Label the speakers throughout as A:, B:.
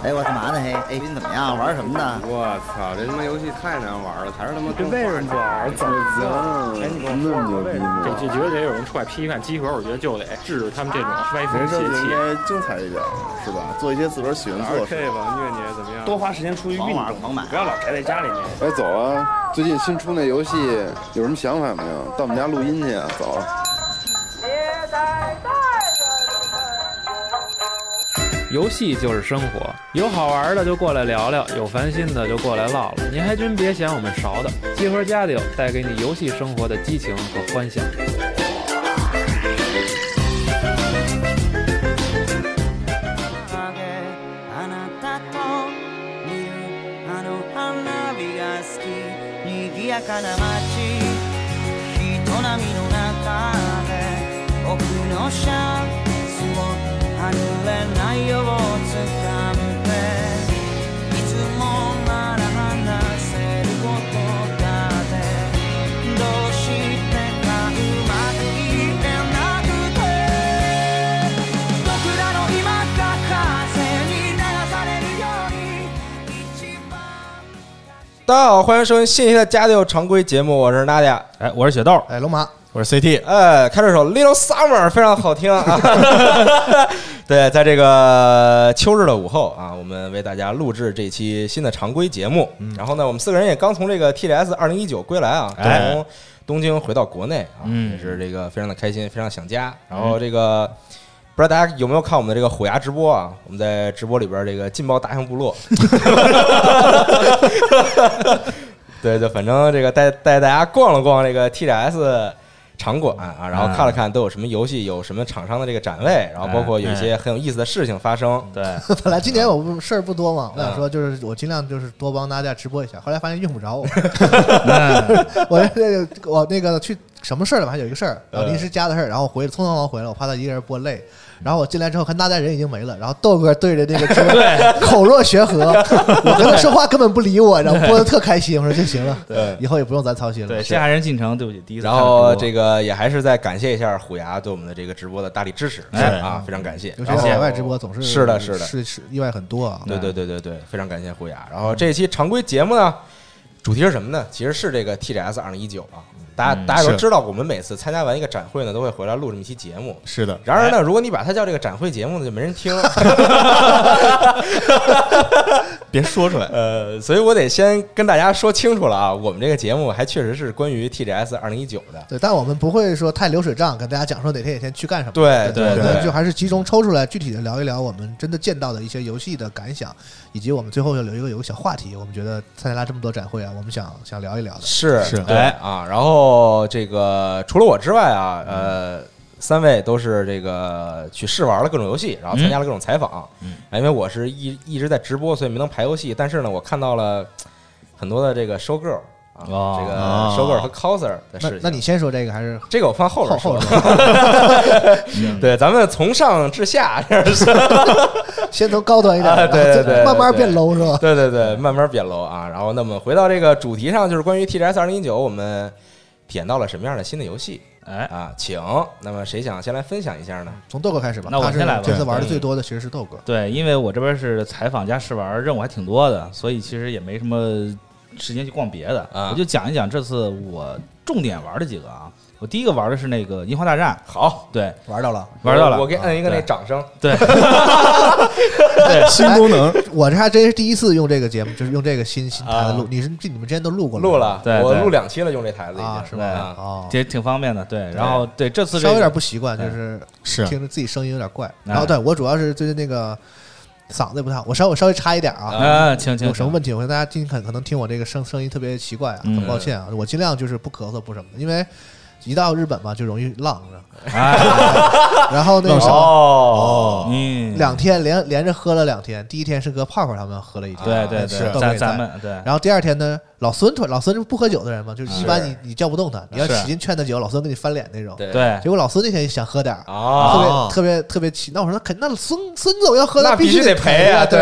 A: 哎，我干嘛呢？嘿，哎，你怎么样？玩什么呢？
B: 我操，这他妈游戏太难玩了，还是他妈
C: 啊
D: 这为什么不玩？怎么
B: 行？
D: 哎，你
B: 给我
D: 那么牛逼吗？
C: 这这绝对得有人出来批判集合，我觉得就得制止他们这种歪风
D: 人
C: 邪
D: 生应
C: 气。
D: 该精彩一点，是吧？做一些自个儿喜欢做的事。
B: K 吧，虐你怎么样？
E: 多花时间出去运
A: 狂玩
E: 动，
A: 狂买
E: 不要老宅在家里面。
D: 哎，走啊！最近新出那游戏有什么想法没有？到我们家录音去啊！走啊。
F: 游戏就是生活，有好玩的就过来聊聊，有烦心的就过来唠唠。您还真别嫌我们勺的，集合家里有带给你游戏生活的激情和欢笑。
G: あなたと見るあの花火が好き賑やかな街人波の中で僕のシャツを離れないよう掴んでいつもなら話せることだってどうしてかうまくいってなくて僕らの今が風に流されるように一番
H: 大家好，欢迎收听新一期的《家里有常规》节目，我是娜姐。
I: 哎，我是雪豆，
J: 哎，龙马，
I: 我是 CT，
H: 哎，开这首《Little Summer》非常好听啊！ 对，在这个秋日的午后啊，我们为大家录制这期新的常规节目。
I: 嗯
H: 然后呢，我们四个人也刚从这个 TGS 二零一九归来啊，
I: 哎
H: 从东京回到国内啊，
I: 嗯
H: 也是这个非常的开心，非常想家。然后这个。不知道大家有没有看我们的这个虎牙直播啊？我们在直播里边这个劲爆大象部 落， 对，就反正这个带带大家逛了逛这个 TGS 场馆
I: 嗯
H: 啊，然后看了看都有什么游戏，有什么厂商的这个展位，然后包括有一些很有意思的事情发生。
I: 对，
J: 本来今年我不事儿不多嘛，
H: 嗯
J: 我想说就是我尽量就是多帮大家直播一下，后来发现用不着 我，我这个我那个去什么事儿了嘛，还有一个事儿，
H: 嗯
J: 然后临时加的事儿，然后回匆匆忙忙回来，我怕他一个人播累。然后我进来之后，看大家人已经没了，然后豆哥对着那个直播口若悬河， 我跟他说话根本不理我，然后播的特开心，我说就行了，以后也不用咱操心了。
I: 对，下人进城，对不起，第一次看
H: 然
I: 直播。
H: 后这个也还是再感谢一下虎牙对我们的这个直播的大力支持，
I: 哎
H: 啊，非常感谢。
J: 尤其
H: 然
J: 是
H: 后
J: 海外直播总是
H: 是的是的
J: 是是意外很多啊。
H: 对对对对对，非常感谢虎牙。然后这一期常规节目呢，主题是什么呢？其实是这个 TGS 二零一九啊，大家
I: 嗯
H: 大家都
I: 是
H: 知道，我们每次参加完一个展会呢，都会回来录这么一期节目。
I: 是的，
H: 然而呢，如果你把它叫这个展会节目呢，就没人听。
I: 别说出来。
H: 呃，所以我得先跟大家说清楚了啊，我们这个节目还确实是关于 TGS 二零一九的。
J: 对，但我们不会说太流水账，跟大家讲说哪天哪天去干什么。
H: 对
J: 对
H: 对
J: 我们
H: 对
J: 就还是集中抽出来，具体的聊一聊我们真的见到的一些游戏的感想，以及我们最后要留一个有个小话题，我们觉得参加了这么多展会啊，我们想想聊一聊的。
H: 是
I: 是
H: 对
I: 哎
H: 啊。然后这个除了我之外啊，呃，三位都是这个去试玩了各种游戏，然后参加了各种采访。
I: 嗯
H: 哎因为我是一一直在直播，所以没能排游戏。但是呢，我看到了很多的这个收 girl 啊，
I: 哦
H: 这个
I: 哦
H: 收 girl 和 coser 的
J: 那
H: 事情。
J: 那你先说这个还是
H: 这个我放后边
J: 后
H: 儿说
J: 后。说？
H: 对，咱们从上至下这样说。
J: 先从高端一点，
H: 啊对对
J: 然后再
H: 对对
J: 慢慢
H: 对
J: 变 low 是吧？
H: 对对对，慢慢贬楼啊。然后，那么回到这个主题上，就是关于 TGS 二零一九，我们体验到了什么样的新的游戏
I: 哎，
H: 啊？请，那么谁想先来分享一下呢？
J: 从豆哥开始吧，
I: 那我
J: 他是
I: 先来吧
J: 这次玩的最多的其实是豆哥，
I: 对，因为我这边是采访加试玩，任务还挺多的，所以其实也没什么时间去逛别的。
H: 啊
I: 我就讲一讲这次我重点玩的几个啊。我第一个玩的是那个《银河大战》，
H: 好，
I: 对，
J: 玩到了。
I: 玩到了。啊
H: 我给摁一个那
I: 对
H: 掌声。
I: 对，
J: 新
I: 功能。
J: 我这还真是第一次用这个节目，就是用这个新新台的录，你是这你们之前都录过吗
H: 啊录了，
I: 对
H: 我
I: 对
H: 录两期了，用这台子已
J: 啊
H: 经，
J: 是
I: 吧
H: 啊
I: 对
J: 哦，
I: 也挺方便的，对。然后对这次这
J: 稍微有
I: 个
J: 点不习惯，就是
I: 哎是
J: 听着自己声音有点怪。
I: 哎
J: 然后对我主要是最近那个嗓子也不太好，我稍微稍微差一点啊。
I: 啊，请请
J: 有什么
I: 请
J: 问题？我跟大家今可可能听我这个声声音特别奇怪啊，
I: 嗯
J: 很抱歉啊，我尽量就是不咳嗽不什么的，因为一到日本嘛就容易浪着，
I: 哎，
J: 然后那 个什么
H: 哦，
I: 嗯，
J: 两天连连着喝了两天，第一天是跟泡泡他们喝了一天，
I: 对对
J: 啊是
I: 对，
J: 都
I: 咱
J: 没
I: 咱
J: 在
I: 们对
J: 然后第二天呢，老孙突然老孙是不喝酒的人嘛，就是一般
H: 是
J: 你你叫不动他，你要
I: 是
J: 使劲劝他酒，老孙给你翻脸那种。
H: 对
I: 对啊
J: 结果老孙那天想喝点儿，
H: 哦，
J: 特别特别特别奇。那我说那肯那孙孙总要喝，
H: 那必
J: 必
H: 须
J: 得
H: 赔
J: 啊，
H: 对。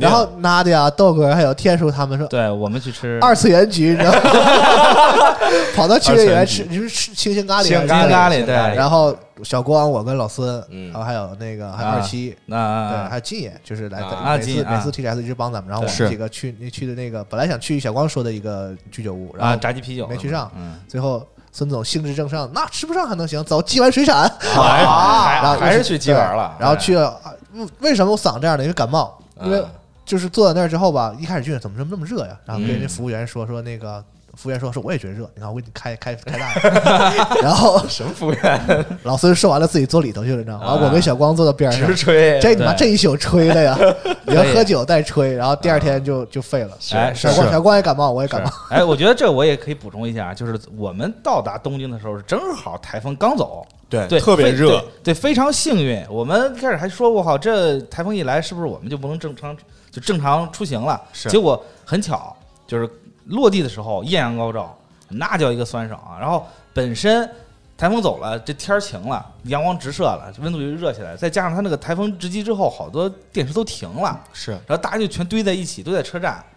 J: 然后 Nadia、豆哥还有天叔他们说
I: 对，我们去吃
J: 二次元局，你知道吗？跑到清远吃，你是吃清新咖喱，啊
I: 清
H: 咖
I: 新咖
H: 喱
I: 喱
H: 对
I: 对，
J: 然后小光，我跟老孙，
H: 嗯
J: 然后还有那个还有
I: 啊
J: 二七，
I: 那
J: 对，还
I: 啊
J: 有金爷，就是来
H: 啊
J: 每次
I: 金
J: 每
I: 啊
J: 次 TGS 一直帮咱们，然后我
I: 是
J: 们几个去那去的那个本来想去小光说的一个居酒屋，然
I: 啊
J: 后
I: 炸鸡啤酒
J: 没去上
I: 嗯，
J: 最后孙总兴致正上，那吃不上还能行，走鸡丸水产，
H: 啊
J: 然后
H: 还是去鸡丸了
J: 对然
I: 哎
J: 后去了，啊嗯为什么我嗓子这样呢？因为感冒，因为
H: 嗯
J: 就是坐在那儿之后吧，一开始觉得怎么这么那么热呀，然后跟人家服务员说说那个。服务员说：“说我也觉得热，你看我给你开开开大点。”然后
H: 什么服务员？
J: 老孙说完了，自己坐里头去了，你知道吗？然后我跟小光坐到边上
H: 直，吹，
J: 这你妈这
I: 对
J: 一宿吹的呀！你要
I: 可以
J: 喝酒再吹，然后第二天就就废了。
I: 哎是
J: 小光
I: 是
J: 小光也感冒，我也感冒。
I: 哎，我觉得这我也可以补充一下，就是我们到达东京的时候，正好台风刚走，
H: 对
I: 对，
H: 特别
I: 非
H: 热，
I: 对，对非常幸运。我们开始还说我靠，这台风一来，是不是我们就不能正常就正常出行了？
H: 是
I: 结果很巧，就是落地的时候艳阳高照，那叫一个酸爽啊！然后本身台风走了，这天儿晴了，阳光直射了，温度就热起来，再加上它那个台风直击之后，好多电车都停了，
H: 是
I: 然后大家就全堆在一起，都在车站。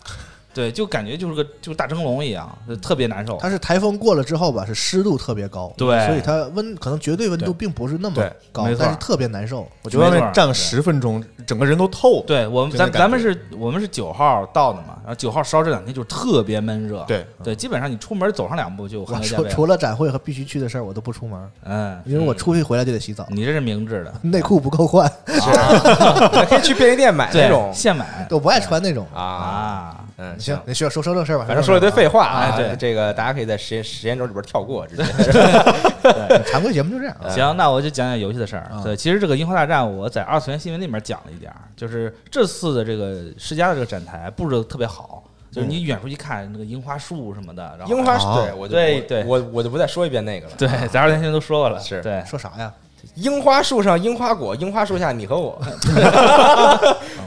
I: 对，就感觉就是个就是大蒸笼一样，就特别难受。
J: 它是台风过了之后吧，是湿度特别高，
I: 对
J: 所以它温可能绝对温度
E: 对
J: 并不是那么
E: 对
J: 高
I: 没，错
J: 但是特别难受。
E: 我觉得外
I: 没错
E: 面站
I: 对
E: 个十分钟，整个人都透了。
I: 对我们，
E: 这种
I: 咱
E: 感
I: 咱们
E: 觉
I: 是我们是九号到的嘛，然后九号烧这两天就是特别闷热，
E: 对
I: 对，基本上你出门走上两步就
J: 我
I: 汗流浃
J: 除
I: 背了，
J: 除了展会和必须去的事儿，我都不出门，
I: 嗯，
J: 因为我出去回来就得洗澡，
I: 你这是明智的，
J: 内裤不够换，
H: 可以去便利店买那
I: 对，
H: 种
I: 现买
J: 我不爱穿那种。
H: 啊，
I: 啊，
H: 嗯，
J: 行，那需要说说正事儿吧。
H: 反正说了一堆废
J: 话，
H: 话啊，
I: 哎对
H: 这个大家可以在时间时间轴里边跳过，直接
J: 常规节目就这样
E: 嗯
J: 啊。
I: 行，那我就讲讲游戏的事儿
J: 啊。
I: 对，其实这个《樱花大战》我在二次元新闻里面讲了一点儿，就是这次的这个世嘉的这个展台布置的特别好，
E: 嗯
I: 就是你远处一看那个樱花树什么的，然后
H: 樱花
J: 啊
H: 对我就
I: 对
H: 我
I: 对
H: 我我就不再说一遍那个了。
I: 对，咱二次元新闻都说过了，
H: 是
I: 对，
J: 说啥呀？
H: 樱花树上樱花果，樱花树下你和我
J: 啊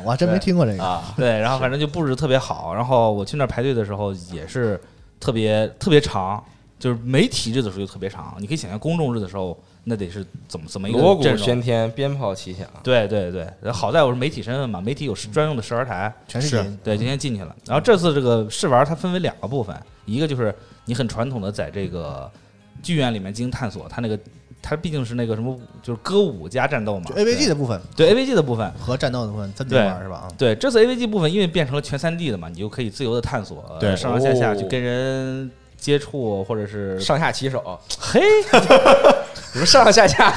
J: 我还真没听过这个。
H: 啊，
I: 对，然后反正就布置得特别好。然后我去那儿排队的时候也是特别特别长，就是媒体日的时候就特别长。你可以想象公众日的时候，那得是怎么怎么一
H: 锣
I: 个
H: 鼓
I: 阵
H: 喧
I: 容。
H: 天，鞭炮齐响。
I: 对对对，然后好在我是媒体身份嘛，媒体有专用的试玩台，
J: 全是您
I: 对，今天进去了。然后这次这个试玩它分为两个部分，一个就是你很传统的在这个剧院里面进行探索，它那个它毕竟是那个什么，就是歌舞加战斗嘛
J: 就 AVG 的部分
I: 对 AVG 的部分，
J: 和战斗的部分分别
I: 对
J: 玩是吧？啊，
I: 对，这次 AVG 部分因为变成了全3 D 的嘛，你就可以自由的探索，呃
E: 对
I: 上上下下
H: 哦
I: 去跟人接触，或者是
H: 上下其手，
I: 嘿
H: 你们上上下下，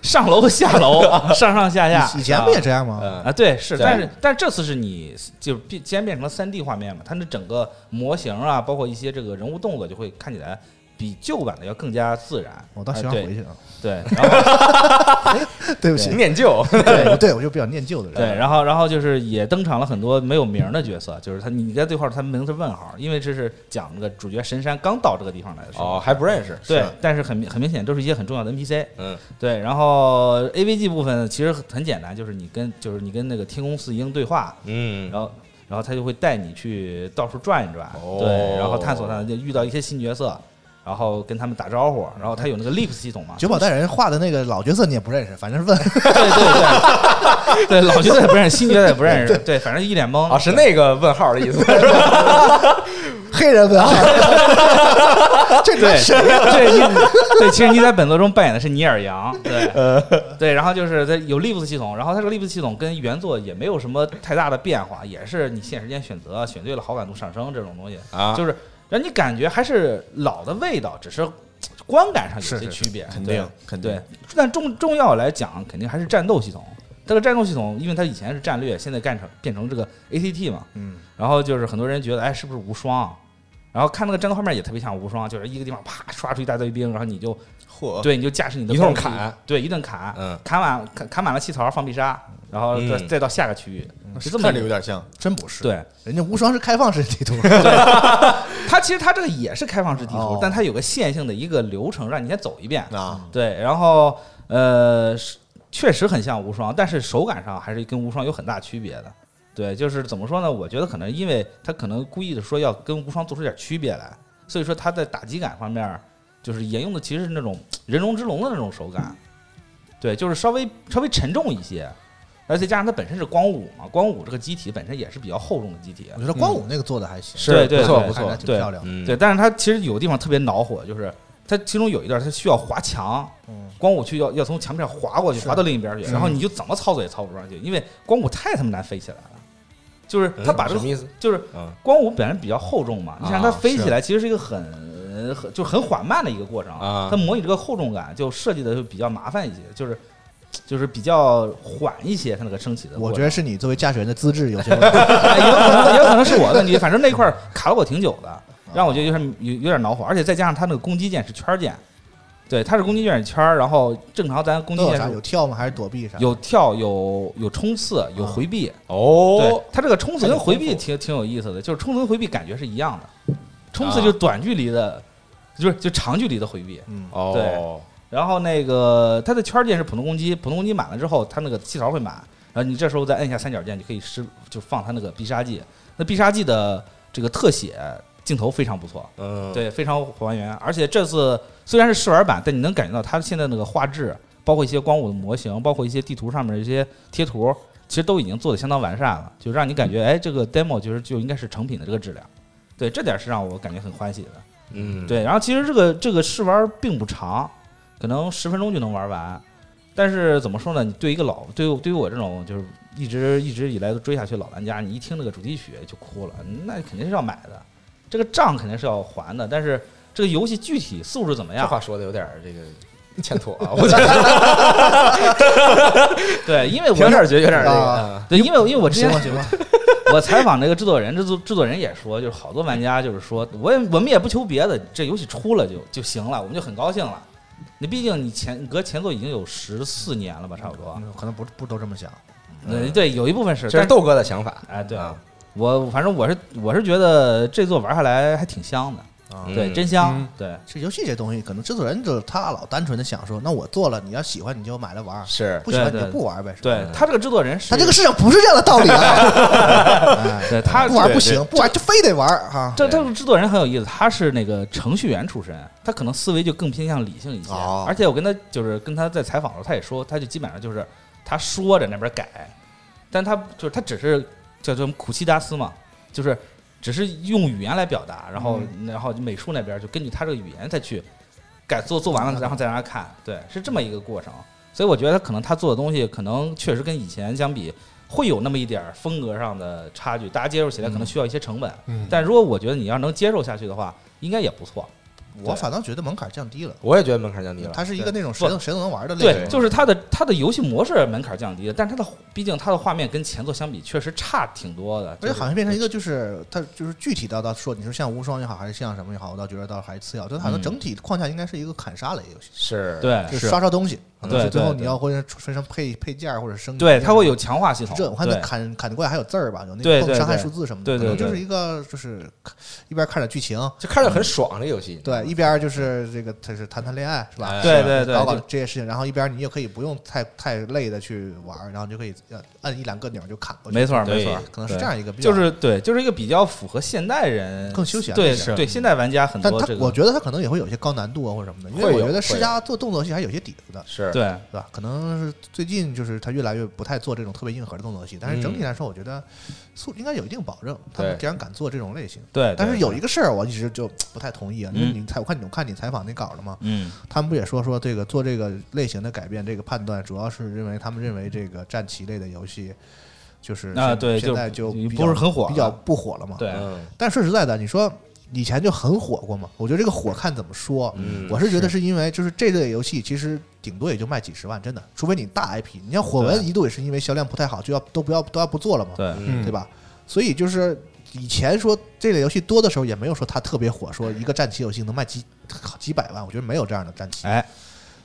I: 上楼下 楼，上上下下。
J: 以以前不也这样吗？
H: 嗯
I: 啊？对，是，
H: 对
I: 但是但这次是你就变，既然变成了3 D 画面嘛，它那整个模型啊，包括一些这个人物动作，就会看起来比旧版的要更加自然。
J: 我到
I: 啊
J: 希望
I: 对
J: 回去啊。
I: 对，然后
J: 对不起，
H: 念旧，
J: 对对，我就比较念旧的人。啊
I: 对，然后然后就是也登场了很多没有名儿的角色，就是他，你在对话，他名字问号，因为这是讲这个主角神山刚到这个地方来的时候，
H: 哦，还不认识，
I: 对，但是很明很明显都是一些很重要的 NPC。
H: 嗯，
I: 对，然后 AVG 部分其实很简单，就是你跟就是你跟那个天宫四鹰对话，
H: 嗯，
I: 然后然后他就会带你去到处转一转，
H: 哦
I: 对，然后探索探索，就遇到一些新角色，然后跟他们打招呼，然后他有那个 Lips 系统嘛，
J: 九保带人画的那个老角色你也不认识，反正是问
I: 对对对对， 老角色也不认识，新角色也不认识，对，反正一脸懵
H: 哦，是那个问号的意思， 是吧？
J: 黑人文啊， 这
I: 对
J: 真是
I: 对，你对，其实你在本作中扮演的是尼尔杨，对，对，然后就是它有 Lives 系统，然后它这个 Lives 系统跟原作也没有什么太大的变化，也是你限时间选择，选对了好感度上升这种东西，
H: 啊
I: 就是让你感觉还是老的味道，只是观感上有
E: 是
I: 些
E: 是
I: 区别，
E: 肯
I: 对
E: 定肯定
I: 对，但重重要来讲，肯定还是战斗系统。这个战斗系统，因为它以前是战略，现在干成变成这个 ACT 嘛，
E: 嗯，
I: 然后就是很多人觉得，哎，是不是无双？然后看那个战斗画面也特别像无双，啊就是一个地方啪刷出一大堆兵，然后你就
E: 哦
H: 嚯，
I: 对你就驾驶你的
H: 一通
I: 暴力
H: 砍，
I: 对一顿砍，
H: 嗯
I: 砍满砍砍满了气槽放必杀，然后再
H: 嗯
I: 再到下个区域，是这么
E: 嗯看着
I: 一个
E: 有点像，
J: 真不是。
I: 对。
J: 人家无双是开放式地图，
I: 它其实它这个也是开放式地图
J: 哦，
I: 但它有个线性的一个流程，让你先走一遍。
E: 啊，
I: 对，然后呃，是确实很像无双，但是手感上还是跟无双有很大区别的。对，就是怎么说呢？我觉得可能因为他可能故意的说要跟无双做出点区别来，所以说他在打击感方面儿，就是沿用的其实是那种人龙之龙的那种手感，对，就是稍微稍微沉重一些。而且加上它本身是光武嘛，光武这个机体本身也是比较厚重的机体，
J: 我觉得光武那个做的还行，
I: 是对对
J: 看着
I: 对
J: 看着还挺
I: 对
J: 漂亮的。
H: 嗯，
I: 对，但是它其实有的地方特别恼火，就是它其中有一段它需要滑墙，
J: 嗯，
I: 光武去要要从墙壁上滑过去，
J: 是
I: 滑到另一边去，
J: 是
I: 然后你就怎么操作也操不上去，因为光武太他妈难飞起来了。就是
H: 嗯
I: 它把这
H: 什
I: 个
H: 么意思？
I: 就是
H: 嗯
I: 光武本身比较厚重嘛，你想它
H: 啊
I: 飞起
H: 是
I: 来其实是一个很很就很缓慢的一个过程
H: 啊
I: 它模拟这个厚重感就设计的就比较麻烦一些，就是就是比较缓一些，它那个升起的过程。
J: 我觉得是你作为驾驶员的资质 有些问题。
I: 哎也有可能也有可能是我的问题，反正那块儿卡了我挺久的，让我觉得有点有有点恼火，而且再加上它那个攻击键是圈儿键，对，它是攻击键是圈儿，然后正常咱攻击
J: 都有
I: 键
J: 啥？
I: 是
J: 有跳吗？还是躲避啥？
I: 有跳有有冲刺
J: 嗯
I: 有回避，对
H: 哦，，
I: 它这个冲刺跟回避挺挺有意思的，就是冲刺跟回避感觉是一样的，冲刺
H: 啊
I: 就是短距离的，就是就长距离的回避，
J: 嗯，
H: 哦，
I: 然后那个它的圈儿键是普通攻击，普通攻击满了之后，它那个气槽会满，然后你这时候再摁一下三角键，就可以施就放它那个必杀技。那必杀技的这个特写镜头非常不错，
H: 嗯，，
I: 对，非常还原。而且这次虽然是试玩版，但你能感觉到它现在那个画质，包括一些光武的模型，包括一些地图上面的一些贴图，其实都已经做的相当完善了，就让你感觉哎，这个 demo 就是就应该是成品的这个质量。对，这点是让我感觉很欢喜的。
H: 嗯，，
I: 对，然后其实这个这个试玩并不长，可能十分钟就能玩完。但是怎么说呢？你对一个老对于对于我这种就是一直一直以来都追下去的老玩家，你一听那个主题曲就哭了，那肯定是要买的，这个账肯定是要还的。但是这个游戏具体素质怎么
H: 这
I: 样？
H: 话说的有点儿这个欠妥 啊，我觉得
I: 对，因为我
H: 有点儿觉得有点儿这
J: 啊
H: 个，嗯
I: 对，因为因为我之
J: 行
I: 前
J: 吧行吧，
I: 我采访那个制作人，制作制作人也说，就是好多玩家就是说，我也我们也不求别的，这游戏出了就就行了，我们就很高兴了。你毕竟你前你隔前作已经有十四年了吧，差不多。
J: 嗯可能不不都这么想。
I: 嗯，对，有一部分是，
H: 这
I: 但
H: 是豆哥的想法，
I: 哎，对
H: 啊，
I: 我反正我是我是觉得这座玩下来还挺香的，
J: 啊
H: 嗯
I: 对，真香
E: 嗯，
I: 对，
J: 这游戏这东西，可能制作人就是他老单纯的想说，那我做了，你要喜欢你就买来玩儿，
H: 是
J: 不喜欢你
I: 对
J: 就
I: 对
J: 不玩儿呗。是吧
I: 对
H: 嗯
I: 他这个制作人是
J: 他这个，市场不是这样的道理啊！ 哎
I: 对他
J: 不玩儿不
C: 对对
J: 行，不玩儿就非得玩儿哈。
I: 这这个制作人很有意思，他是那个程序员出身，他可能思维就更偏向理性一些。
J: 哦
I: 而且我跟他就是跟他在采访的时候，他也说，他就基本上就是他说着那边改，但他就是他只是叫做苦其达斯嘛，就是只是用语言来表达，然后、然后美术那边就根据他这个语言再去改做做完了，然后再让他看，对，是这么一个过程。所以我觉得他可能他做的东西可能确实跟以前相比会有那么一点儿风格上的差距，大家接受起来可能需要一些成本。
E: 嗯，
I: 但如果我觉得你要能接受下去的话，应该也不错。
J: 我反倒觉得门槛降低了，
H: 我也觉得门槛降低了，
J: 它是一个那种谁都谁都能玩的类
I: 对，
J: 型。
I: 就是它的它的游戏模式门槛降低了，但是它的毕竟它的画面跟前作相比确实差挺多的。
J: 而
I: 就
J: 且
I: 是
J: 哎好像变成一个，就是它就是具体到到说，你说像无双也好，还是像什么也好，我倒觉得倒还是次要。就它的
I: 嗯
J: 整体框架应该是一个砍杀类游戏，
H: 是，
I: 对
J: 就是嗯刷刷东西，可能
I: 哎对
J: 是最后
I: 对
J: 你要或者分成配配件儿或者升级。
I: 对，它会有强化系统。
J: 这我看
I: 对
J: 那砍砍怪还有字儿吧，有那
I: 对
J: 个
I: 对
J: 伤害
I: 对
J: 数字什么的，
I: 对
J: 可
I: 对
J: 能
I: 对
J: 就是一个就是一边看着剧情，
H: 就看着很爽这游戏，
J: 对，一边就是这个他是谈谈恋爱是吧？
H: 哎
I: 对对对
J: 搞搞
I: 就
J: 这些事情，然后一边你也可以不用太太累的去玩儿，然后你就可以呃按一两个钮儿就砍过去，
I: 没错儿
H: 对
I: 没错儿，
J: 可能是这
I: 对。
J: 样一个比较，
I: 就是对，就是一个比较符合现代人
J: 更休闲一
I: 对
J: 些
I: 对现代玩家很
J: 嗯但
I: 多
J: 他
I: 这个
J: 我觉得他可能也会有一些高难度啊或者什么的，因为
H: 会
J: 我
H: 有
J: 觉得
H: 会
J: 世
H: 有
J: 嘉做动作戏还有些底子的，
H: 是，
I: 对
J: 对吧？可能是最近就是他越来越不太做这种特别硬核的动作戏，但是整体
H: 嗯
J: 来说，我觉得素应该有一定保证。他们
H: 对
J: 既然敢做这种类型，
I: 对，
J: 但是
I: 对
J: 有一个事儿我一直就不太同意啊，你
I: 嗯
J: 你采我看你我看你采访那稿了吗？
I: 嗯
J: 他们不也说说这个做这个类型的改变，这个判断主要是认为他们认为这个战棋类的游戏就是
I: 啊
J: 现
I: 对
J: 现
I: 就
J: 在就
I: 不
J: 比较
I: 是很火
J: 比较
I: 了
J: 不火了嘛。
I: 对
H: 嗯
J: 但说实在的，你说以前就很火过嘛？我觉得这个火看怎么说。
H: 嗯，
J: 我是觉得是因为就是这类游戏其实顶多也就卖几十万，真的，除非你大 IP。你像火纹
I: 对
J: 一度也是因为销量不太好，就要都不要都要不做了嘛。
I: 对
H: 嗯
J: 对吧？所以就是以前说这类游戏多的时候，也没有说它特别火，说一个战棋游戏能卖几几百万，我觉得没有这样的战棋。
I: 哎，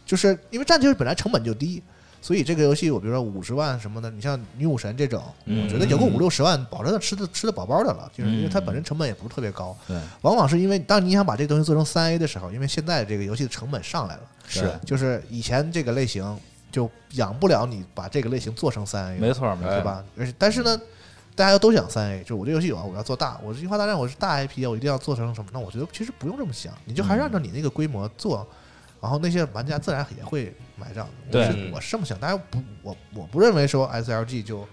J: 就是因为战棋本来成本就低，所以这个游戏我比如说五十万什么的，你像女武神这种，
I: 嗯
J: 我觉得有个五六十万，保证吃的吃的饱饱的了，就是因为它本身成本也不是特别高。
I: 对，
J: 往往是因为当你想把这个东西做成三 A 的时候，因为现在这个游戏的成本上来了，
I: 是
J: 就是以前这个类型就养不了你把这个类型做成三 A，了
I: 没错没
J: 对
I: 错，
J: 吧？而且但是呢，大家都想三 A，就是我这游戏啊，我要做大，我是樱花大战，我是大 IP，我一定要做成什么？那我觉得其实不用这么想，你就还是按照你那个规模做。然后那些玩家自然也会买账。我
I: 对
J: 是我是这么想，大家不，我我不认为说 SLG 就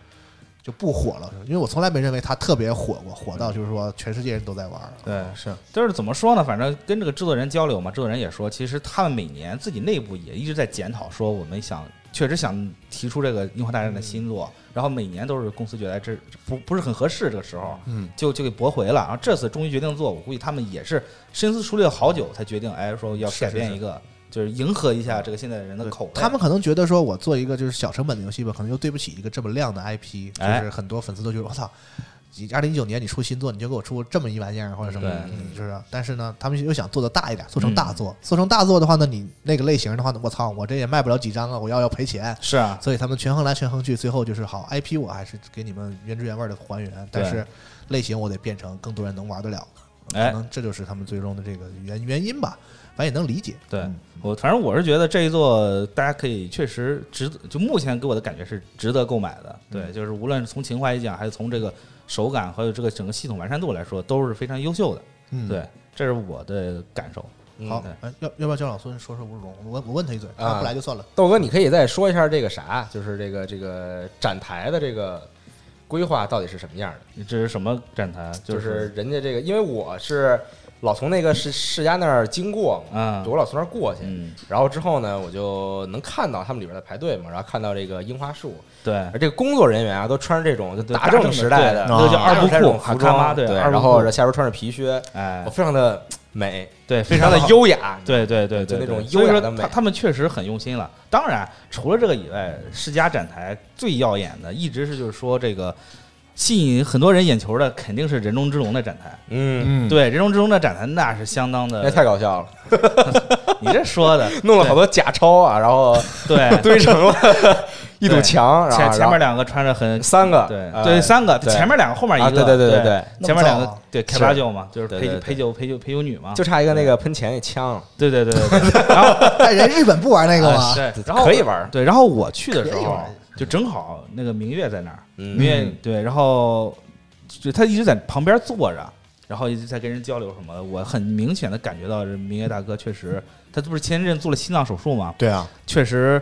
J: 就不火了，因为我从来没认为它特别火过，火到就是说全世界人都在玩儿。
I: 对，是，就是怎么说呢？反正跟这个制作人交流嘛，制作人也说，其实他们每年自己内部也一直在检讨，说我们想确实想提出这个《樱花大战》的新作，
J: 嗯
I: 然后每年都是公司觉得这不不是很合适，这个时候，
E: 嗯，
I: 就就给驳回了。然后这次终于决定做，我估计他们也是深思熟虑了好久才决定，哎，说要
J: 是
I: 改变
J: 是
I: 一个，就是迎合一下这个现在人的口味。
J: 他们可能觉得说，我做一个就是小成本的游戏吧，可能又对不起一个这么亮的 IP，就
I: 哎
J: 是很多粉丝都觉得我操，你二零一九年你出新作，你就给我出这么一玩意儿或者什么的
I: 对，嗯
J: 你知道？但是呢，他们又想做的大一点，做成大作，做成大作的话呢，你那个类型的话呢，我操，我这也卖不了几张啊，我要要赔钱。
I: 是啊，
J: 所以他们权衡来权衡去，最后就是好 IP 我还是给你们原汁原味的还原，但
I: 对
J: 是类型我得变成更多人能玩得了的，
I: 哎
J: 可能这就是他们最终的这个原原因吧，反正也能理解。
I: 对
J: 嗯
I: 我反正我是觉得这一座大家可以确实值得，就目前给我的感觉是值得购买的。对，就是无论是从情怀讲，还是从这个手感，还有这个整个系统完善度来说，都是非常优秀的。
J: 嗯，
I: 对，这是我的感受。
J: 好
I: 嗯，
J: 哎，要要不要叫老孙说说乌龙？我问我问他一嘴，他
H: 啊
J: 不来就算了。
H: 豆哥，你可以再说一下这个啥，就是这个这个展台的这个规划到底是什么样的？
I: 这是什么展台？
H: 就是是人家这个，因为我是老从那个世世家那儿经过嘛，
I: 啊，
H: 我老从那儿过去，
I: 嗯，
H: 然后之后呢，我就能看到他们里边在排队嘛，然后看到这个樱花树，
I: 对
H: 而这个工作人员啊，都穿着这种就
I: 嗯对
H: 达
I: 大
H: 正
I: 正
H: 时
I: 的
H: 代
I: 对
H: 的，
I: 那
E: 就
I: 二部
H: 部
I: 裤
H: 服
I: 哈卡
H: 装，
I: 拉对二部
H: 然后
I: 裤
H: 这下边穿着皮靴，
I: 哎
H: 我，非常的美，
I: 对，非
H: 非
I: 常
H: 常
I: 的
H: 的优雅，
I: 对对对
H: 就
I: 对，
H: 那种
I: 对所以
H: 优雅
I: 说
H: 的美
I: 他他们确实很用心了。当然，除了这个以外，世家展台最耀眼的一直是就是说这个吸引很多人眼球的，肯定是人中之龙的展台。
H: 嗯，
E: 嗯，
I: 对，人中之龙的展台那是相当
H: 那
I: 的，
H: 太搞笑了，
I: 你这 说的
H: 弄了好多假钞啊，然后
I: 对。
H: 堆成了一堵
I: 对
H: 墙，然
I: 前
H: 后
I: 前面
H: 啊然
I: 两个穿着很
H: 后三个，
I: 对
H: 呃
I: 对三个，
H: 对
I: 前面两个后面一
H: 啊
I: 个，
H: 对对对对
I: 对
H: 对，
I: 前面两
J: 那么
I: 个
J: 早
I: 对开
H: 是
I: 八舅嘛，就是
H: 对
I: 陪
H: 对对
I: 陪酒陪酒陪酒女嘛，
H: 就差一个那个喷钱那枪，
I: 对对对对， 对然后
J: 但人日本不玩那个
H: 啊
J: 吗？
I: 对，然后
H: 可以玩儿，
I: 对，然后我去的时
J: 可以
I: 候
J: 玩
I: 就正好那个明月在那儿，
H: 嗯
I: 明月对，然后就他一直在旁边坐着，然后一直在跟人交流什么的。我很明显的感觉到，这明月大哥确实，他这不是前阵做了心脏手术嘛，
J: 对啊，
I: 确实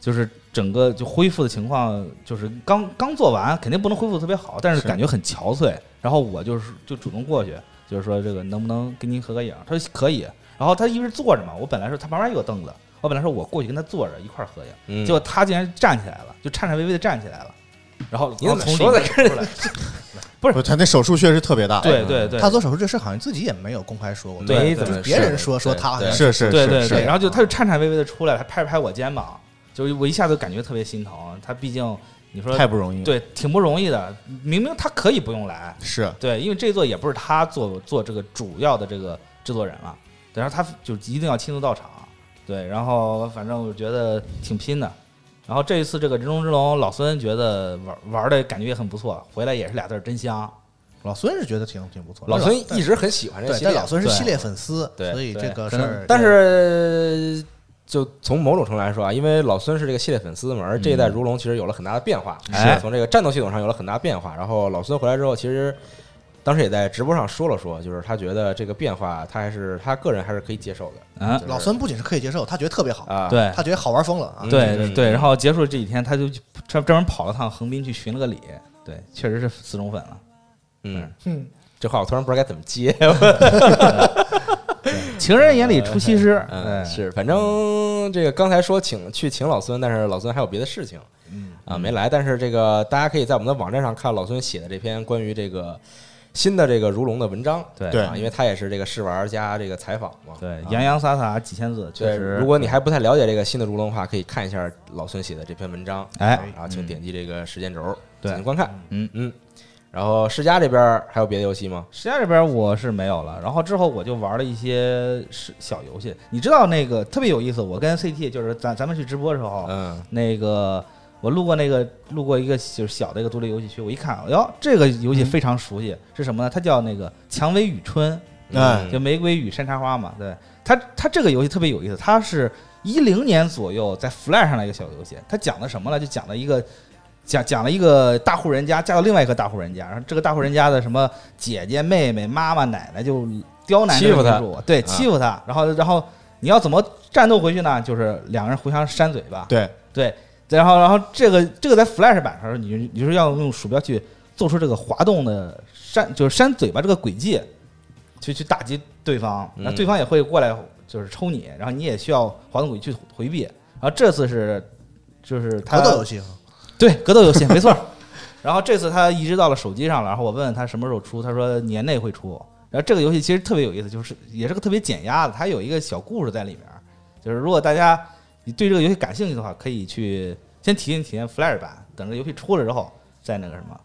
I: 就是整个就恢复的情况，就是刚刚做完，肯定不能恢复得特别好，但是
E: 是
I: 感觉很憔悴。然后我就是就主动过去，就是说这个能不能跟您合个影？他说可以。然后他一直坐着嘛，我本来说他旁边有个凳子，我本来说我过去跟他坐着一块儿合影。
H: 嗯
I: 结果他竟然站起来了，就颤颤巍巍的站起来了，然后
H: 你怎么
I: 然后从
H: 说的
I: 里面出来？
E: 不他那手术确实特别大，
I: 对对对，
J: 他做手术这事好像自己也没有公开说过，
I: 对
H: 没
I: 对
H: 怎么
J: 别人说说他好
H: 对
J: 像
H: 对
E: 是是
I: 对
E: 是
I: 对
E: 是
I: 对，然后就他就颤颤巍巍的出来，还拍了拍我肩膀，就是我一下子感觉特别心疼。他毕竟你说
E: 太不容易，，
I: 对挺不容易的，明明他可以不用来，
E: 是
I: 对，因为这座也不是他做做这个主要的这个制作人嘛，对然后他就一定要亲自到场，对，然后反正我觉得挺拼的。然后这一次这个人中之龙，老孙觉得玩玩的感觉也很不错，回来也是俩字儿真香。
J: 老孙是觉得挺挺不错的。
H: 老孙
J: 但
H: 一直很喜欢这
J: 对，
H: 系
J: 但
H: 列，
J: 老孙是
I: 对
J: 系列粉丝，
H: 对
J: 所以
I: 对
J: 这个
I: 可
J: 事
I: 能
J: 儿，
H: 但是就从某种程度来说啊，因为老孙是这个系列粉丝嘛，而这一代
I: 嗯
H: 如龙其实有了很大的变化，
I: 哎
H: 从这个战斗系统上有了很大变化。然后老孙回来之后，其实当时也在直播上说了说，就是他觉得这个变化，他还是他个人还是可以接受的
I: 啊，
J: 老孙不仅是可以接受，他觉得特别好，
H: 啊。，
I: 对
J: 他觉得好玩疯了啊。
I: 对对
H: 嗯
I: 对，然后结束这几天，他就去专专门跑了趟横滨去寻了个礼，对，确实是死忠粉了。
H: 嗯，
J: 嗯，
H: 这话我突然不知道该怎么接。
I: 情人眼里出西施，
H: 嗯，
I: 哎对，
H: 是，反正这个刚才说请去请老孙，但是老孙还有别的事情，
I: 嗯
H: 啊没来。但是这个大家可以在我们的网站上看老孙写的这篇关于这个新的这个如龙的文章，
I: 对
E: 对
H: 啊，因为他也是这个试玩加这个采访嘛，
I: 对
H: 啊，
I: 洋洋洒洒几千字，确
H: 对，
I: 实。
H: 如果你还不太了解这个新的如龙的话，可以看一下老孙写的这篇文章，啊
I: 哎
H: 然后请点击这个时间轴
I: 对
H: 进行观看。
I: 嗯
H: 嗯，然后世嘉这边还有别的游戏吗？
I: 实家这边我是没有了，然后之后我就玩了一些是小游戏，你知道那个特别有意思，我跟 CT 就是咱咱们去直播的时候，
H: 嗯，
I: 那个我路过那个路过一个就是小的一个独立游戏区，我一看，哟，这个游戏非常熟悉，是什么呢？它叫那个《蔷薇与春》，
H: 嗯
E: 哎
I: 就玫瑰与山茶花嘛。对，它它这个游戏特别有意思，它是一零年左右在 Flash 上的一个小游戏。它讲的什么呢？就讲了一个讲讲了一个大户人家嫁到另外一个大户人家，然后这个大户人家的什么姐姐、妹妹、妈妈、奶奶就刁难这个
H: 欺负他啊
I: 女主，对，欺负他，然后然后。你要怎么战斗回去呢？就是两个人互相扇嘴巴，
E: 对，
I: 对，然后然后这个这个在 Flash 版上，你你是要用鼠标去做出这个滑动的扇，就是扇嘴巴这个轨迹，去去打击对方，
H: 嗯
I: 那对方也会过来就是抽你，然后你也需要滑动轨迹去回避。然后这次是就是他
J: 格斗游戏啊，
I: 对格斗游戏没错。然后这次他移植到了手机上了，然后我问他什么时候出，他说年内会出。然后这个游戏其实特别有意思，就是也是个特别减压的，它有一个小故事在里面。就是如果大家你对这个游戏感兴趣的话，可以去先体验体验 Flare 版，等这个游戏出了之后再那个什么。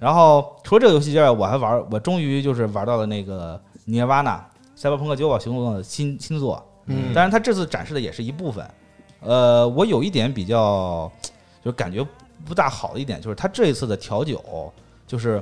I: 然后除了这个游戏之外，我还玩，我终于就是玩到了那个《涅瓦纳》《赛博朋克九保行动》的新新作。
C: 嗯
I: 当然它这次展示的也是一部分。呃，我有一点比较就是感觉不大好的一点，就是它这一次的调酒，就是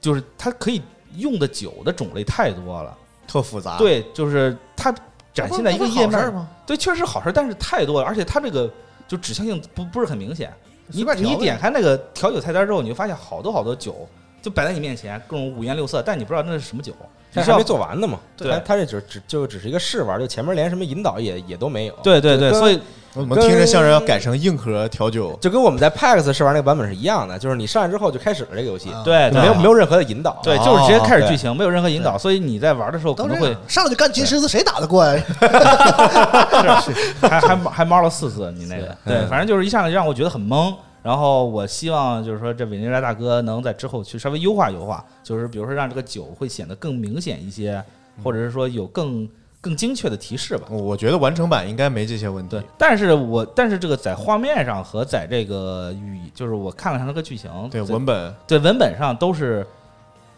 I: 就是它可以用的酒的种类太多了。
E: 特复杂，，
I: 对，就是它展现在一个页面
J: 啊这不是好事儿吗？
I: 对，确实好事儿，但是太多了，而且它这个就指向性不不是很明显。你
J: 随便调
I: 你
J: 呗
I: 点开那个调酒菜单之后，你就发现好多好多酒就摆在你面前，各种五颜六色，但你不知道那是什么酒。你
H: 但
I: 是
H: 是还
I: 要
H: 没做完呢嘛。
I: 对
H: 他他这只只就只是一个试玩，就前面连什么引导也也都没有。，
I: 对对对，
H: 跟
I: 所以
E: 我怎么听着像是要改成硬核调酒？
H: 就跟我们在 PAX 试玩那个版本是一样的，就是你上来之后就开始了这个游戏，
J: 啊
I: 对
H: 没
I: 对
H: 有没有任何的引导。啊
I: 对，
E: 哦
I: 就是直接开始
H: 对
I: 剧情，没有任何引导，所以你在玩的时候可
J: 都
I: 能
J: 这
I: 会
J: 样，上来就干金狮子，谁打得过呀？
I: 还还还猫了四次，你那个对，反正就是一上来让我觉得很懵。然后我希望就是说，这委内瑞拉大哥能在之后去稍微优化优化，就是比如说让这个酒会显得更明显一些，或者是说有更更精确的提示吧。
E: 我我觉得完成版应该没这些问题
I: 对。，但是我但是这个在画面上和在这个语，就是我看了看这个剧情，
E: 对，
I: 在
E: 文本
I: 对文本上都是，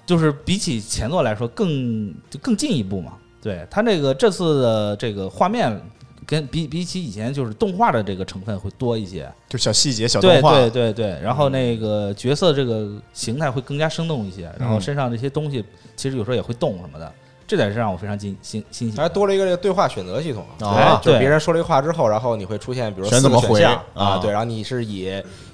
I: 就是比起前作来说更就更进一步嘛。对它这个这次的这个画面跟比比起以前就是动画的这个成分会多一些，
E: 就小细节、小
I: 对
E: 动画，嗯
I: 对对对，然后那个角色这个形态会更加生动一些，然后
E: 嗯
I: 身上这些东西其实有时候也会动什么的，这点是让我非常惊欣欣喜的。
H: 还多了一个这个对话选择系统，
E: 哦
H: 哎就是
I: 对
H: 别人说了一个话之后，然后你会出现，比如说
E: 选怎么
H: 四个选项
E: 回
H: 啊，
E: 啊
H: 对，然后你是以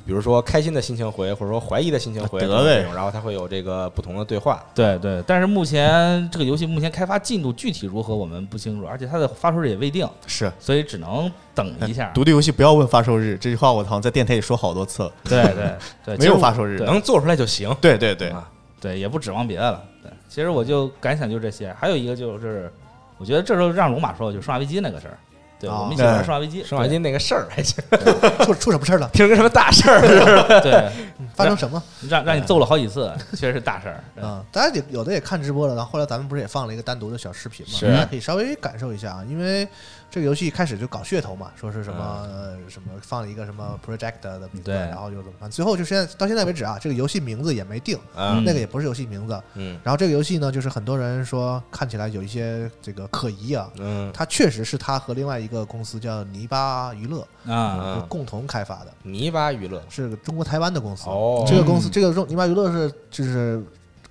H: 比如说开心的心情回，或者说怀疑的心情回
E: 得
H: 等等
E: 嘞
H: 这种然后它会有这个不同的对话。
I: 对对，但是目前这个游戏目前开发进度具体如何我们不清楚，而且它的发售日也未定，
E: 是。
I: 所以只能等一 下。
E: 哎独立游戏不要问发售日，这句话我好像在电台里说好多次了。
I: 对对对，
E: 没有发售日
I: 对嗯
H: 能做出来就行。
E: 对对对，
H: 啊
I: 对，也不指望别的了。对，其实我就感想就这些，还有一个就是，我觉得这时候让龙马说，就是《生化危机》那个事儿。对，
J: 哦
I: 我们一起玩
E: 对
I: 《生化危机》。
H: 生化金那个事儿还行，
J: 出出什么事儿了？
H: 听着跟什么大事儿 似的。
I: 对， 对，
J: 发生什么
I: 让让你揍了好几次， 确实是大事儿。
H: 嗯
I: 对
J: 啊？大家也有的也看直播了，然后后来咱们不是也放了一个单独的小视频嘛，
H: 是
J: 大家可以稍微感受一下啊，因为这个游戏一开始就搞噱头嘛，说是什么、
H: 嗯
J: 呃什么放了一个什么 project 的名字，
I: 对
J: 然后又怎么办？最后就现在到现在为止啊，这个游戏名字也没定，
H: 嗯
J: 那个也不是游戏名字。
H: 嗯
J: 然后这个游戏呢，就是很多人说看起来有一些这个可疑啊，
H: 嗯
J: 它确实是它和另外一个公司叫泥巴娱乐
I: 啊，
H: 嗯，
J: 共同开发的，
H: 泥巴娱乐
J: 是个中国台湾的公司。
H: 哦
J: 这个公司，这个中泥巴娱乐是就是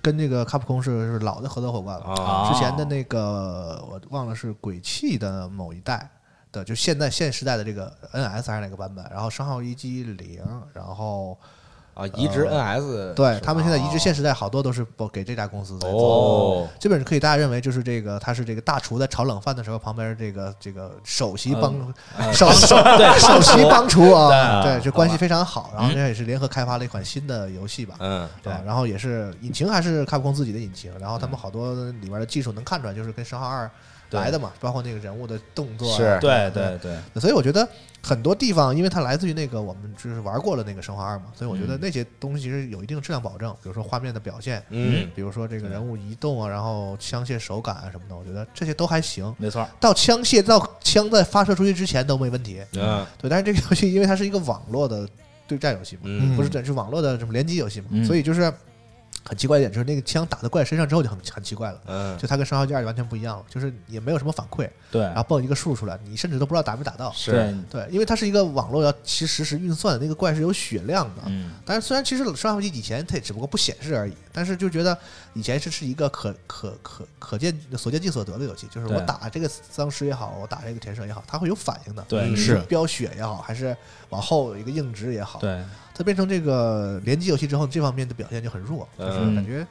J: 跟这个 Capcom 是是老的合作伙伴了，
H: 啊，
J: 之前的那个我忘了是鬼泣的某一代的，就现在现时代的这个 NS 还是哪个版本，然后商号一机零，然后
H: 啊，移植
J: 呃
H: NS，
J: 对
H: 是吧
J: 他们现在移植现时代好多都是不给这家公司在做。
H: 哦，
J: 基本是可以，大家认为就是这个，他是这个大厨在炒冷饭的时候，旁边这个这个首席帮首首
I: 对，
J: 首席帮厨啊，
I: 对
J: 对，就关系非常好。然后这也是联合开发了一款新的游戏吧，
H: 嗯
J: 对，然后也是引擎还是卡普空自己的引擎，然后他们好多里边的技术能看出来，就是跟《生化二》来的嘛，包括那个人物的动作、啊
H: 是，
I: 对对对，
J: 所以我觉得很多地方，因为它来自于那个我们就是玩过了那个《生化二》嘛，所以我觉得那些东西其实有一定质量保证，比如说画面的表现，
H: 嗯，
J: 比如说这个人物移动啊，然后枪械手感啊什么的，我觉得这些都还行。
I: 没错。
J: 到枪械到枪在发射出去之前都没问题，
H: 嗯
J: 对，但是这个游戏因为它是一个网络的对战游戏嘛，
H: 嗯
J: 不是是网络的什么联机游戏嘛，
I: 嗯
J: 所以就是很奇怪一点，就是那个枪打到怪身上之后就很很奇怪了，
H: 嗯，
J: 就它跟《生化危机二》完全不一样了，就是也没有什么反馈，
H: 哎
I: 对
J: 然后蹦一个数出来，你甚至都不知道打没打到。
H: 是，
I: 对，
J: 对，因为它是一个网络要其实实时运算的，那个怪是有血量的。
I: 嗯，
J: 但是虽然其实《生化危机》以前它也只不过不显示而已，但是就觉得以前是是一个可可可可见所见即所得的游戏，就是我
I: 对
J: 打这个丧尸也好，我打这个田舍也好，它会有反应的。
I: 对
J: 你
E: 是
J: 飙血也好，还是往后有一个硬直也好，
I: 对，
J: 它变成这个联机游戏之后，这方面的表现就很弱，就是
H: 嗯
J: 感觉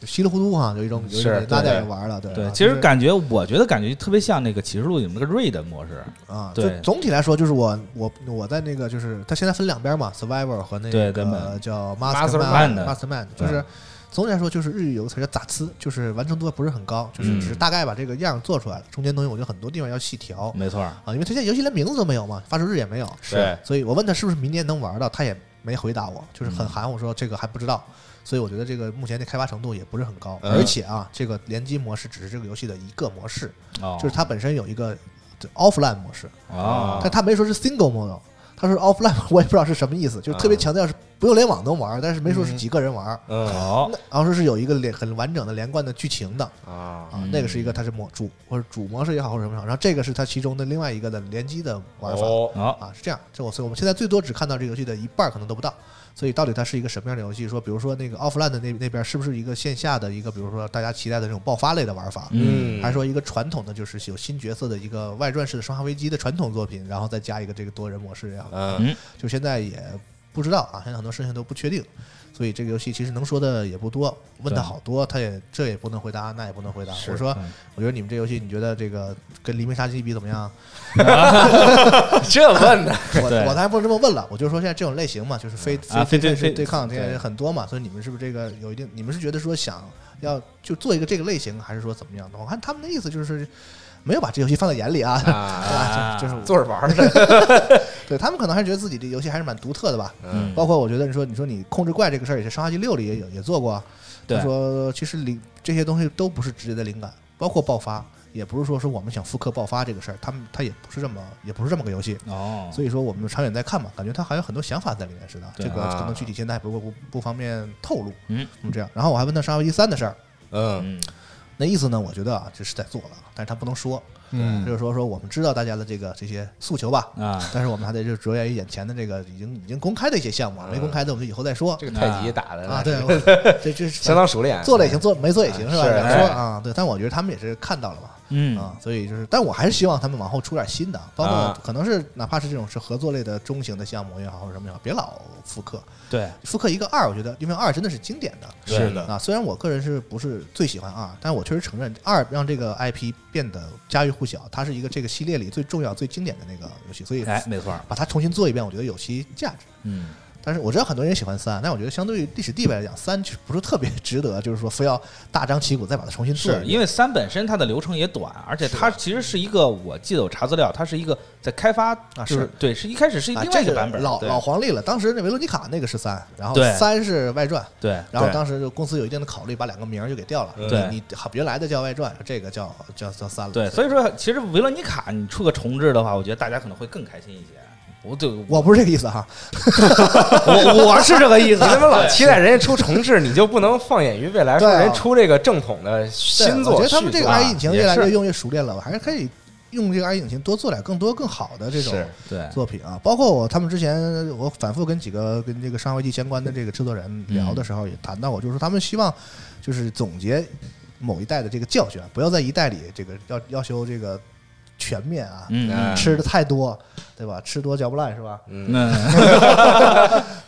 J: 就稀里糊涂哈，有一种有一种
I: 是
J: 拉
I: 对
J: 点也玩了，对
I: 对
J: 啊，
I: 其实
J: 就是
I: 感觉，我觉得感觉特别像那个《启示录》里面那个瑞的模式。
J: 啊，
I: 对
J: 就总体来说，就是我我我在那个就是它现在分两边嘛，Survivor 和那
I: 对
J: 个
I: 根本
J: 叫
I: Mastermind
J: Mastermind，Mastermind 就是总体来说就是日语有个词叫杂词，就是完成度不是很高，就是
I: 嗯
J: 只是大概把这个样儿做出来了，中间东西我觉得很多地方要细调
I: 没错儿，
J: 啊，因为它现在游戏连名字都没有嘛，发售日也没有，
I: 嗯对
J: 所以我问他是不是明年能玩到，他也没回答我，就是
I: 嗯
J: 很含糊说这个还不知道。所以我觉得这个目前的开发程度也不是很高，
H: 嗯
J: 而且啊，这个联机模式只是这个游戏的一个模式，
I: 哦，
J: 就是它本身有一个这 offline 模式，
I: 哦，
J: 但他没说是 single model，他说是 offline，我 也不知道是什么意思，就是特别强调是不用联网能玩，但是没说是几个人玩，
H: 嗯
I: 哦，
J: 那然后说是有一个连很完整的连贯的剧情的
H: 啊，
J: 啊，那个是一个它是模主或者主模式也好或者什么也好，然后这个是它其中的另外一个的联机的玩法
H: 哦，
I: 哦，
J: 啊，是这样，这我所以我们现在最多只看到这个游戏的一半儿，可能都不到。所以到底它是一个什么样的游戏？说，比如说那个 offline 的那那边是不是一个线下的一个，比如说大家期待的这种爆发类的玩法？
H: 嗯，
J: 还是说一个传统的，就是有新角色的一个外传式的《生化危机》的传统作品，然后再加一个这个多人模式也好，
H: 嗯
J: 就现在也不知道啊，现在很多事情都不确定，所以这个游戏其实能说的也不多。问他好多，他也这也不能回答，那也不能回答。我说，
I: 哦
J: 我觉得你们这游戏，你觉得这个跟《黎明杀机》比怎么样？
H: 这问的，
J: 我
I: 对
J: 我当然不是这么问了，我就说现在这种类型嘛，就是非
I: 啊非
J: 对
I: 非
J: 对抗这
I: 对
J: 些很多嘛，所以你们是不是这个有一定？你们是觉得说想要就做一个这个类型，还是说怎么样的？我看他们的意思就是没有把这游戏放在眼里啊，啊 就就是
H: 坐着玩儿的，
J: 对他们可能还是觉得自己这游戏还是蛮独特的吧。
I: 嗯，
J: 包括我觉得你说你说你控制怪这个事儿也是《生化危机六》里也有也做过啊，
I: 对
J: 他说其实灵这些东西都不是直接的灵感，包括爆发。也不是说是我们想复刻爆发这个事儿，他们他也不是这么也不是这么个游戏，
I: 哦，
J: 所以说我们长远再看吧，感觉他还有很多想法在里面似的，
I: 对
J: 这个可能具体现在还不不不方便透露。
I: 嗯，
J: 我们这样。然后我还问他《生化危机三》的事儿，
H: 嗯
I: 嗯，
J: 那意思呢，我觉得啊，这是在做了，但是他不能说，
E: 嗯
J: 就是说说我们知道大家的这个这些诉
H: 嗯
J: 求吧，
I: 啊，
J: 但是我们还得就着眼于眼前的这个已经已经公开的一些项目啊，没公开的我们就以后再说。
H: 嗯这个太极打的那
J: 啊，对，
H: 是
J: 我这这是
H: 相当熟练，
J: 做了也行，做没做也行是吧？
H: 是
J: 两说
H: 哎
J: 啊，对，但我觉得他们也是看到了嘛，
I: 嗯，
J: 啊，所以就是，但我还是希望他们往后出点新的，包括
H: 啊
J: 可能是哪怕是这种是合作类的中型的项目也好，或者什么也好，别老复刻。
I: 对，
J: 复刻一个二，我觉得因为二真的是经典的，
H: 是的
J: 啊。虽然我个人是不是最喜欢二，但我确实承认二让这个 IP 变得家喻户晓，它是一个这个系列里最重要、最经典的那个游戏，所以
I: 哎，没错儿，
J: 把它重新做一遍，我觉得有其价值。
I: 嗯，
J: 但是我知道很多人也喜欢三，但我觉得相对于历史地位来讲，三其实不是特别 值得，就是说非要大张旗鼓再把它重新做一
I: 是
J: 遍。
I: 因为三本身它的流程也短，而且它其实是一个，我记得我查资料，它是一个在开发，就是
J: 啊是
I: 对，是一开始是
J: 啊
I: 另外一
J: 这
I: 个版本，
J: 老
I: 对
J: 老黄历了。当时那维罗妮卡那个是三，然后
I: 对
J: 三是外传，
I: 对，
J: 然后
I: 对
J: 当时就公司有一定的考虑，把两个名儿就给掉了。
I: 对
J: 你好原来的叫外传，这个叫叫叫三了。
I: 对，所以说其实维罗妮卡你出个重置的话，我觉得大家可能会更开心一些。我对我
J: 我不是这个意思哈，
I: 我我是这个意思，
H: 你他妈老期待人家出重置，你就不能放眼于未来，说
J: 对啊
H: 人家出这个正统的新
J: 对我
H: 作
J: 觉
H: 续
J: 得
H: 作
J: 他
H: 啊？
J: 们这个 IE 引擎越来
H: 也
J: 越
H: 是
J: 用越熟练了，我还是可以用这个 IE 引擎多做点更多更好的这种
H: 是
I: 对
J: 作品啊。包括我他们之前，我反复跟几个跟这个《上位机》相关的这个制作人
H: 嗯
J: 聊的时候，也谈到过，就是说他们希望就是总结某一代的这个教训，不要在一代里这个要要求这个全面啊，
I: 嗯，嗯
J: 吃的太多，对吧？吃多嚼不烂是吧？
I: 那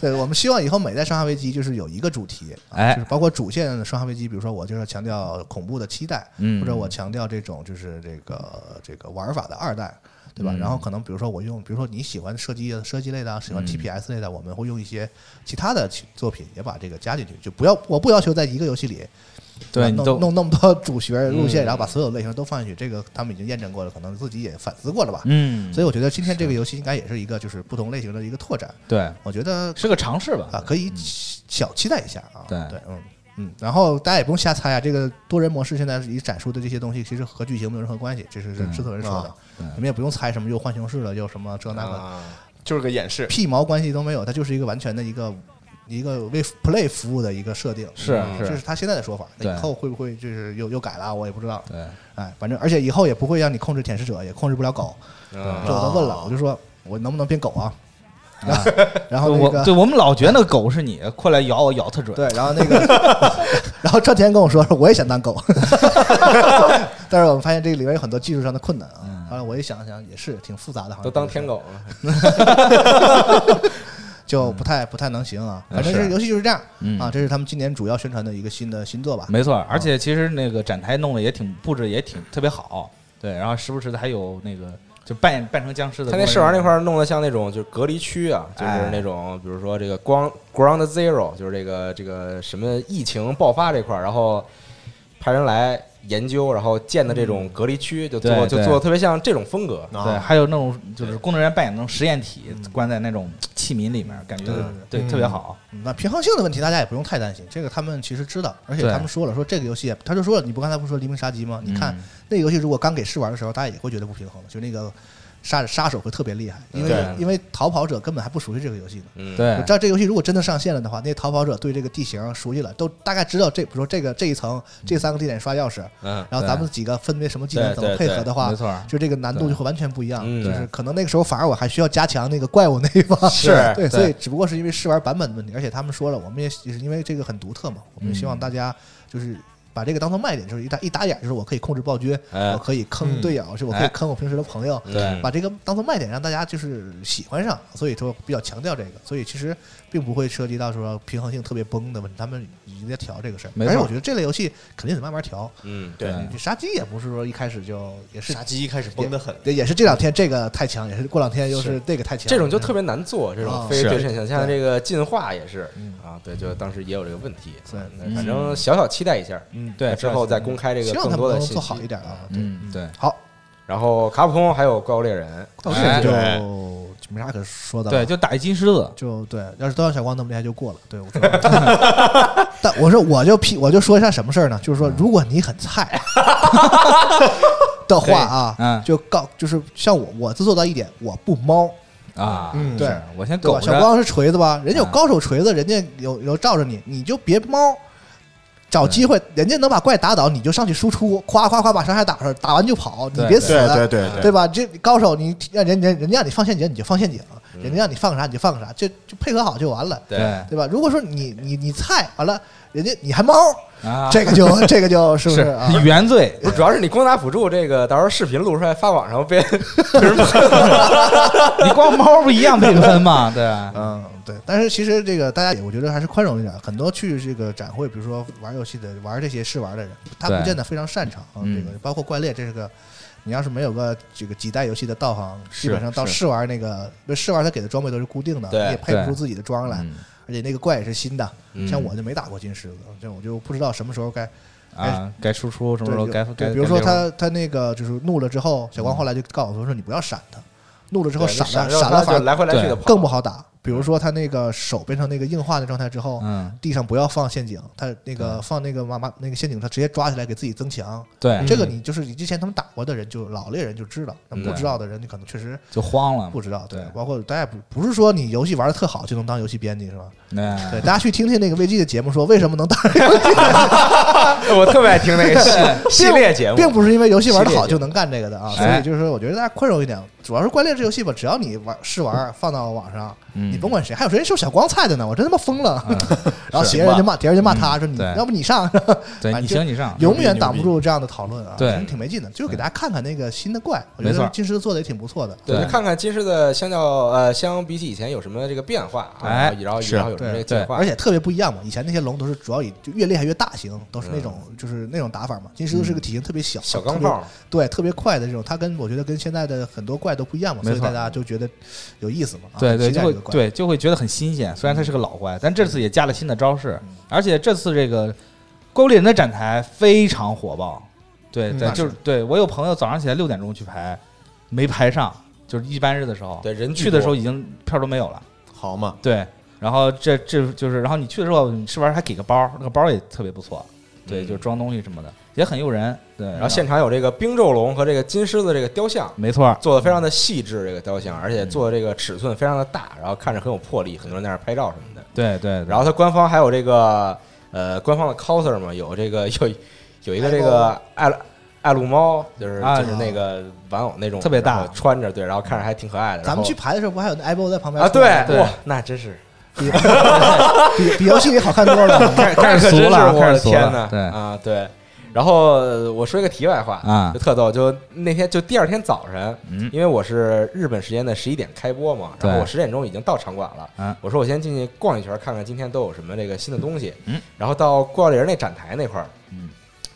J: 对，我们希望以后每代《生化危机》就是有一个主题，啊
I: 哎
J: 就是包括主线的《生化危机》，比如说我就是要强调恐怖的七代，
I: 嗯
J: 或者我强调这种就是这个这个玩法的二代，对
I: 嗯
J: 吧？然后可能比如说我用，比如说你喜欢射击射击类的啊，喜欢
I: 嗯
J: TPS 类的，我们会用一些其他的其作品也把这个加进去，就不要我不要求在一个游戏里
I: 对你
J: 弄
I: 都嗯
J: 弄那么多主角路线，然后把所有类型都放进去，这个他们已经验证过了，可能自己也反思过了吧。
I: 嗯，
J: 所以我觉得今天这个游戏应该也是一个就是不同类型的一个拓展，
I: 对
J: 我觉得
I: 是个尝试吧
J: 啊，可以期小期待一下啊。
I: 嗯对
J: 嗯嗯，然后大家也不用瞎猜啊，这个多人模式现在以展示的这些东西，其实和剧情没有任何关系，这是
I: 嗯
J: 是制作人说
I: 啊
J: 的，你们也不用猜什么又浣熊市了，又什么这那个，
H: 啊，就是个演示，
J: 屁毛关系都没有，它就是一个完全的一个。一个为 play 服务的一个设定
I: 是
J: 嗯
I: 是
J: 这是他现在的说法。那
I: 对
J: 以后会不会就是又又改了啊？我也不知道。
I: 对，
J: 哎，反正而且以后也不会让你控制舔食者，也控制不了狗。
I: 啊
J: 这
H: 嗯
J: 我都问了，我就说我能不能变狗啊？然后 然后那
I: 我
J: 个
I: 对我们老觉得那个狗是你，过来咬我咬特准，
J: 对，然后那个， 然后赵田跟我说，我也想当狗， 但是我们发现这个里面有很多技术上的困难
I: 嗯
J: 啊。后来我一想想，也是挺复杂的，好像
H: 都当天。狗了。
J: 就不太不太能行啊。
I: 嗯
J: 反正
I: 是
J: 这游戏就是这样
I: 嗯
J: 啊，这是他们今年主要宣传的一个新的新作
H: 啊
J: 吧。
I: 没错，而且其实那个展台弄的也挺布置也挺特别好，对，然后时不时的还有那个就扮扮成僵尸的
H: 他
I: 工
H: 那
I: 人，
H: 试玩那块儿弄得像那种就是隔离区啊，就是
I: 哎
H: 那种比如说这个光 Ground Zero，就是这个这个什么疫情爆发这块儿，然后派人来研究，然后建的这
J: 嗯
H: 种隔离区，就做
I: 对
H: 就
I: 对
H: 做得特别像这种风格。
J: 啊
I: 对，还有那种就是工作人员扮演那
J: 嗯
I: 种实验体，关在那种器皿里面，感觉对特别好。
J: 嗯那平衡性的问题大家也不用太担心，这个他们其实知道，而且
I: 对
J: 他们说了，说这个游戏也，他就说了，你不刚才不是说《黎明杀机》吗？你看
I: 嗯
J: 那个游戏如果刚给试玩的时候，大家也会觉得不平衡的，就那个杀杀手会特别厉害，因为
H: 对
J: 因为逃跑者根本还不熟悉这个游戏呢。
H: 嗯，
I: 对
J: 我知道这游戏如果真的上线了的话，那些逃跑者对这个地形熟悉了，都大概知道这，比如说这个这一层这三个地点刷钥匙，
H: 嗯，
J: 然后咱们几个分别什么技能
H: 对
J: 怎么
H: 对
J: 配
H: 对
J: 合的话
I: 没，错，
J: 就这个难度就会完全不一样。
H: 嗯
J: 就是可能那个时候反而我还需要加强那个怪物那一方，
H: 是对
J: 对，所以只不过是因为试玩版本的问题，而且他们说了，我们也就是因为这个很独特嘛，我们希望大家就是。把这个当做卖点，就是一打一打眼，就是我可以控制暴君，
H: 哎
J: 我可以坑队友，就是我可以坑我平时的朋友，
H: 对
J: 把这个当做卖点，让大家就是喜欢上，所以说比较强调这个，所以其实并不会涉及到说平衡性特别崩的问题，他们已经在调这个事儿。
I: 没错
J: 而且我觉得这类游戏肯定得慢慢调，
H: 嗯，
E: 对
J: 你这杀鸡也不是说一开始就也是
E: 杀鸡一开始崩得很，
J: 对，也是这两天这个太强，也是过两天又是那个太强，
H: 这种就特别难做，这种
J: 嗯
H: 非
E: 是
H: 对称性，像
J: 对嗯
H: 这个进化也是啊，对，就当时也有这个问题，啊
J: 对嗯
H: 那反正小小期待一下，
I: 嗯，对，
H: 之后再公开这个
J: 希望
H: 更
J: 他们
H: 多的
J: 能
H: 信息。
J: 做好一点啊。对，
I: 嗯，对，
J: 好，
H: 然后卡普空还有怪物猎人，
J: 到这就
C: 哎
J: 就没啥可说的了。
I: 对，就打一金狮子，
J: 就对，要是都像小光那么厉害就过了。对，我说， 但我说我就批，我就说一下什么事儿呢？就是说，如果你很菜的话啊，
I: 嗯
J: 就告就是像我，我就做到一点，我不猫，
I: 啊，
E: 嗯
J: 对
I: 是我先
J: 对
I: 苟
J: 吧？小
I: 着，
J: 光是锤子吧，人家有高手锤子，人家有有罩着你，你就别猫。找机会，人家能把怪打倒，你就上去输出，夸夸夸把伤害打上，打完就跑，你
I: 对
J: 别死，
E: 对对对对
J: 对吧？这高手你让人人人家让你放陷阱，你就放陷阱；人家让你放个啥，你就放个啥，就就配合好就完了，
H: 对
J: 对吧？如果说你你你菜完了，人家你还猫，
I: 啊，
J: 这个就这个就是不是啊？
I: 原 罪，
H: 不是，主要是你光打辅助，这个到时候视频录出来发网上被
I: 你光猫不一样被喷 嘛，对，
J: 嗯，对，但是其实这个大家也，我觉得还是宽容一点。很多去这个展会，比如说玩游戏的、玩这些试玩的人，他
I: 对
J: 不见得非常擅长。啊
I: 嗯
J: 这个包括怪猎，这是个，你要是没有个这个几代游戏的道行，
I: 是
J: 基本上到
I: 是
J: 试玩那个，那试玩他给的装备都是固定的，
H: 对
J: 你也配不
I: 对
J: 出自己的装来，
I: 嗯
J: 而且那个怪也是新的。
H: 嗯
J: 像我就没打过金狮子，这我就不知道什么时候该。
I: 啊，该输出什么时候
J: 哎对，
I: 该
J: 就
I: 该，
J: 比如说
I: 该嗯溜
J: 他他那个就是怒了之后，小光后来就告诉我说：“你不要闪他，怒了之后
H: 对
J: 闪
H: 闪
J: 了闪了
H: 就
J: 反而
H: 来回来去的
I: 对
H: 跑，
J: 更不好打。比如说他那个手变成那个硬化的状态之后，
I: 嗯，
J: 地上不要放陷阱，他那个放那个麻麻那个陷阱，他直接抓起来给自己增强。
I: 对，
J: 这个你就是你之前他们打过的人，就老猎人就知道，那不知道的人你可能确实
I: 就慌了，
J: 不知道。对
I: 对，
J: 包括大家也不不是说你游戏玩的特好就能当游戏编辑是吧？
I: 那
J: 对，大家去听听那个 VG 的节目，说为什么能当
H: 我特别爱听 那个系系列节目，
J: 并不是因为游戏玩的
H: 系列
J: 好
H: 节
J: 就
H: 目
J: 能干这个的啊，所
I: 哎
J: 以就是说，我觉得大家宽容一点，主要是关键这游戏吧，只要你玩试玩放到网上，
I: 嗯
J: 你甭管谁，还有谁受小光菜的呢，我真他妈疯了。 然后
I: 是嗯
J: 别人就骂，别人就骂他说你
I: 对
J: 要不你上，
I: 对
J: 反
I: 你
J: 正
I: 行你上，
J: 永远挡不住这样的讨论啊，
I: 对嗯
J: 真挺没劲的。就是给大家看看那个新的怪，我
I: 没
J: 觉
I: 错
J: 得金狮子做的也挺不错的。
H: 对，
I: 对
H: 就看看金狮子相较呃相比起以前有什么这个变化啊，
I: 哎
H: 然后
E: 是
H: 然后有什么这个进化，
J: 而且特别不一样嘛，以前那些龙都是主要以就越厉害越大型，都是那
H: 嗯
J: 种就是那种打法嘛。金狮子是
I: 嗯
J: 个体型特别小，
H: 小
J: 特
H: 钢
J: 别
H: 炮，
J: 对，特别快的这种，它跟我觉得跟现在的很多怪都不一样嘛，所以
I: 没错
J: 大家就觉得有意思嘛。啊
I: 对对，
J: 期
I: 就
J: 待
I: 会
J: 这个怪。
I: 对就会觉得很新鲜。虽然它是个老怪，但这次也加了新的招式，而且这次这个《怪物猎人》的展台非常火爆。对
J: 嗯
I: 对，
J: 那
I: 就是
J: 是
I: 对我有朋友早上起来六点钟去排，没排上，就是一般日的时候，
H: 对人巨
I: 去的
H: 多
I: 时候已经票都没有了。
E: 好嘛，
I: 对，然后这这就是，然后你去的时候，你是不是还给个包？那个包也特别不错，对，
H: 嗯
I: 就装东西什么的也很诱人。对，然
H: 然后现场有这个冰咒龙和这个金狮子这个雕像。
I: 没错儿，
H: 做的非常的细致，这个雕像，而且
J: 嗯
H: 做的这个尺寸非常的大，然后看着很有魄力，很多人在那儿拍照什么的。
I: 对对，
H: 然后它官方还有这个呃官方的 coser 嘛，有这个有有一个这个爱鲁爱撸猫，就是
I: 啊
H: 就是那个玩偶那种
I: 特别大
H: 然后穿着对，然后看着还挺可爱的。
J: 咱们去
H: 然
J: 排的时候，不还有那 i b o 在旁
H: 后
J: 边
H: 啊，
J: 出来
H: 对
J: 吗
H: 哇，那真是
J: 比比比游戏里好看多了。
I: 开始
H: 那可
I: 俗
H: 真是
I: 了，
H: 我
I: 开
H: 的
I: 始俗
H: 天
I: 了
H: 呐，
I: 对
H: 啊对。然后呃我说一个题外话
I: 啊
H: 就特逗，就那天就第二天早晨，
I: 嗯
H: 因为我是日本时间的十一点开播嘛，然后
I: 对
H: 我十点钟已经到场馆了，
I: 嗯
H: 我说我先进去逛一圈，看看今天都有什么这个新的东西，
I: 嗯，
H: 然后到郭晓玲那展台那块儿，
I: 嗯，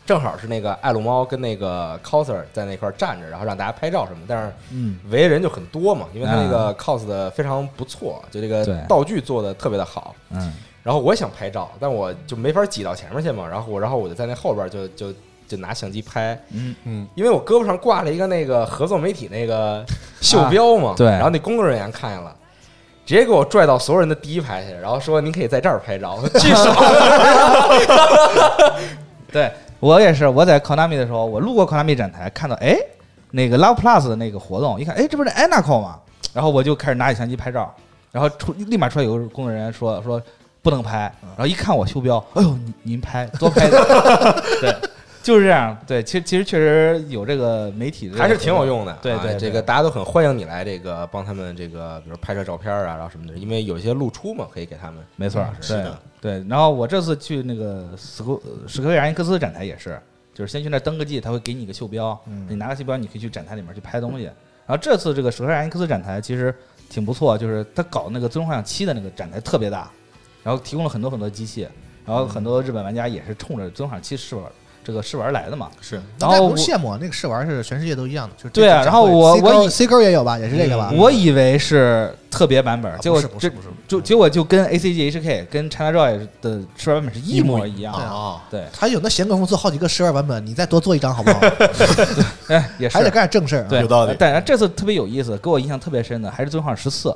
H: 正好是那个爱撸猫跟那个 coser 在那块儿站着，然后让大家拍照什么，但是
I: 嗯，
H: 围的人就很多嘛，因为他那个 cos 的非常不错，就这
I: 对
H: 个道具做的特别的好，
I: 嗯
H: 然后我也想拍照，但我就没法挤到前面去嘛，然后我然后我就在那后边就就就拿相机拍，
I: 嗯
E: 嗯，
H: 因为我胳膊上挂了一个那个合作媒体那个袖标嘛，
I: 对
H: 然后那工作人员看见了。直接给我拽到所有人的第一排去，然后说：“您可以在这儿拍照， 巨爽。
I: 对我也是，我在 Konami 的时候，我路过 Konami 展台，看到哎那个 Love Plus 的那个活动，一看哎这不是 Anaco 吗？然后我就开始拿起相机拍照，然后出立马出来有个工作人员说说不能拍，然后一看我袖标，哎呦您您拍多拍点， 对，就是这样，对，其实其实确实有这个媒体的”
H: 还是挺有用的。
I: 对
H: 啊
I: 对对
H: 这个大家都很欢迎你来这个帮他们这个，比如拍摄照片啊，然后什么的，因为有一些露出嘛，可以给他们。
I: 没错，
J: 嗯
H: 是的
I: 对对。然后我这次去那个斯科呃史克威尔尼克斯展台也是，就是先去那儿登个记，他会给你一个袖标，
J: 嗯
I: 你拿个袖标，你可以去展台里面去拍东西。然后这次这个史克威尔尼克斯展台其实挺不错，就是他搞那个《最终幻想七》的那个展台特别大，然后提供了很多很多机器，然后很多日本玩家也是冲着《最终幻想七》试玩这个试玩来的嘛。
E: 是
I: 然后
J: 不
I: 我
J: 是芥末那个试玩是全世界都一样的，就是
I: 对啊
J: 这
I: 然后我
J: C
I: 我
J: 勾
I: 以嗯
J: C 勾也有吧，也是这个吧？
I: 我以为是特别版本
J: 啊，
I: 结果
J: 不是不
I: 这
J: 是不是不是
I: 就结果就跟 A C G H K 跟 China Joy 的试玩版本是一模一样
J: 对啊。
E: 啊，
I: 对，
J: 还有那闲工夫做好几个试玩版本，你再多做一张 好不好？
I: 哎，也是
J: 还得干点正事儿啊。
I: 对，
E: 有道理
I: 但这次特别有意思，给我印象特别深的还是《最终幻想十四》。《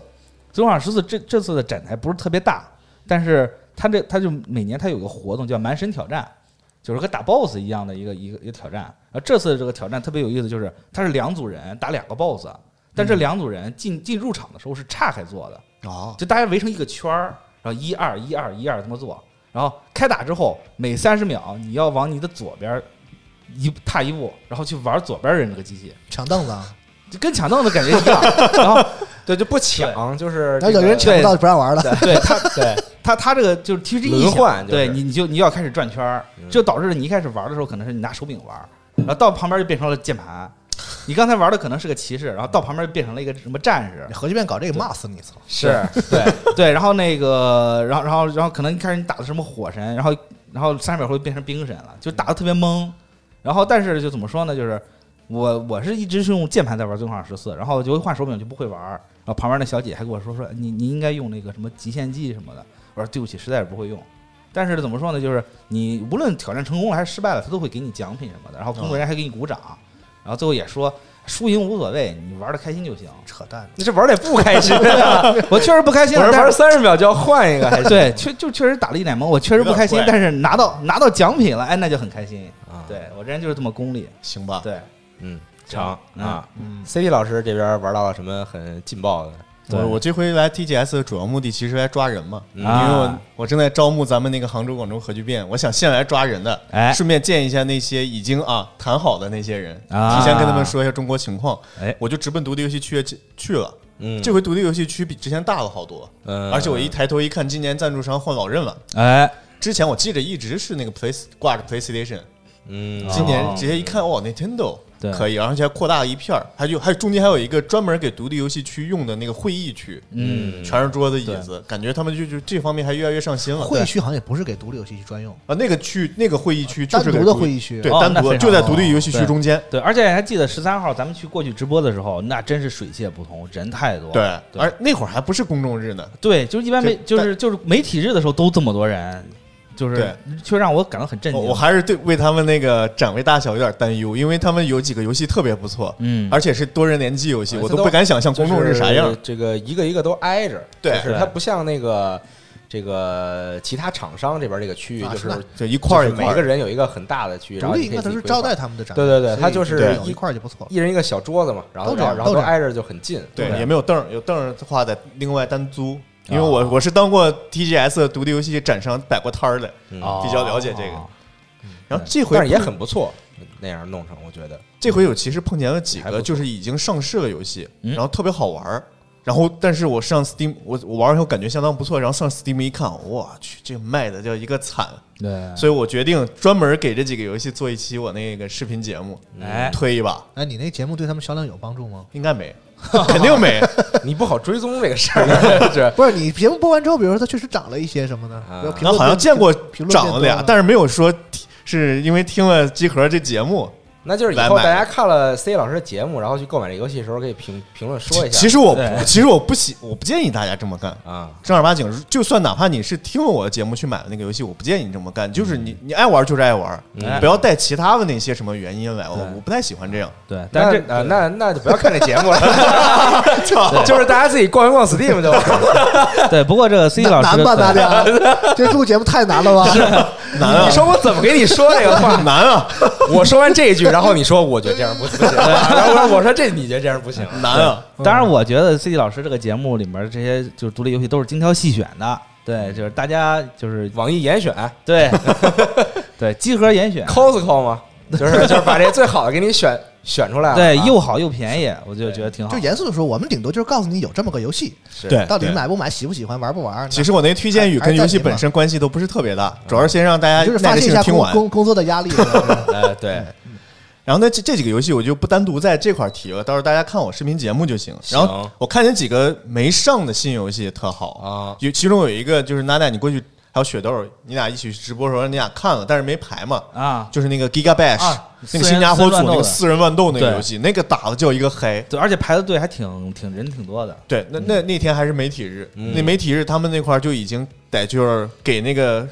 I: 最终幻想十四》这这次的展台不是特别大，但是它这它就每年它有个活动叫“蛮神挑战”，就是和打 BOSS 一样的一个一个一个挑战。啊，这次的这个挑战特别有意思，就是它是两组人打两个 BOSS，但
E: 嗯
I: 这两组人进进入场的时候是岔开坐的，
J: 哦，
I: 就大家围成一个圈儿，然后一二一二一二这么做，然后开打之后每三十秒你要往你的左边一踏一步，然后去玩左边人这个机器。
J: 抢凳子啊，
I: 就跟抢凳子感觉一样。然后
H: 对，就不抢，就是
J: 然后有人 抢不到就不让玩了。
I: 对他，对他，他这个就是提示
H: 轮
I: 一
H: 换就是嗯
I: 对你你就你要开始转圈儿，这导致了你一开始玩的时候可能是你拿手柄玩儿，然后到旁边就变成了键盘。你刚才玩的可能是个骑士，然后到旁边就变成了一个什么战士
J: 你，核聚变搞这个骂死你！操，
I: 是对对，然后那个，然后然后然后可能一开始你打的什么火神，然后然后三十秒后就变成冰神了，就打的特别懵。然后但是就怎么说呢，就是我我是一直是用键盘在玩《最终幻想十四》，然后就会换手柄就不会玩儿。然后旁边那小姐还跟我说说你你应该用那个什么极限技什么的，我说对不起，实在是不会用。但是怎么说呢，就是你无论挑战成功了还是失败了，他都会给你奖品什么的，然后工作人员还给你鼓掌，然后最后也说输赢无所谓，你玩的开心就行。
J: 扯淡！
H: 你这玩的也不开心啊！
I: 我确实不开心
H: 我
I: 了，
H: 是
I: 但是
H: 玩三十秒就要换一个，还是
I: 对，确就确实打了一脸懵，我确实不开心
E: 有，点
I: 但是拿到拿到奖品了，哎，那就很开心。
H: 啊
I: 对我这人就是这么功利，
E: 行吧，
I: 对，
H: 嗯，成
I: 嗯
H: 啊。CP 老师这边玩到了什么很劲爆的？
I: 对
E: 我我这回来 TGS 的主要目的其实来抓人嘛，嗯因为
I: 啊
E: 我我正在招募咱们那个杭州广州核聚变，我想先来抓人的，
I: 哎
E: 顺便见一下那些已经啊谈好的那些人，
I: 啊
E: 提前跟他们说一下中国情况，
I: 哎
E: 我就直奔独立游戏区去了。
H: 嗯，
E: 这回独立游戏区比之前大了好多，
H: 嗯
E: 而且我一抬头一看，今年赞助商换老任了。
I: 哎，
E: 之前我记着一直是那个 Play 挂着 PlayStation，
H: 嗯
E: 今年直接一看，哦，Nintendo
I: 哦对
E: 可以，而且还扩大了一片儿，还有还有中间还有一个专门给独立游戏区用的那个会议区，
I: 嗯，
E: 全是桌子椅子，感觉他们就就这方面还越来越上心了。
J: 会议区好像也不是给独立游戏区专用，
E: 啊，那个区那个会议区就是给
J: 单独的
E: 独立
J: 会议区
E: 对，
I: 哦
E: 单
I: 那
E: 独
I: 非
E: 的
I: 常
E: 就在独立游戏区
I: 对
E: 中间。
I: 对，而且还记得十三号咱们去过去直播的时候，那真是水泄不通，人太多。
E: 对，
I: 对
E: 而那会儿还不是公众日呢，
I: 对，就是一般没
E: 就
I: 就是就是媒体日的时候都这么多人，就是
E: 对
I: 却让我感到很震
E: 我
I: 惊。
E: 我还是对为他们那个展位大小有点担忧，因为他们有几个游戏特别不错，
I: 嗯
E: 而且是多人联机游戏，
H: 哎
E: 我
H: 这
E: 都
H: 都
E: 不敢想象公众日啥样
H: 就是。这个一个一个都挨着，
E: 对
H: 就是它不像那个这个其他厂商这边这个区域，
J: 啊
H: 就是是
J: 吧
E: 就一块儿一
H: 就是
E: 块
H: 每个
E: 儿，
H: 人有一个很大的区域，然后
J: 独立
H: 你
J: 应
H: 可以
J: 该
H: 自己
J: 都是
H: 规
J: 招
H: 划
J: 待他们的展
H: 对
J: 览，
H: 对对
J: 所以
H: 它就是
J: 对有
H: 一
J: 一块儿就不错。
H: 一人一个小桌子嘛，然后
J: 都这样
H: 然后
J: 都这样
H: 挨着就很近，
E: 对，
I: 对
E: 也没有凳儿，有凳儿的话得另外单租。因为
H: 啊
E: 我我是当过 TGS 的独立游戏展商摆过摊儿的，
H: 嗯
I: 哦
E: 比较了解这个。然后这回
H: 但是也
E: 碰
H: 很不错，那样弄成我觉得
E: 这回有其实碰见了几
H: 还不
E: 个
H: 错
E: 就是已经上市了游戏，
I: 嗯
E: 然后特别好玩儿。然后，但是我上 Steam，我我玩以后感觉相当不错，然后上 Steam 一看，我去，这卖的叫一个惨，
H: 哎
J: 对，
E: 所以我决定专门给这几个游戏做一期我那个视频节目，
F: 哎，
E: 推一把，
J: 哎，你那节目对他们销量有帮助吗？
E: 应该没， 肯定没，
H: 你不好追踪这个事儿， 是
J: 不是，你节目播完之后，比如说它确实涨了一些什么的，
H: 啊
J: 比如评
E: 然
J: 论
E: 后好像
J: 变
E: 见过
J: 评论变
E: 涨
J: 多
E: 了俩
J: 了，
E: 但是没有说是因为听了集合这节目。
H: 那就是以
E: 来
H: 后
E: 买
H: 大家看了 C 老师的节目，然后去购买这游戏的时候，可以评评论说一下。
E: 其实我不
F: 对
E: 其实我不喜，我不建议大家这么干。
H: 啊，
E: 正儿八经，就算哪怕你是听了我的节目去买了那个游戏，我不建议你这么干。就是
J: 嗯
E: 你你爱玩就是爱玩，
J: 哎
H: 嗯
E: 不要带其他的那些什么原因来。我
F: 对
E: 我不太喜欢这样。
F: 对，
H: 那
F: 但是这
H: 啊那那就不要看这节目了，就是大家自己逛一逛 Steam 就。 呃
F: 对，不过这个 C 老师
J: 难吧，
H: 啊
J: 大家？ 这录节目太难了吧？
E: 难啊
H: 你，说我怎么给你说这个话？
E: 难啊，
H: 我说完这一句，然后你说我觉得这样不不行，啊然后我说我说这你觉得这样不行，
E: 难啊！
F: 当然，我觉得 C D 老师这个节目里面这些就是独立游戏都是精挑细选的，对，就是大家就是
H: 网易严选
F: 对 对集合严选，
H: Costco 嘛，就是就是把这最好的给你选选出来了啊，
F: 对又好又便宜，我就觉得挺好
J: 就。严肃的说，我们顶多就是告诉你有这么个游戏，
E: 对，
J: 到底
E: 哎对。
J: 买不买、喜不喜欢、玩不玩？
E: 其实我那推荐语
J: 还还
E: 跟
J: 是在
E: 游戏
J: 你嘛
E: 本身关系都不是特别大，主要是先让大
J: 那
E: 家
J: 嗯就是
E: 耐
J: 发
E: 着
J: 泄一
E: 性
J: 下
E: 听
J: 工
E: 完。
J: 工工作的压 力。对
H: 哎对，
E: 然后呢，这这几个游戏我就不单独在这块儿提了，到时候大家看我视频节目就行。
H: 行
E: 然后我看见几个没上的新游戏特好
H: 啊
E: 有其中有一个就是娜娜，你过去还有雪豆，你俩一起直播的时候，你俩看了，但是没排嘛，
F: 啊，
E: 就是那个 Giga Bash、
F: 啊
E: 那个新加坡组那个
F: 四
E: 四人乱斗那个
F: 对
E: 游戏，那个打的叫一个嗨。
F: 对，而且排的队还挺挺人挺多的，
E: 对，那那那天还是媒体日，
H: 嗯
E: 那媒体日他们那块儿就已经得就是给那个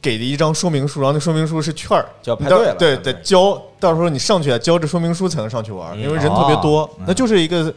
E: 给的一张说明书，然后那说明书是券儿，
H: 就要排队了
E: 你到对，
H: 排队
E: 得交，到时候你上去啊，交这说明书才能上去玩，
H: 嗯
E: 因为人特别多
F: 哦嗯，
E: 那就是一个。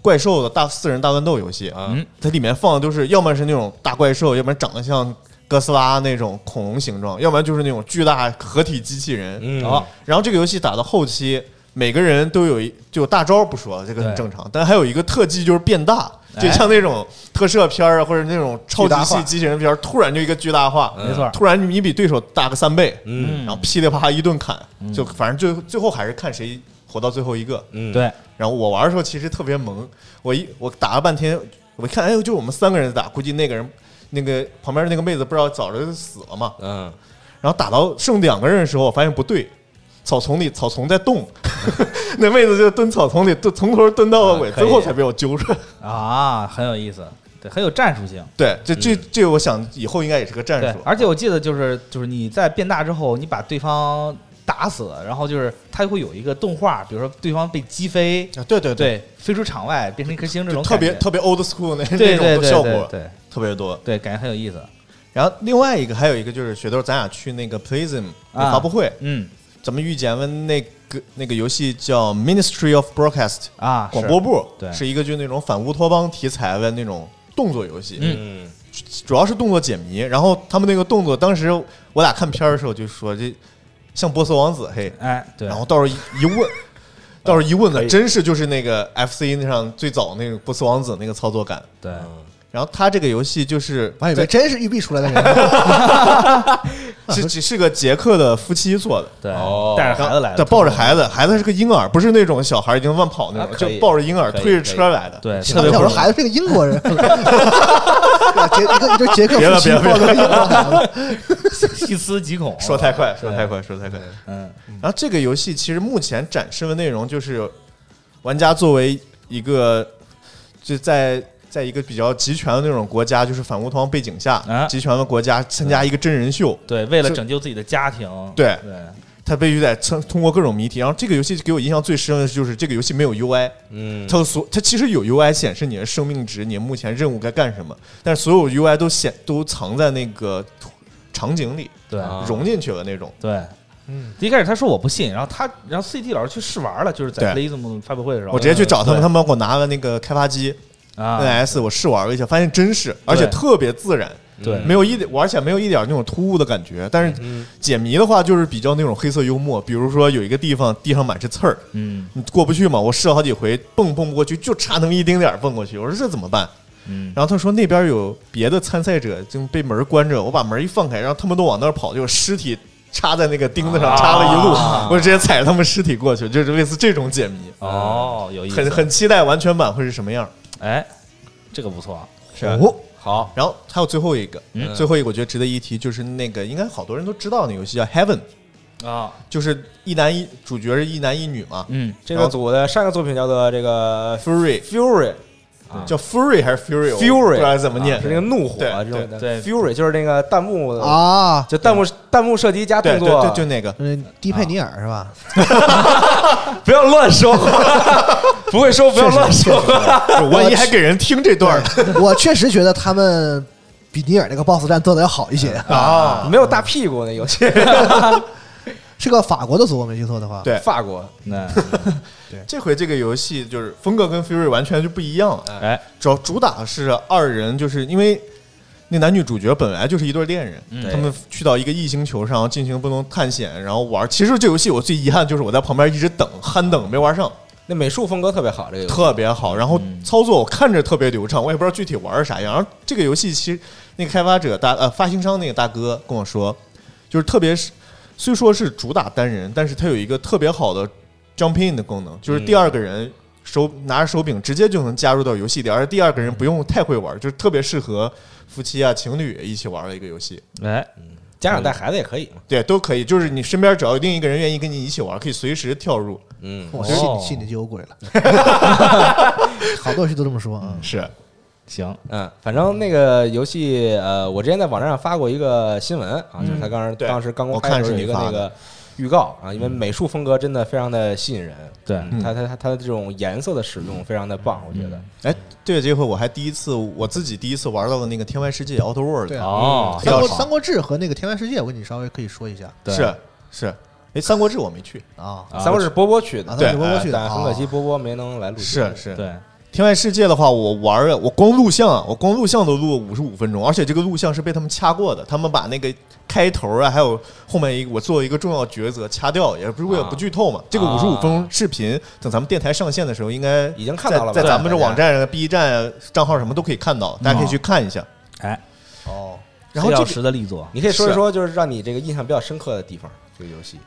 E: 怪兽的大四人大乱斗游戏啊
F: 嗯，
E: 它里面放的都是，要么是那种大怪兽，要不然长得像哥斯拉那种恐龙形状，要不然就是那种巨大合体机器人。
H: 嗯
F: 哦
E: 啊，然后这个游戏打到后期，每个人都有一就大招不说，这个很
F: 对
E: 正常，但还有一个特技就是变大，
F: 哎
E: 就像那种特摄片儿啊，或者那种超级
J: 巨大
E: 系
J: 化
E: 机器人片儿，突然就一个巨大化，
H: 嗯
F: 没错。
E: 突然你比对手大个三倍，
H: 嗯
E: 然后噼里啪啦一顿砍，
F: 嗯
E: 就反正最后最后还是看谁活到最后一个。
H: 嗯，
F: 对，
E: 然后我玩的时候其实特别萌，我一我打了半天，我一看，哎呦，就我们三个人打，估计那个人那个旁边那个妹子不知道早就死了嘛，
H: 嗯，
E: 然后打到剩两个人的时候，我发现不对，草丛里草丛在动， 那妹子就蹲草丛里蹲，从头蹲到尾，
F: 啊可以
E: 最后才被我揪出来。
F: 啊，很有意思，对，很有战术性。
E: 对，这这这，我想以后应该也是个战
F: 嗯对
E: 术，。啊
F: 而且我记得就是就是你在变大之后，你把对方打死，然后就是它会有一个动画，比如说对方被击飞，
E: 啊，对对，
F: 对，飞出场外变成一颗星这
E: 就
F: 种
E: 特别
F: 感觉
E: 特别 old school 那
F: 对对
E: 那种
F: 对
E: 效
F: 对
E: 果
F: 对
E: 特别多。
F: 对，感觉很有意思。
E: 然后另外一个还有一个就是雪豆，咱俩去那个 Plasm
F: 啊
E: 发布会，
F: 嗯
E: 咱们遇见了那个那个游戏叫 Ministry of Broadcast
F: 啊，
E: 广
F: 是
E: 播部，
F: 对
E: 是一个就那种反乌托邦题材的那种动作游戏。
F: 嗯
H: 嗯，
E: 主要是动作解谜。然后他们那个动作，当时我俩看片儿的时候就说这像波斯王子嘿，
F: 哎对，
E: 然后到时候一一问，到时候一问呢，真是就是那个 FC 那上最早那个波斯王子那个操作感。
F: 对
H: 嗯
E: 然后他这个游戏就是
J: 我还以为
E: 在
J: 真是育碧出来的人，
E: 是是是个捷克的夫妻做的。
F: 对
H: 哦，
F: 带着孩子来
E: 他
F: 的，
E: 抱着孩子，孩子是个婴儿，不是那种小孩已经乱跑那
H: 啊
E: 种，
H: 可
E: 就
H: 以
E: 抱着婴儿
H: 可以
E: 推着
H: 可以
E: 车来的。
F: 对，
J: 我
F: 特别不
J: 说
F: 容易
J: 孩子是个英国人，捷一个一对捷克
E: 别了
J: 夫妻
E: 别了
J: 抱着个英国 孩子。
F: 细思极恐，
E: 说太快，说太快，说太快。
F: 嗯
E: 然后这个游戏其实目前展示的内容就是，玩家作为一个就在在一个比较集权的那种国家，就是反乌托邦背景下，
F: 啊
E: 集权的国家参加一个真人秀，
F: 对，为了
E: 是
F: 拯救自己的家庭，
E: 对
F: 对
E: 他必须得通通过各种谜题。然后这个游戏给我印象最深的就是这个游戏没有 UI，
H: 嗯，
E: 它的所它其实有 UI 显示你的生命值，你目前任务该干什么，但是所有 UI 都显都藏在那个图场景里，
F: 对
H: 啊
E: 融进去了那种。
F: 对。嗯，一开始他说我不信，然后他，然后 CT 老师去试玩了，就是在
E: 对
F: Blazm 发布会的时候，
E: 我直接去找他们，
F: 对
E: 他们给我拿了那个开发机，
F: 啊，
E: NS 我试玩了一下，发现真是，而且特别自然，
F: 对，嗯
E: 没有一点，而且没有一点那种突兀的感觉。但是解谜的话，就是比较那种黑色幽默，比如说有一个地方地上满是刺儿，
F: 嗯
E: 你过不去嘛，我试了好几回，蹦蹦不过去，就差那么一丁点儿蹦过去。我说这怎么办？
F: 嗯，
E: 然后他说那边有别的参赛者，就被门关着，我把门一放开，然后他们都往那儿跑，就有尸体插在那个钉子上，插了一路，我直接踩着他们尸体过去，就是类似这种解谜。
F: 哦，有意思，
E: 很很期待完全版会是什么样。
F: 哎，
I: 这个不错，
E: 是。
J: 哦，
H: 好，
E: 然后还有最后一个，
H: 嗯
E: 最后一个我觉得值得一提，就是那个应该好多人都知道那游戏叫 Heaven，
I: 啊，
E: 就是一男一主角是一男一女嘛。
I: 嗯，
H: 这个组的上一个作品叫做这个
E: Fury
H: Fury
E: 叫 Fury 还是 Fury？我
H: Fury
E: 不知道怎么念
H: 啊是。那个怒火
E: 对
H: 这种的
I: 对
H: Fury 就是那个弹幕
J: 啊，
H: 就弹幕弹幕射击加
E: 对
H: 动
E: 对
H: 作，
E: 对，就那个。
J: 嗯，低配尼尔是吧？
H: 不要乱说话，不会说不要乱说话。
E: 万一还给人听这段儿
J: 对我确实觉得他们比尼尔那个 BOSS 战做的要好一些。
E: 啊，
H: 没有大屁股那游戏，
J: 是个法国的组，我没记错的话。
E: 对
H: 法国
I: 那
E: 这回这个游戏就是风格跟 Fury 完全就不一样了。
I: 哎，
E: 主要主打是二人，就是因为那男女主角本来就是一对恋人，
I: 嗯
E: 他们去到一个异星球上进行不同探险，然后玩。其实这游戏我最遗憾就是我在旁边一直等憨等没玩上，
H: 那美术风格特别好，这个游戏
E: 特别好。然后操作我看着特别流畅，我也不知道具体玩啥样。然后这个游戏其实那个开发者大呃发行商那个大哥跟我说，就是特别是虽说是主打单人，但是它有一个特别好的 jump in 的功能，就是第二个人。手拿着手柄直接就能加入到游戏里，而第二个人不用太会玩，就是特别适合夫妻啊、情侣一起玩的一个游戏。
I: 哎，
H: 家长带孩子也可以嘛。
E: 对，都可以，就是你身边只要有另一个人愿意跟你一起玩，可以随时跳入。
H: 嗯，
J: 我
I: 哦
J: 心里心里就有鬼了。好多游戏都这么说啊。
E: 是，
I: 行，
H: 嗯，反正那个游戏，呃，我之前在网站上发过一个新闻啊，就是他当时
E: 对
H: 当时刚公
E: 我
H: 开的
E: 看
H: 时
E: 是
H: 候有
E: 你
H: 一个
E: 发
H: 那
E: 的
H: 个预告啊，因为美术风格真的非常的吸引人，
I: 对
H: 嗯它它它它的这种颜色的使用非常的棒，我觉得
E: 哎，对，这回我还第一次我自己第一次玩到了那个《天外世界》Outer World，
J: 对啊
I: 哦，
J: 三国
E: 要
J: 三国志和那个天外世界，我跟你稍微可以说一下
I: 对
E: 是是，哎，三国志我没去，
J: 啊。
I: 啊
H: 三国志波波去的
J: 啊，
E: 对
J: 三国志波波去的
H: 但很可惜
J: 啊
H: 波波没能来录制。
E: 是是。
I: 对，
E: 天外世界的话，我玩了，我光录像啊，我光录像都录了五十五分钟，而且这个录像是被他们掐过的，他们把那个开头啊，还有后面一个我做了一个重要抉择掐掉，也不是为
H: 啊
E: 了不剧透嘛。这个五十五分钟视频，等咱们电台上线的时候，应该
H: 已经看到了吧
E: 在在咱们这
H: 对大家哦
E: 网站、B 站啊账号什么都可以看到，大家可以去看一下。
I: 哎，
E: 哦，然后
I: 黑
E: 这
I: 曜
E: 个
I: 石的力作，
H: 你可以说一说，就是让你这个印象比较深刻的地方，这个游戏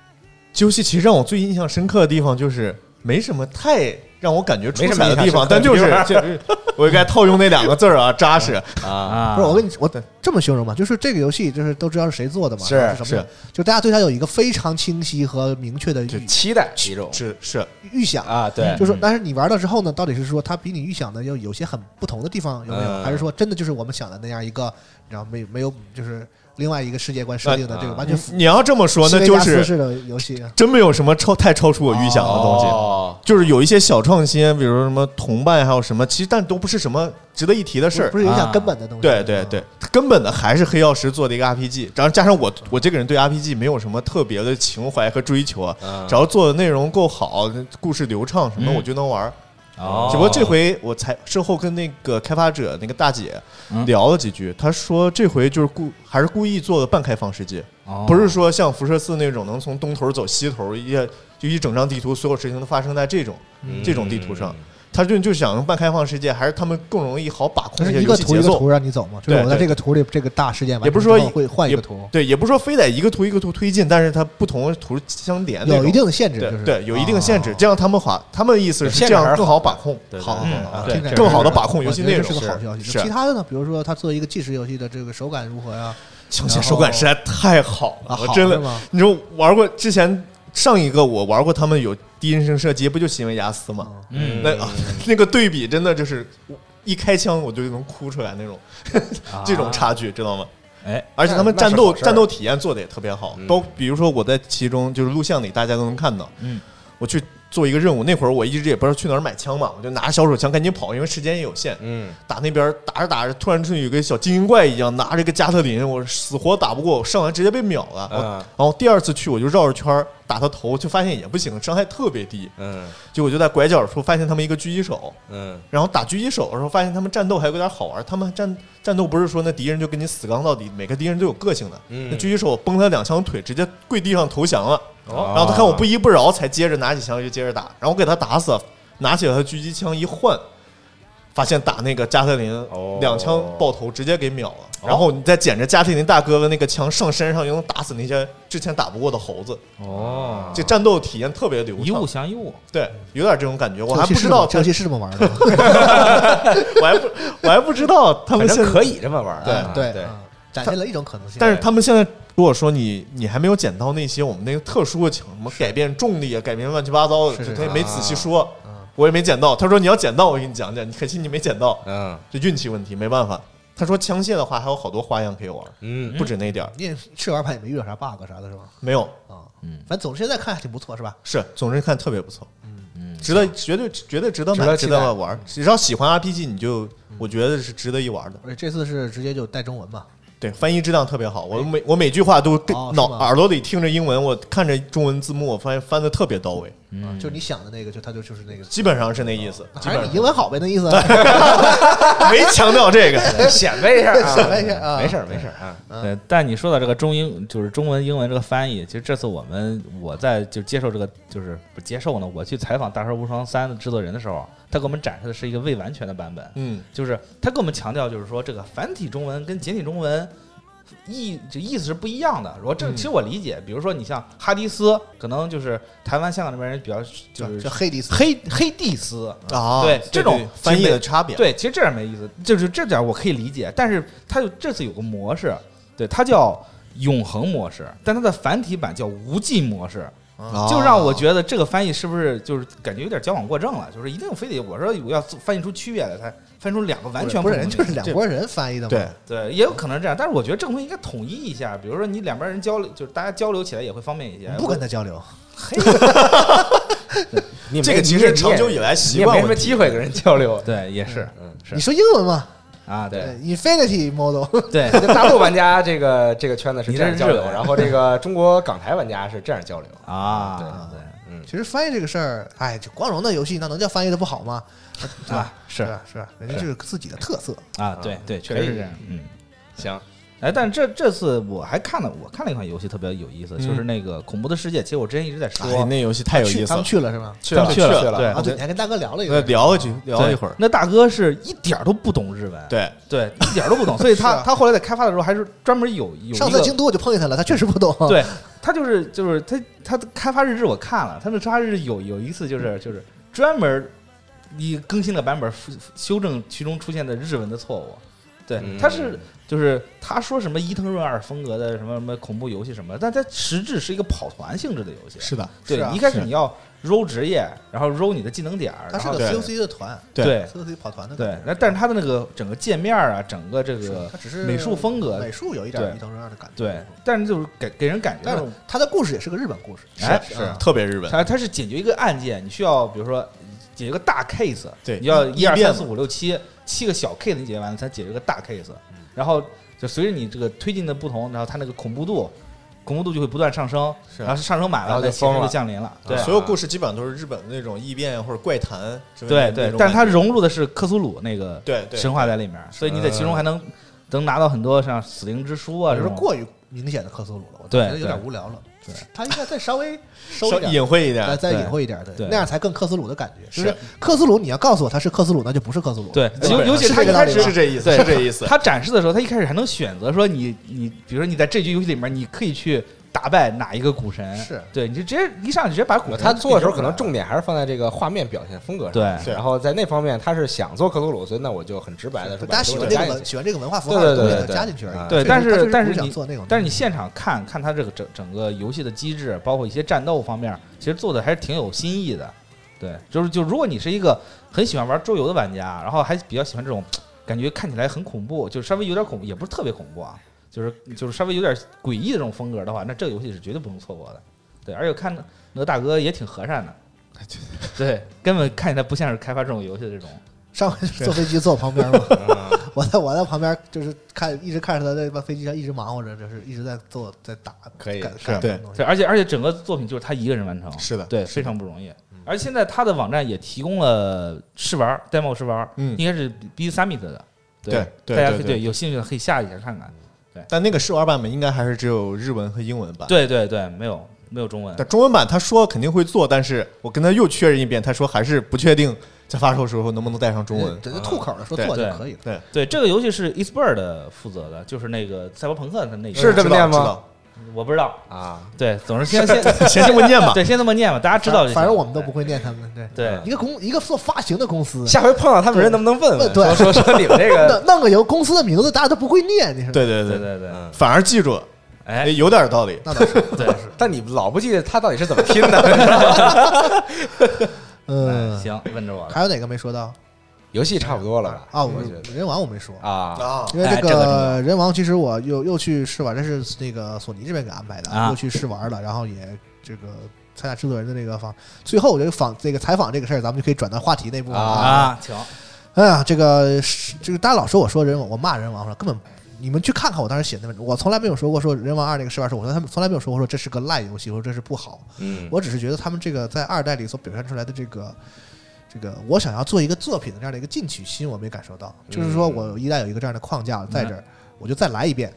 E: 这游戏其实让我最印象深刻的地方就是没什么太让我感觉出
H: 没什么
E: 彩的
H: 印象
E: 地方，
H: 深刻
E: 但就是
H: 的地
E: 就是我应该套用那两个字儿啊，扎实。
H: 啊，
I: 啊，
J: 不是我跟你我这么形容吧，就是这个游戏就是都知道是谁做的嘛，
E: 是
J: 然后是什么
E: 是
J: 的，就大家对它有一个非常清晰和明确的预
H: 期待一种
E: 是是，
J: 预想，
H: 啊，对，
J: 就是说但是你玩到之后呢，到底是说它比你预想的要有些很不同的地方有没
E: 呃
J: 有，
H: 嗯
J: 还是说真的就是我们想的那样一个，然后没没有就是另外一个世界观设定的
H: 那
J: 这个完全
E: 你要这么啊说，
J: 西
E: 那
J: 维
E: 就
J: 加斯
E: 是
J: 式的游戏啊
E: 真没有什么超太超出我预想的东西。
H: 哦，
E: 就是有一些小创新，比如说什么同伴，还有什么，其实但都不是什么值得一提的
J: 不
E: 事
J: 是
E: 儿
J: 不。是影
I: 啊
J: 响根本的东西，
E: 对对
J: 啊
E: 对，根本的还是黑曜石做的一个 RPG，然后加上我我这个人对 RPG 没有什么特别的情怀和追求啊，
H: 嗯
E: 只要做的内容够好，故事流畅什么
I: 嗯
E: 我就能玩儿。
I: 哦，
E: 只不过这回我才事后跟那个开发者那个大姐
I: 嗯
E: 聊了几句，她说这回就是故还是故意做的半开放世界，
I: 哦
E: 不是说像辐射四那种能从东头走西头，一就一整张地图所有事情都发生在这种
I: 嗯
E: 这种地图上。他就就想用半开放世界，还是他们更容易好把控
J: 它
E: 这
J: 是
E: 些
J: 一
E: 游
J: 个
E: 戏
J: 图
E: 节
J: 一个
E: 奏
J: 图。让你走嘛，就
E: 对
J: 是我在
E: 对
J: 这个图里这个大事件完
E: 也不是
J: 成之
E: 说
J: 后会换一
E: 也
J: 个图，
E: 对，也不是说非得一个图一个图推进，但是它不同的图相连那种，
J: 有一定的限制，
E: 对
J: 就是
E: 对，有一定的限制
J: 啊。
E: 这样他们话，他们的意思是
H: 限制
E: 这
H: 还
E: 样
H: 是
E: 更好把控。
H: 对
J: 好，
H: 对对
J: 好，好
I: 对
J: 听起来
E: 更好地
J: 是
E: 把控游戏内容
J: 我觉得是个好消息。
E: 是
J: 其他的呢，比如说它作为一个即时游戏的这个手感如何啊呀？
E: 小姐手感实在太好了，
J: 啊
E: 我
J: 好
E: 真的
J: 是吗，
E: 你说玩过之前上一个我玩过，他们有第一人称射击，不就新维亚斯吗？
I: 嗯
E: 那、啊 那个对比真的就是一开枪我就能哭出来那种，
J: 啊
E: 这种差距知道吗？
I: 哎，
E: 而且他们
H: 那那
E: 战
H: 是
E: 斗
H: 好事儿
E: 战斗体验做的也特别好，
H: 嗯
E: 包比如说我在其中就是录像里大家都能看到，
I: 嗯，
E: 我去做一个任务，那会儿我一直也不知道去哪儿买枪嘛，我就拿着小手枪赶紧跑，因为时间也有限，
H: 嗯，
E: 打那边打着打着，突然出现有个小精英怪一样，拿着个加特林，我死活打不过，我上来直接被秒了。
H: 嗯
E: 我然后第二次去我就绕着圈儿打他头，就发现也不行，伤害特别低。
H: 嗯
E: 结果就在拐角处发现他们一个狙击手，
H: 嗯
E: 然后打狙击手的时候发现他们战斗还有点好玩，他们战战斗不是说那敌人就跟你死刚到底，每个敌人都有个性的。
H: 嗯
E: 那狙击手崩他两枪腿，直接跪地上投降了。
H: 哦
E: 然后他看我不依不饶，才接着拿起枪就接着打，然后我给他打死了，拿起了他狙击枪一换，发现打那个加特林
H: 哦
E: 两枪爆头，直接给秒了。然后你再捡着加特林大哥的那个枪上身上，又能打死那些之前打不过的猴子，
H: 啊
F: 哦，
E: 这战斗体验特别流
I: 一物
E: 畅。
I: 降一物，
E: 对，有点这种感觉。我
J: 这
E: 还
J: 游戏
E: 不
J: 是
E: 知
J: 这么
E: 道
J: 这
E: 他
J: 游，戏是这么 玩的吗，
E: 我还不 我还不知道他
H: 反
E: 们现
H: 正
E: 在
H: 可以这么玩儿啊。
J: 对
H: 对，
J: 嗯展现了一种可能性。
E: 但是他们现在如果说你你还没有捡到那些我们那个特殊的枪，什么改变重力啊，改变乱七八糟的，
J: 是是
E: 就是他也没仔细说
J: 嗯，
E: 我也没捡到。他说你要捡到，我给你讲讲，你可惜你没捡到，
H: 嗯
E: 这运气问题没办法。他说枪械的话还有好多花样可以玩，
H: 嗯，
E: 不止那点儿，
J: 你也试玩版也没遇到啥 bug 啥的是吗？
E: 没有
J: 啊，嗯，反正总之现在看还挺不错是吧？
E: 是，总之看特别不错，嗯，值得绝对绝对值得
H: 值
E: 买，
H: 得
E: 值
H: 期待
E: 得玩。只要喜欢 RPG，你就我觉得是值得一玩的。
J: 而且这次是直接就带中文嘛，啊
E: 对，翻译质量特别好，我每我每句话都跟
J: 哦是
E: 脑
J: 吗
E: 耳朵里听着英文，我看着中文字幕，我发现翻的特别到位。
J: 嗯，就是你想的那个，就他就就是那个，
E: 基本上是那意思，基
J: 还
E: 本
J: 是
E: 上
J: 你英文好呗，那意思。啊
E: 没强调这个。
H: 显摆一下啊，
J: 显摆一下啊
H: 没事儿没事儿 啊，
I: 对，但你说到这个中英，就是中文英文这个翻译，其实这次我们我在就接受这个，就是不接受呢，我去采访《大蛇无双三》的制作人的时候，他给我们展示的是一个未完全的版本，
E: 嗯，
I: 就是他给我们强调，就是说这个繁体中文跟简体中文意就意思是不一样的。我这
E: 嗯
I: 其实我理解，比如说你像哈迪斯，可能就是台湾、香港那边人比较就
J: 就是黑迪斯，
I: 黑黑蒂斯，
E: 啊
I: 对这种
E: 翻译
I: 其实
E: 的差别，
I: 对，其实这样没意思，就是这点我可以理解，但是它有这次有个模式，对，它叫永恒模式，但它的繁体版叫无尽模式，
J: 哦
E: 啊
I: 就让我觉得这个翻译是不是就是感觉有点矫枉过正了，就是一定非得我说我要做翻译出区别来，才翻译出两个完全
J: 不是
I: 同
J: 人，
I: 的
J: 就是两拨人翻译的嘛。
E: 对，
I: 对，也有可能是这样，但是我觉得这个东西应该统一一下，比如说你两边人交流，就是大家交流起来也会方便一些。
J: 不跟他交流，
H: 你没
E: 这个其实长久以来习惯
H: 你也没什
E: 问
H: 么
E: 题
H: 机会跟人交 流。
I: 对，也是，嗯，
J: 你
I: 是
J: 说英文嘛
I: 啊，对
J: ？Infinity Model，
I: 对，
H: 就大陆玩家这个这个圈子是这样交流
I: 你这，是日本
H: 然后这个中国港台玩家是这样交流。
I: 啊，对
J: 其实翻译这个事儿，哎，就光荣的游戏，那能叫翻译的不好吗？是吧？
I: 啊是
J: 吧？是吧？人家就是自己的特色。
I: 啊，对对，确
H: 可
I: 实
H: 以
I: 是这样，嗯。
H: 行，
I: 哎，但这这次我还看了，我看了一款游戏特别有意思，就是那个《恐怖的世界》。其实我之前一直在说，
E: 嗯哎那游戏太有
J: 去
E: 意思
J: 他们
E: 了。
J: 去了是吗？
H: 去了
E: 去
H: 了
E: 了
H: 了，
J: 啊，对，
E: 对
J: 你还跟大哥聊了一
E: 那
J: 个，
E: 聊一句，聊
I: 对
E: 一会儿，
I: 那大哥是一点儿都不懂日文，
E: 对，
I: 对，一点儿都不懂，所以他、
J: 是啊
I: 他后来在开发的时候还是专门有有一
J: 上次
I: 个
J: 京。都我就碰见他了，他确实不懂。
I: 对
E: 啊
I: 他就是就是他他的开发日志我看了，他们开发日志有有一次就是就是专门你更新了版本修正其中出现的日文的错误，对，
E: 嗯
I: 他是就是他说什么伊藤润二风格的什么什么恐怖游戏什么，但它实质是一个跑团性质的游戏，
E: 是的，
I: 对，
J: 是啊
I: 一开始
E: 是
I: 你要揉职业，然后揉你的技能点儿，
J: 他
I: 然
J: 是
I: 后
J: 个 COC 的团
I: 对
J: ，COC 跑团的感
I: 对
J: 觉。，
I: 那但是它的那个整个界面啊，整个这
J: 是
I: 个
J: 他只是
I: 美术风格
J: 美，术有一
I: 对
J: 点伊藤润二的感觉。
I: 对，但是就是给给人感觉
J: 但
I: 那
J: 是
I: 种，
J: 他的故事也是个日本故事，
I: 哎
J: 是
I: 是
J: 啊
E: 特别日本。
I: 它它是解决一个案件，你需要比如说解决个大 case，
E: 对
I: 你要
E: 一
I: 一二
E: 遍
I: 三
E: 嘛
I: 四五六七七个小 case 你解决完了才解决个大 case，然后就随着你这个推进的不同，然后它那个恐怖度。恐怖度就会不断上升，
E: 是
I: 然后上升满
H: 然
I: 了，
H: 后就
I: 再显示
H: 疯
I: 就
H: 了
I: 降临了。对，
E: 所有故事基本上都是日本的那种异变或者怪谈之类
I: 对
E: 的那
I: 对
E: 种感觉，，
I: 但是它融入的是克苏鲁那个
E: 对对
I: 神话在里面，所以你在其中还能能拿到很多像死灵之书啊
J: 有
I: 这
J: 时候
I: 种。
J: 过于明显的克苏鲁了，我
I: 对
J: 觉得有点
I: 对
J: 无聊了
I: 对。
J: 他应该再稍微收
E: 稍
J: 一点，
E: 隐晦一
J: 再
E: 点，
J: 再
I: 对
J: 隐晦一点，对，
I: 对
J: 那样才更克苏鲁的感觉。就是
E: 是
J: 克苏鲁，你要告诉我他是克苏鲁，那就不是克苏鲁。
I: 对，
E: 对
I: 尤尤其
J: 是
I: 他
J: 这
I: 一
J: 个
I: 开
J: 道理
I: 始
J: 吧
E: 是这意思，
I: 对
E: 是这意思。
I: 他展示的时候，他一开始还能选择说你你，比如说你在这局游戏里面，你可以去打败哪一个古神，
J: 是
I: 对，你就直接一上去直接把古神
H: 呃他
J: 嗯
H: 做的时候可能
I: 给
H: 重点还是放在这个画面表现风格上，
I: 对
E: 对
H: 然后在那方面他是想做克苏鲁，所以那我就很直白的说，
J: 大家喜欢这个文喜欢这个文化符号
H: 对
J: 的
H: 对
J: 东西，
H: 对
J: 他
H: 对
J: 加进去而已。
I: 对，
J: 确
I: 但
J: 实他就是
I: 但
J: 不
I: 是
J: 想
I: 你
J: 做那种，
I: 但是你现场看看他这个整整个游戏的机制，包括一些战斗方面，其实做的还是挺有新意的。对，就是就如果你是一个很喜欢玩桌游的玩家，然后还比较喜欢这种感觉看起来很恐怖，就是稍微有点恐怖，也不是特别恐怖啊，就是就是稍微有点诡异的这种风格的话，那这个游戏是绝对不能错过的。对，而且看那个大哥也挺和善的，对，根本看起来不像是开发这种游戏的这种。
J: 上回坐飞机坐我旁边 嘛，
H: 啊
J: 我在我在旁边就是看，一直看着他在飞机上一直忙活着，就是一直在做在打，
H: 可以
J: 干
H: 是
J: 干
E: 对
J: 什么东西
I: 对，而且而且整个作品就是他一个人完成，
E: 是的嗯
I: 对，非常不容易。而现在他的网站也提供了试玩儿 demo 试玩儿，
E: 嗯
I: 应该是 B Summit 的，
E: 对对
I: 大家
E: 对
I: 可以
E: 对啊
I: 对有兴趣的可以下一下看看。
E: 但那个试玩版本应该还是只有日文和英文版。
I: 对对对，没
E: 哎
I: 有没有中文，
E: 但中文版他说肯定会做，但是我跟他又确认一遍，他说还是不确定在发售的时候能不能带上中文？
H: 嗯
J: 对，吐口的说
E: 对
J: 做就
I: 对
J: 可以了。
E: 对，
I: 对，这个游戏是 e s p e r 的负责的，就是那个赛博朋克的那个，
H: 是这么念吗
E: 知道
I: 我不知道。
H: 啊，
I: 对，总之先先
E: 知道 先这么念吧。
I: 对先这么念吧，大家知道就行。
J: 反正我们都不会念他们。对，
I: 对
J: 一个公一个做发行的公司，
H: 下回碰到他们人能不能问问，
J: 对
H: 说说说你们这个，
J: 弄弄个有公司的名字，大家都不会念，你说？
E: 对对
I: 对
E: 对，
I: 对对，
H: 嗯
E: 反而记住了，哎，
I: 哎，
E: 有点道理。
J: 那倒是，
I: 对，
H: 但你老不记得他到底是怎么拼的。
J: 嗯，
I: 哎行，问着我了。
J: 还有哪个没说到
H: 游戏差不多了吧？
J: 啊？我
H: 我觉得
J: 人王我没说，
H: 啊，
E: 啊，
J: 因为
I: 哎
J: 这
I: 这个重
J: 个
I: 要
J: 人王其实我又又去试玩，这是那个索尼这边给安排的，
I: 啊
J: 又去试玩了，然后也这个参加制作人的那个访，最后我觉得访这个采访这个事儿，咱们就可以转到话题那部分了
I: 啊，请
J: 哎呀，这个是这个大家老说我说人王，我骂人王我说根本你们去看看我当时写的文章，我从来没有说过说人王二那个试玩是，我说他们从来没有说过说这是个烂游戏，或者这是不好，
H: 嗯，
J: 我只是觉得他们这个在二代里所表现出来的这个。这个我想要做一个作品的这样的一个进取心，我没感受到。就是说我一旦有一个这样的框架在这儿，我就再来一遍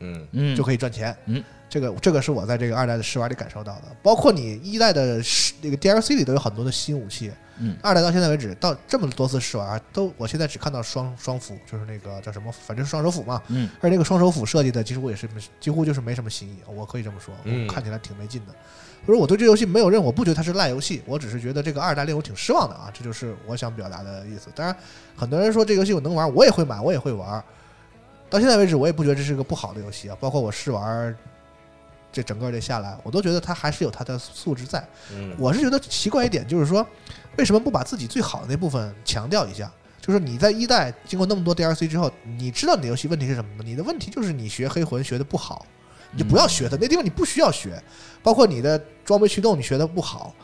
H: 嗯，
I: 嗯，
J: 就可以赚钱。
I: 嗯，
J: 这个这个是我在这个二代的试玩里感受到的。包括你一代的试那个 DLC 里都有很多的新武器，
I: 嗯，
J: 二代到现在为止到这么多次试玩，都我现在只看到双双斧，就是那个叫什么，反正是双手斧嘛。
I: 嗯，
J: 而那个双手斧设计的，其实我也是没几乎就是没什么新意，我可以这么说，
H: 嗯
J: 我看起来挺没劲的。所以我对这游戏没有任何，我不觉得它是烂游戏，我只是觉得这个二代令我挺失望的啊，这就是我想表达的意思。当然，很多人说这游戏我能玩，我也会买，我也会玩。到现在为止，我也不觉得这是个不好的游戏啊。包括我试玩，这整个这下来，我都觉得它还是有它的素质在。
H: 嗯
J: 我是觉得奇怪一点，就是说，为什么不把自己最好的那部分强调一下？就是你在一代经过那么多 DLC 之后，你知道你的游戏问题是什么吗？你的问题就是你学黑魂学的不好，你就不要
I: 嗯
J: 学它，那地方你不需要学。包括你的装备驱动你学的不好，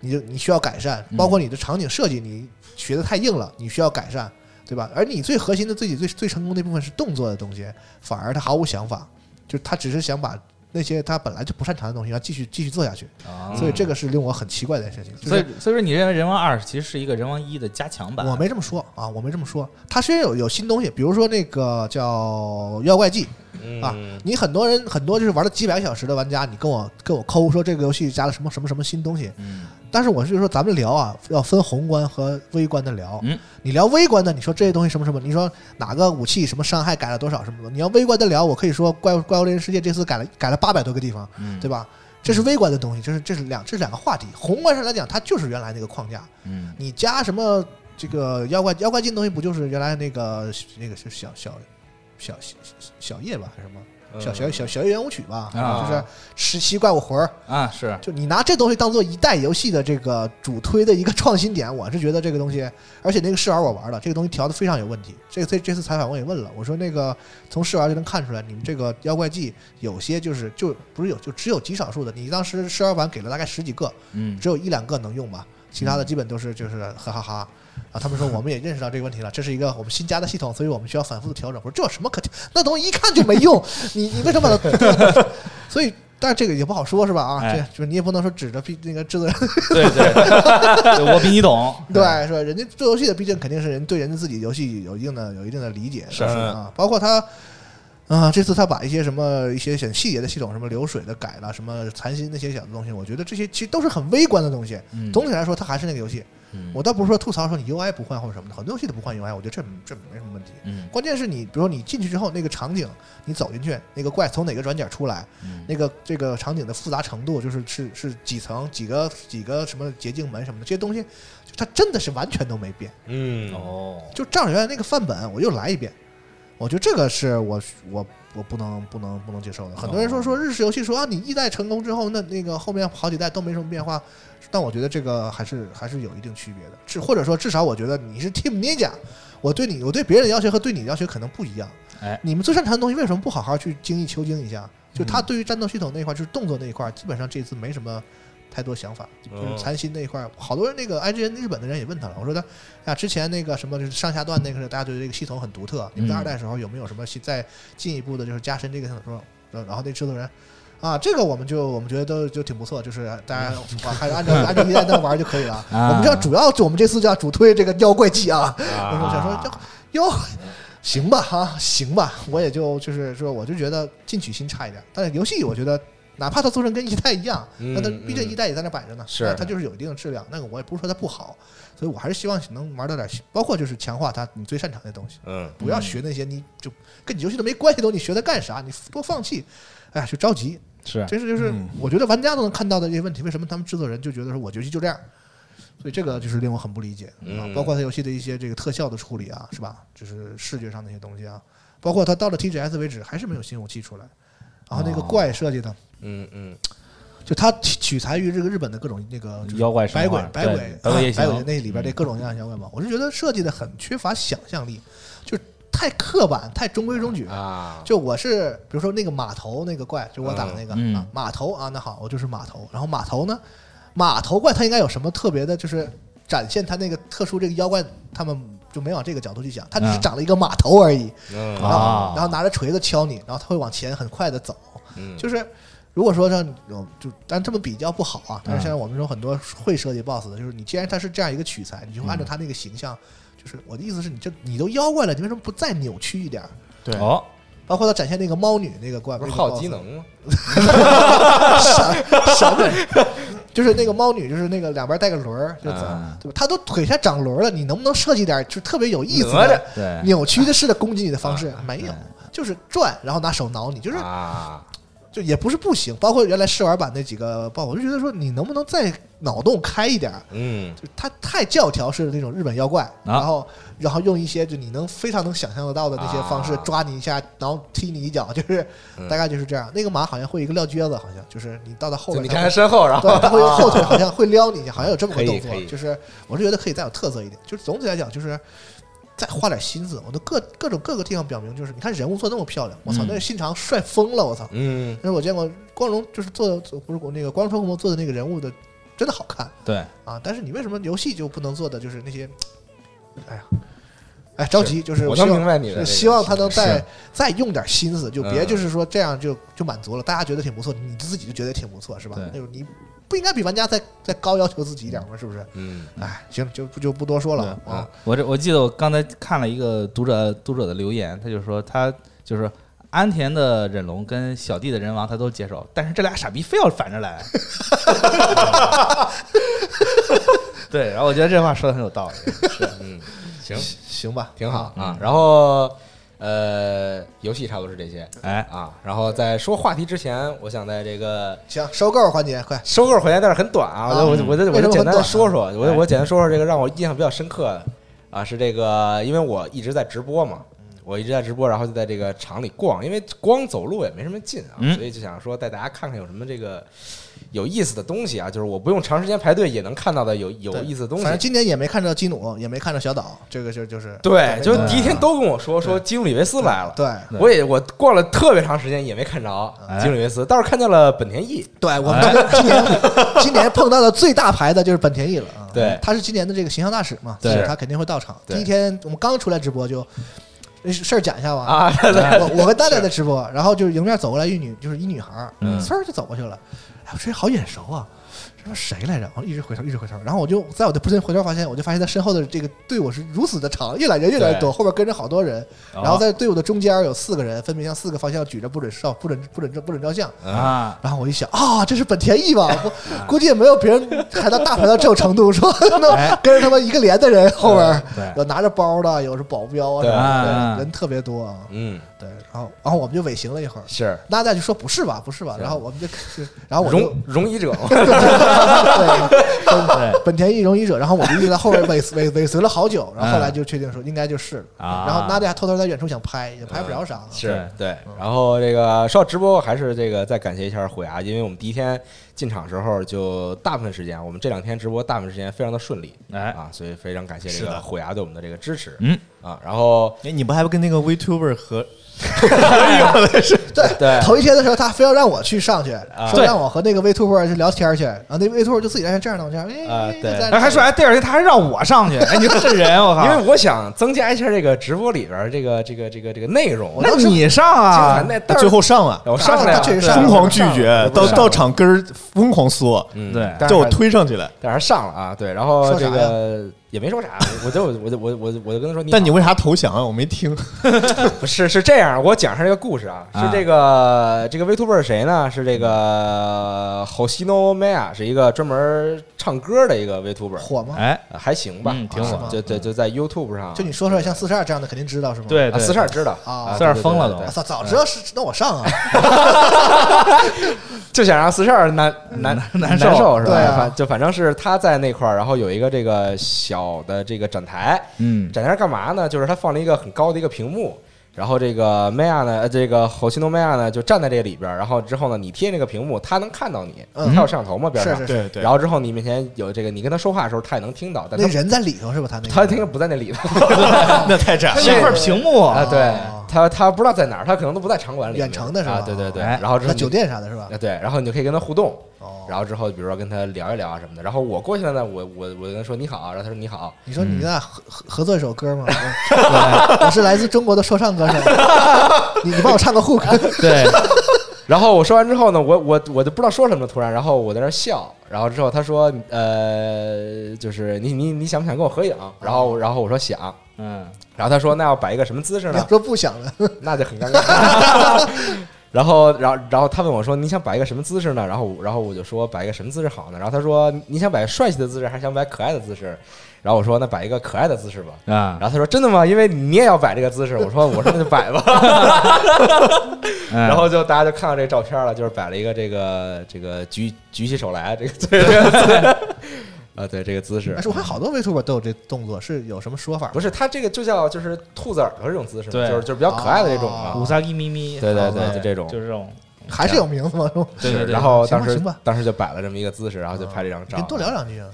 J: 你就你需要改善；
I: 嗯
J: 包括你的场景设计你学的太硬了，你需要改善，对吧？而你最核心的自己最最成功的部分是动作的东西，反而他毫无想法，就是他只是想把那些他本来就不擅长的东西，要继续继续做下去。
I: 啊
J: 所以这个是令我很奇怪的事情。就是
I: 所以所以说，你认为《人王二》其实是一个《人王一》的加强版？
J: 我没这么说啊，我没这么说。它虽然有有新东西，比如说那个叫《妖怪记》
I: 嗯
J: 啊，你很多人很多就是玩了几百个小时的玩家，你跟我跟我抠说这个游戏加了什么什么什么新东西，
I: 嗯
J: 但是我是说咱们聊啊，要分宏观和微观的聊。
I: 嗯
J: 你聊微观的，你说这些东西什么什么，你说哪个武器什么伤害改了多少什么的，你要微观的聊，我可以说怪《怪物猎人世界》这次改了改了八百多个地方，
I: 嗯
J: 对吧？这是微观的东西，这是这是两这是两个话题。宏观上来讲，它就是原来那个框架。
I: 嗯
J: 你加什么这个妖怪妖怪进东西，不就是原来那个那个是小小小小小叶吧，还是什么小小小小叶圆舞曲吧？
I: 啊
J: 就是十七怪物魂儿，
I: 啊是
J: 就你拿这东西当做一代游戏的这个主推的一个创新点，我是觉得这个东西，而且那个试玩我玩了，这个东西调的非常有问题。这这这次采访我也问了，我说那个从试玩就能看出来，你们这个妖怪季有些就是就不是有就只有极少数的，你当时试玩版给了大概十几个，
I: 嗯
J: 只有一两个能用吧，其他的基本都是就是哈哈哈。啊，他们说我们也认识到这个问题了，这是一个我们新加的系统，所以我们需要反复的调整。我说这有什么可调？那东西一看就没用，你你为什么把它？ 所以，但是这个也不好说，是吧？啊，
I: 哎
J: 这就是你也不能说指着毕那个制作人
I: 对对，对我比你懂。
J: 对，是吧？人家做游戏的，毕竟肯定是人对人家自己游戏有一定的有一定的理解，
I: 是
J: 啊，包括他。啊、这次他把一些什么一些很细节的系统，什么流水的改了，什么残心那些小的东西，我觉得这些其实都是很微观的东西。
I: 嗯
J: 总体来说，它还是那个游戏。
I: 嗯
J: 我倒不是说吐槽说你 UI 不换或者什么的，很多游戏都不换 UI，我觉得这这没什么问题。
I: 嗯
J: 关键是你，比如说你进去之后，那个场景，你走进去，那个怪从哪个转角出来，
I: 嗯
J: 那个这个场景的复杂程度，就是是是几层、几个几个什么捷径门什么的，这些东西，就它真的是完全都没变。
H: 嗯，
I: 哦，
J: 就照着原来那个范本，我又来一遍。我觉得这个是我我我不能不能不能接受的。很多人说说日式游戏说啊，你一代成功之后，那那个后面好几代都没什么变化，但我觉得这个还是还是有一定区别的。至或者说至少我觉得你是 Team Ninja，我对你我对别人的要求和对你的要求可能不一样。
I: 哎，
J: 你们最擅长的东西为什么不好好去精益求精一下？就他对于战斗系统那一块，就是动作那一块，基本上这次没什么太多想法。就是残心那一块儿，好多人那个 IGN 日本的人也问他了，我说他呀，之前那个什么就是上下段那个是大家对这个系统很独特，你们在
I: 嗯
J: 二代的时候有没有什么再进一步的，就是加深这个系统？说，呃然后那制作人。啊，这个我们就我们觉得都就挺不错，就是大家我还是按照 按照一代那玩就可以了。
I: 啊
J: 我们就要主要就我们这次就要主推这个妖怪季啊，我说我想说妖妖行吧哈、行吧，我也就就是说我就觉得进取心差一点，但是游戏我觉得哪怕它做成跟一代一样，
H: 嗯
J: 那它毕竟
H: 嗯
J: 一代也在那摆着呢，
H: 是
J: 那它就是有一定的质量。那个我也不是说它不好，所以我还是希望能玩到点新，包括就是强化它你最擅长的东西，
H: 嗯，
J: 不要学那些你就跟你游戏都没关系的东西，你学它干啥？你多放弃，哎呀，就着急。
I: 是
J: 这是就是我觉得玩家都能看到的这些问题，为什么他们制作人就觉得说我游戏就这样？所以这个就是令我很不理解啊
H: 嗯，
J: 包括它游戏的一些这个特效的处理啊，是吧？就是视觉上那些东西啊，包括它到了 TGS 为止还是没有新武器出来，然后那个怪设计的，
H: 嗯嗯
J: 就它取取材于这个日本的各种那个就是
I: 妖怪神
J: 百
I: 话
J: 鬼、百鬼啊
I: 对、
J: 百
I: 百鬼夜行
J: 鬼那里边这各种各样的妖怪嘛，我是觉得设计的很缺乏想象力，就是太刻板、太中规中矩
H: 啊，
J: 就我是，比如说那个码头那个怪，就我打那个、
I: 嗯
J: 啊码头啊，那好，我就是码头。然后码头呢，码头怪它应该有什么特别的，就是展现它那个特殊这个妖怪，他们就没往这个角度去想，它只是
I: 嗯
J: 长了一个码头而已。
H: 嗯
J: 然后、
I: 啊
J: 然后拿着锤子敲你，然后它会往前很快的走。
H: 嗯
J: 就是如果说让有就，但这么比较不好啊。但是现在我们有很多会设计 BOSS 的，就是你既然它是这样一个取材，你就按照它那个形象。就是我的意思是你这你都妖怪了，你为什么不再扭曲一点儿？
E: 对
I: 哦，
J: 包括他展现那个猫女那个怪，
H: 不是
J: 那个
H: 耗
J: boss
H: 机能吗？
J: 什么？就是那个猫女，就是那个两边带个轮儿，就走，
H: 啊
J: 对吧？她都腿下长轮了，你能不能设计点就是特别有意思
H: 哪吒哎
J: 的
I: 对，
J: 扭曲的式的攻击你的方式？没有，就是转，然后拿手挠你，就是
H: 啊，
J: 就也不是不行。包括原来试玩版那几个 BOSS，我就觉得说你能不能再脑洞开一点儿？
H: 嗯
J: 就是他太教条式的那种日本妖怪，
H: 啊
J: 然后然后用一些就你能非常能想象得到的那些方式
H: 啊
J: 抓你一下，然后踢你一脚，就是
H: 嗯
J: 大概就是这样。那个马好像会一个撂撅子，好像就是你到他后
H: 就
J: 边，
H: 你看他身后，然后啊
J: 对，他会用后腿好像会撩你一下，好像有这么个动
H: 可以可
J: 作。
H: 以
J: 就是我是觉得可以再有特色一点，就是总体来讲就是。再花点心思，我都各各种各个地方表明，就是你看人物做那么漂亮，我操，
I: 嗯
J: 那个信长帅疯了，我操！
H: 嗯
J: 但是我见过光荣就是做的，不是我那个光荣冲魔做的那个人物的，真的好看。
I: 对
J: 啊，但是你为什么游戏就不能做的就是那些，哎呀，哎着急，就是
H: 我
J: 希
H: 能
J: 望
H: 明白你的这个
J: 是希望他能
H: 是
J: 再再用点心思，就别
H: 嗯
J: 就是说这样就就满足了，大家觉得挺不错，你自己就觉得挺不错是吧
I: 对？
J: 那种你不应该比玩家再再高要求自己一点吗？是不是？
H: 嗯
J: 哎，行，就不就不多说了
I: 对
J: 啊。
I: 我这我记得我刚才看了一个读者读者的留言，他就说他就是安田的忍龙跟小弟的人王他都接受，但是这俩傻逼非要反着 来。对，然后我觉得这话说的很有道理。
H: 嗯，行，
J: 行吧，
H: 挺好
I: 嗯
H: 啊。然后呃，游戏差不多是这些
I: 哎，
H: 啊。然后在说话题之前，我想在这个
J: 行，收购环节快。
H: 收个回来，但是很短啊，
J: 啊
H: 我就我就我就我
J: 为什
H: 就
J: 么
H: 简
J: 很
H: 单
J: 短啊
H: 说说，我就
I: 哎
H: 我简单说说这个让我印象比较深刻的啊，是这个，因为我一直在直播嘛，我一直在直播，然后就在这个厂里逛，因为光走路也没什么劲啊，
I: 嗯
H: 所以就想说带大家看看有什么这个有意思的东西啊，就是我不用长时间排队也能看到的有有
J: 对
H: 意思的东西
J: 反正。今年也没看着基努，也没看着小岛，这个就就是
H: 对，就是
J: 没
H: 第一天都跟我说说基努里维斯来了，
J: 对
I: 对
H: 我也我逛了特别长时间也没看着
I: 哎
H: 基努里维斯，倒是看见了本田翼，
J: 对，我们
H: 哎
J: 今 年今年碰到的最大牌的就是本田翼了啊。
H: 对
J: 他是今年的这个形象大使嘛，
H: 对
J: 所以他肯定会到场。
H: 对
J: 第一天我们刚出来直播就，这事儿讲一下吧。
H: 啊
J: 我我跟大家在直播，然后就是迎面走过来一女，就是一女孩儿，
I: 嗯
J: 呲儿就走过去了。哎，我这人好眼熟啊，这是谁来着？我一直回头，一直回头。然后我就在我的不慎回头发现，我就发现他身后的这个队伍是如此的长，越来人越来越多，后边跟着好多人。
H: 哦
J: 然后在队伍的中间有四个人，分别向四个方向举着不准照、不准不准不准照相。
I: 啊，
J: 然后我一想啊，这是本田 翼吧？我估计也没有别人还到大牌到这种程 度，说 能跟着他们一个连的人后边儿
I: 哎对
J: 有拿着包的，有是保镖啊什么的，
I: 对
J: 人特别多啊。
H: 嗯，
J: 对，然后然后我们就尾行了一会儿，
H: 是
J: 娜娜就说不是吧，不
I: 啊
J: 是吧，然后我们就，就然后我就
H: 荣荣一者 嘛。
J: 对
I: 对
J: 本本田翼容易者，然后我就一直在后边尾 尾尾随了好久，然后后来就确定说应该就是了，
I: 嗯啊
J: 然后娜娜还偷偷在远处想拍，也拍不着啥，
H: 是对，然后这个说到直播，还是这个再感谢一下虎牙，因为我们第一天进场时候就大部分时间，我们这两天直播大部分时间非常的顺利，
I: 哎
H: 啊，所以非常感谢这
E: 是
H: 个
E: 的
H: 虎牙对我们的这个支持，
I: 嗯
H: 啊，然后
E: 哎，你不还不跟那个 VTuber 和
J: 对
H: 对
J: 头一天的时候，他非要让我去上去，
H: 啊
J: 说
I: 对
J: 让我和那个 v t u b e 去聊天去，然后那 v t u b e 就自己在那这样弄这样，
H: 啊
J: 哎，
H: 对
J: 在那
I: 哎，还说哎，第二天他还让我上去，哎，你说这人我
J: 啊
I: 靠，
H: 因为我想增加一下这个直播里边儿这个这个这个这个内容，
J: 我
H: 精
I: 那你上
H: 彩
I: 啊，
H: 那哎但
E: 最后上了，
H: 我上来
J: 他确实
H: 了，
J: 上
E: 疯
J: 了
E: 狂拒绝，到
H: 上
E: 到场跟儿疯狂缩，
H: 嗯
I: 对
H: 但是
E: 叫我
H: 还
E: 推上去来。
H: 但是上了啊，对，然后
J: 说啥
H: 这
J: 呀
H: 个也没说啥，我就我就我就我就我就跟他说你好，
E: 但你为啥投降啊？我没听。
H: 不是是这样，我讲一下这个故事啊，是
I: 啊
H: 这个这个 Vtuber 是谁呢？是这个 Hosino Maya，是一个专门唱歌的一个 Vtuber，
J: 火吗？
I: 哎，
H: 呃还行吧，
I: 嗯挺
H: 啊
J: 火的
H: 就对，就在 YouTube 上，
J: 就你说出来像四十二这样的肯定知道是吗？
I: 对
H: 啊，
I: 对，
H: 四十二知道
J: 啊
I: 四十二疯了都
J: 啊，
H: 对嗯哎
J: 早早知道是那我上啊，
H: 就想让四十二难难难
I: 受
H: 受是吧？
J: 对啊
H: 反就反正是他在那块儿，然后有一个这个小的这个展台，
I: 嗯，
H: 展台上干嘛呢？就是他放了一个很高的一个屏幕，然后这个 Maya 呢，呃这个侯西诺 Maya 呢就站在这里边儿，然后之后呢，你贴那个屏幕，他能看到你，
J: 嗯
H: 他有摄像头嘛边上，
J: 是是是，
E: 对对，
H: 然后之后你面前有这个，你跟他说话的时候，他也能听到，但
J: 那
H: 他
J: 人在里头是吧？他那
H: 他
J: 个
H: 听不在那里头
E: 那太窄了。
I: 一块屏幕
H: 啊， 对他他不知道在哪儿，他可能都不在场馆里，
J: 哦远程的是吧
H: 啊对对对，
I: 哎
H: 然后之后
J: 那
H: 你
J: 酒店啥的是吧？
H: 啊对，然后你就可以跟他互动，
J: 哦，
H: 然后之后比如说跟他聊一聊啊什么的，然后我过去了呢，我我我跟他说你好，啊然后他说你好，
J: 你说你俩合合合作一首歌吗？ 我我是来自中国的说唱 歌手，你你帮我唱个
H: 哎
J: hook，
I: 对，
H: 然后我说完之后呢，我我我就不知道说什么了，突然，然后我在那儿笑，然后之后他说，呃，就是你你你想不想跟我合影？然后然后我说想，
I: 嗯，
H: 然后他说那要摆一个什么姿势
J: 你
H: 呢
J: 要？说不想了，
H: 那就很尴尬。 然后然后然后他问我说你想摆一个什么姿势呢？然后我然后我就说摆一个什么姿势好呢？然后他说你想摆帅气的姿势还是想摆可爱的姿势？然后我说那摆一个可爱的姿势吧。
I: 啊
H: 然，后他说真的吗？因为你也要摆这个姿势。我说我说那就摆吧。
I: 然嗯
H: 然后就大家就看到这个照片了，就是摆了一个这个这个举举起手来啊这个这个 啊，对这个姿势
J: 但是，我看好多 Vtuber 都有这动作，是有什么说法吗？
H: 不是他这个就叫就是兔子耳朵这种姿势嘛，
I: 对
H: 就是就是比较可爱的这种
J: 哦
H: 嘛。
I: 啊五萨一咪咪，
H: 对对对
I: 啊
H: 就这种
I: 就是这种，
J: 还是有名字吗？是吗
I: 对对对，
H: 然后当时
J: 行吧行吧
H: 当时就摆了这么一个姿势，然后就拍这张照
J: 哦你。多聊两句啊，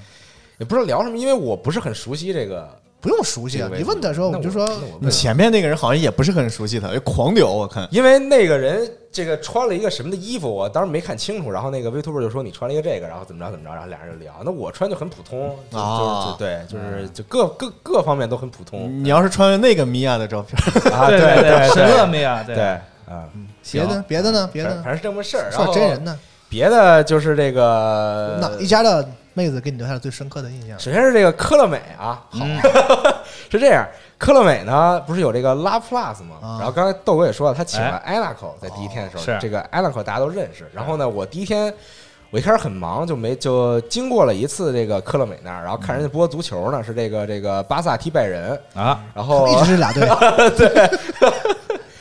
H: 也不知道聊什么，因为我不是很熟悉这个。
J: 不用熟悉
H: 这
J: 啊
H: 个，位
J: 你
H: 置
J: 问他说，
H: 那
J: 我就说
H: 那我问
E: 你前面那个人好像也不是很熟悉他，就狂屌我看。
H: 因为那个人这个穿了一个什么的衣服，我当时没看清楚。然后那个 Vtuber 就说你穿了一个这个，然后怎么着怎么着，然后俩人就聊。那我穿就很普通，就就是
E: 啊
H: 就对，就是就各各各方面都很普通
E: 你要是穿那个米娅的照片，
H: 啊，
I: 对
H: 对
I: 对，神
H: 对
I: 乐妹啊，
H: 对，啊，
J: 别的别的呢，别
H: 反
J: 的
H: 正反
J: 呢，
H: 正是这么事儿。然
J: 说
H: 后呃
J: 真人呢，
H: 别的就是这个
J: 哪，一家的妹子给你留下了最深刻的印象？
H: 首先是这个科乐美啊，
I: 嗯，
H: 是这样，科乐美呢不是有这个拉 plus 吗？
J: 啊哎哦
H: 然后刚才豆哥也说了，他请了 a n a c o 在第一天的时候，
I: 是
H: 这个 a n a c o 大家都认识。然后呢，我第一天。我一开始很忙，就没就经过了一次这个科乐美那儿，然后看
J: 嗯
H: 人家播足球呢，是这个这个巴萨踢拜仁，
I: 啊，
H: 然后
J: 一直是 俩队，对，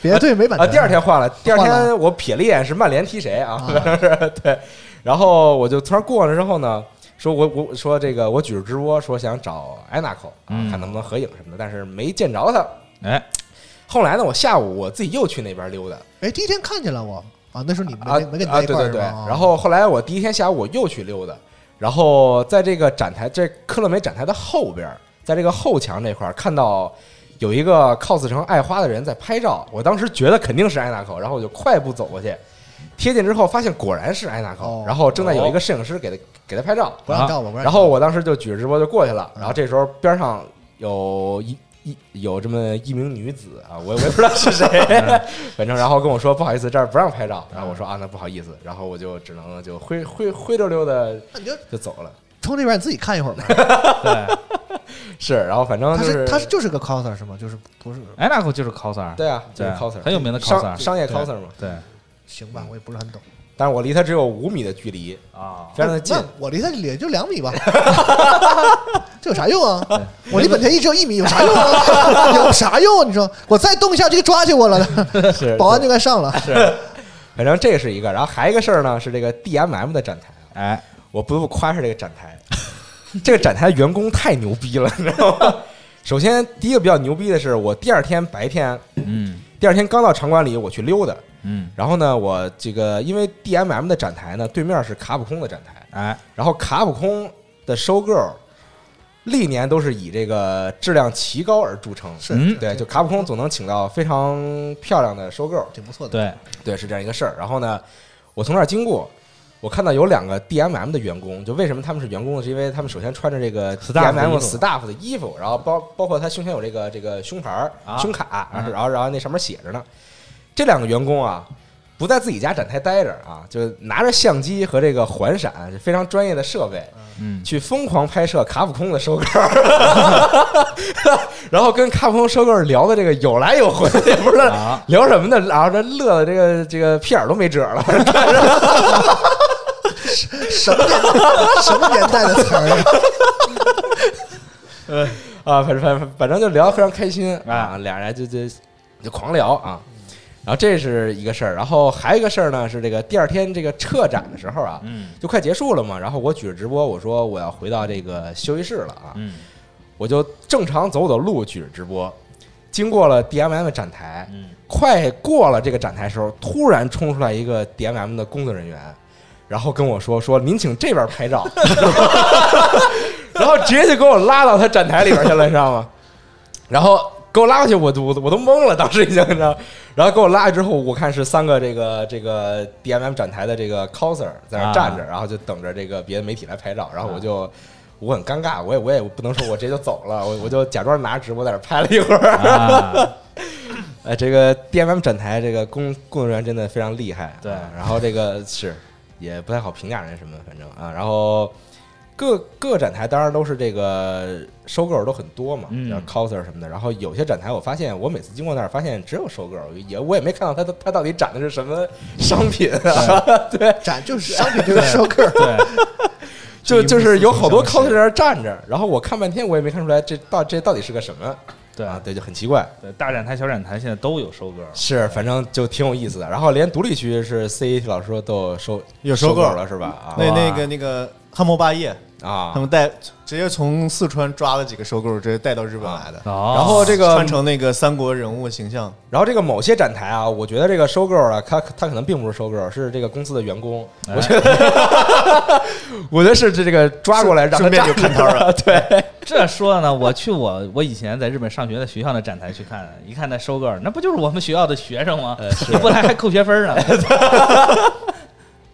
J: 别的队没版
H: 啊，
J: 权。
H: 第二天换了，第二
J: 换
H: 天我瞥了一眼是曼联踢谁啊，
J: 啊
H: 反正是对，然后我就突然过来之后呢，说我我说这个我举着直播说想找艾纳口啊
I: 嗯，
H: 看能不能合影什么的，但是没见着他。
I: 哎，
H: 后来呢，我下午我自己又去那边溜达
J: 哎，第一天看见了我啊，那时候你
H: 啊
J: 没没跟你
H: 啊，
J: 在
H: 对
J: 一块儿
H: 对
J: 是
H: 对，
J: 吧？啊
H: 然后后来我第一天下午我又去溜达，然后在这个展台这科乐美展台的后边儿，在这个后墙这块儿看到。有一个 cos 成爱花的人在拍照，我当时觉得肯定是艾纳口，然后我就快步走过去，贴近之后发现果然是艾纳口，
J: 哦
H: 然后正在有一个摄影师给他给他拍照，
J: 不让照吧，不让照。
H: 啊然后我当时就举着直播就过去了，然后这时候边上有一。一有这么一名女子啊，我我也不知道是谁， 反正然后跟我说不好意思，这儿不让拍照。然后我说啊，那不好意思，然后我就只能就灰灰灰溜溜的
J: 那你就
H: 就走了。
J: 冲这边你自己看一会儿吧。
I: 对，
H: 是，然后反正
J: 他
H: 就是
J: 他是就是个 coser 是吗？就是不是？
I: 哎，那可就是 coser，
H: 对啊，就是
I: 对
H: coser
I: 很有名的 coser，
H: 商商业
I: 对
H: coser 嘛。
I: 对
J: 行吧，我也不是很懂。
H: 但是我离他只有五米的距离，
I: 啊，
H: 非常的近
J: 那。我离他也就两米吧， 这有啥用啊？我离本田一只有一米，有啥用啊？有啥用啊？你说我再动一下就给抓起我了，
H: 是
J: 保安就该上了。
H: 反正这是一个，然后还有一个事儿呢，是这个 DMM 的展台啊，
I: 哎，
H: 我不得不夸一下这个展台， 这个展台的员工太牛逼了， 你知道吗？首先，第一个比较牛逼的是，我第二天白天，
I: 嗯
H: 第二天刚到场馆里，我去溜达，
I: 嗯，
H: 然后呢，我这个因为 DMM 的展台呢，对面是卡普空的展台，
I: 哎，
H: 然后卡普空的收购历年都是以这个质量奇高而著称，
J: 是
I: 嗯，
H: 对，就卡普空总能请到非常漂亮的收购，
J: 挺不 错的。
I: 对，
H: 对，是这样一个事儿。然后呢，我从那儿经过，我看到有两个 DMM 的员工，就为什么他们是员工呢？是因为他们首先穿着这个
I: Staff 的衣
H: DMM
I: 服
H: staff 的衣服，然后包包括他胸前有这个这个胸牌儿、
I: 啊
H: 胸卡，然
I: 啊
H: 后然后然后那上面写着呢。这两个员工啊，不在自己家展台待着啊，就拿着相机和这个环闪非常专业的设备，
I: 嗯，
H: 去疯狂拍摄卡普空的收购，然后跟卡普空收购聊的这个有来有回，也不知
I: 啊
H: 道聊什么呢，然后这乐的这个这个屁眼儿都没褶了。
J: 什么年代什么年代的词儿呀？
H: 啊，反正反正反正就聊得非常开心啊，俩人就就就狂聊啊。然后这是一个事儿，然后还有一个事儿呢，是这个第二天这个撤展的时候啊，
I: 嗯
H: 就快结束了嘛。然后我举着直播，我说我要回到这个休息室了啊，
I: 嗯
H: 我就正常走走路，举着直播，经过了 DMM 展台，
I: 嗯
H: 快过了这个展台的时候，突然冲出来一个 DMM 的工作人员，然后跟我说说您请这边拍照， 然后直接就给我拉到他展台里边去了，你知道吗？然后给我拉过去，我都我都我都懵了，当时已经你知道。然后给我拉去之后，我看是三个这个这个 DMM 展台的这个 coser 在那儿站着，然后就等着这个别的媒体来拍照，然
I: 啊
H: 后我就。我很尴尬，我也我也不能说我直接就走了，我我就假装拿着直播在那儿拍了一会儿，
I: 啊，
H: 呃，这个 DMM 展台这个工工作人员真的非常厉害啊，
I: 对
H: 然后这个是也不太好评价人什么，反正啊，然后各各展台当然都是这个收购都很多嘛，
I: 嗯
H: 像 coser 什么的，然后有些展台我发现我每次经过那儿发现只有收购，也我也没看到他他到底展的是什么商品啊， 对，
J: 展就是商品就是收客，
I: 对，
H: 就
I: 一
H: 就
I: 步
H: 是
I: 步
H: 有好多
I: 向
H: coser 在
I: 前
H: 那儿站着，然后我看半天我也没看出来这到这到底是个什么，
I: 对
H: 啊，对，就很奇怪。
I: 对，大展台、小展台现在都有收割，
H: 是，反正就挺有意思的。然后连独立区是 C 老师说都有收
E: 有
H: 收
E: 收购
H: 了是吧？啊
E: 那那个那个汉谟霸业，
H: 啊
E: 他，们带直接从四川抓了几个收购，直接带到日本来的，
I: 哦
H: 然后这个
E: 穿，成那个三国人物形象。
H: 然后这个某些展台啊，我觉得这个收购啊，他他可能并不是收购，是这个公司的员工。
E: 哎
H: 我觉得，我觉得 是这这个抓过来让他
E: 顺便就
H: 站着
E: 看摊儿了。
H: 对，
I: 这说的呢，我去我我以前在日本上学的学校的展台去看，一看那收割，那不就是我们学校的学生吗？
E: 呃
I: 你 不来还扣学分呢，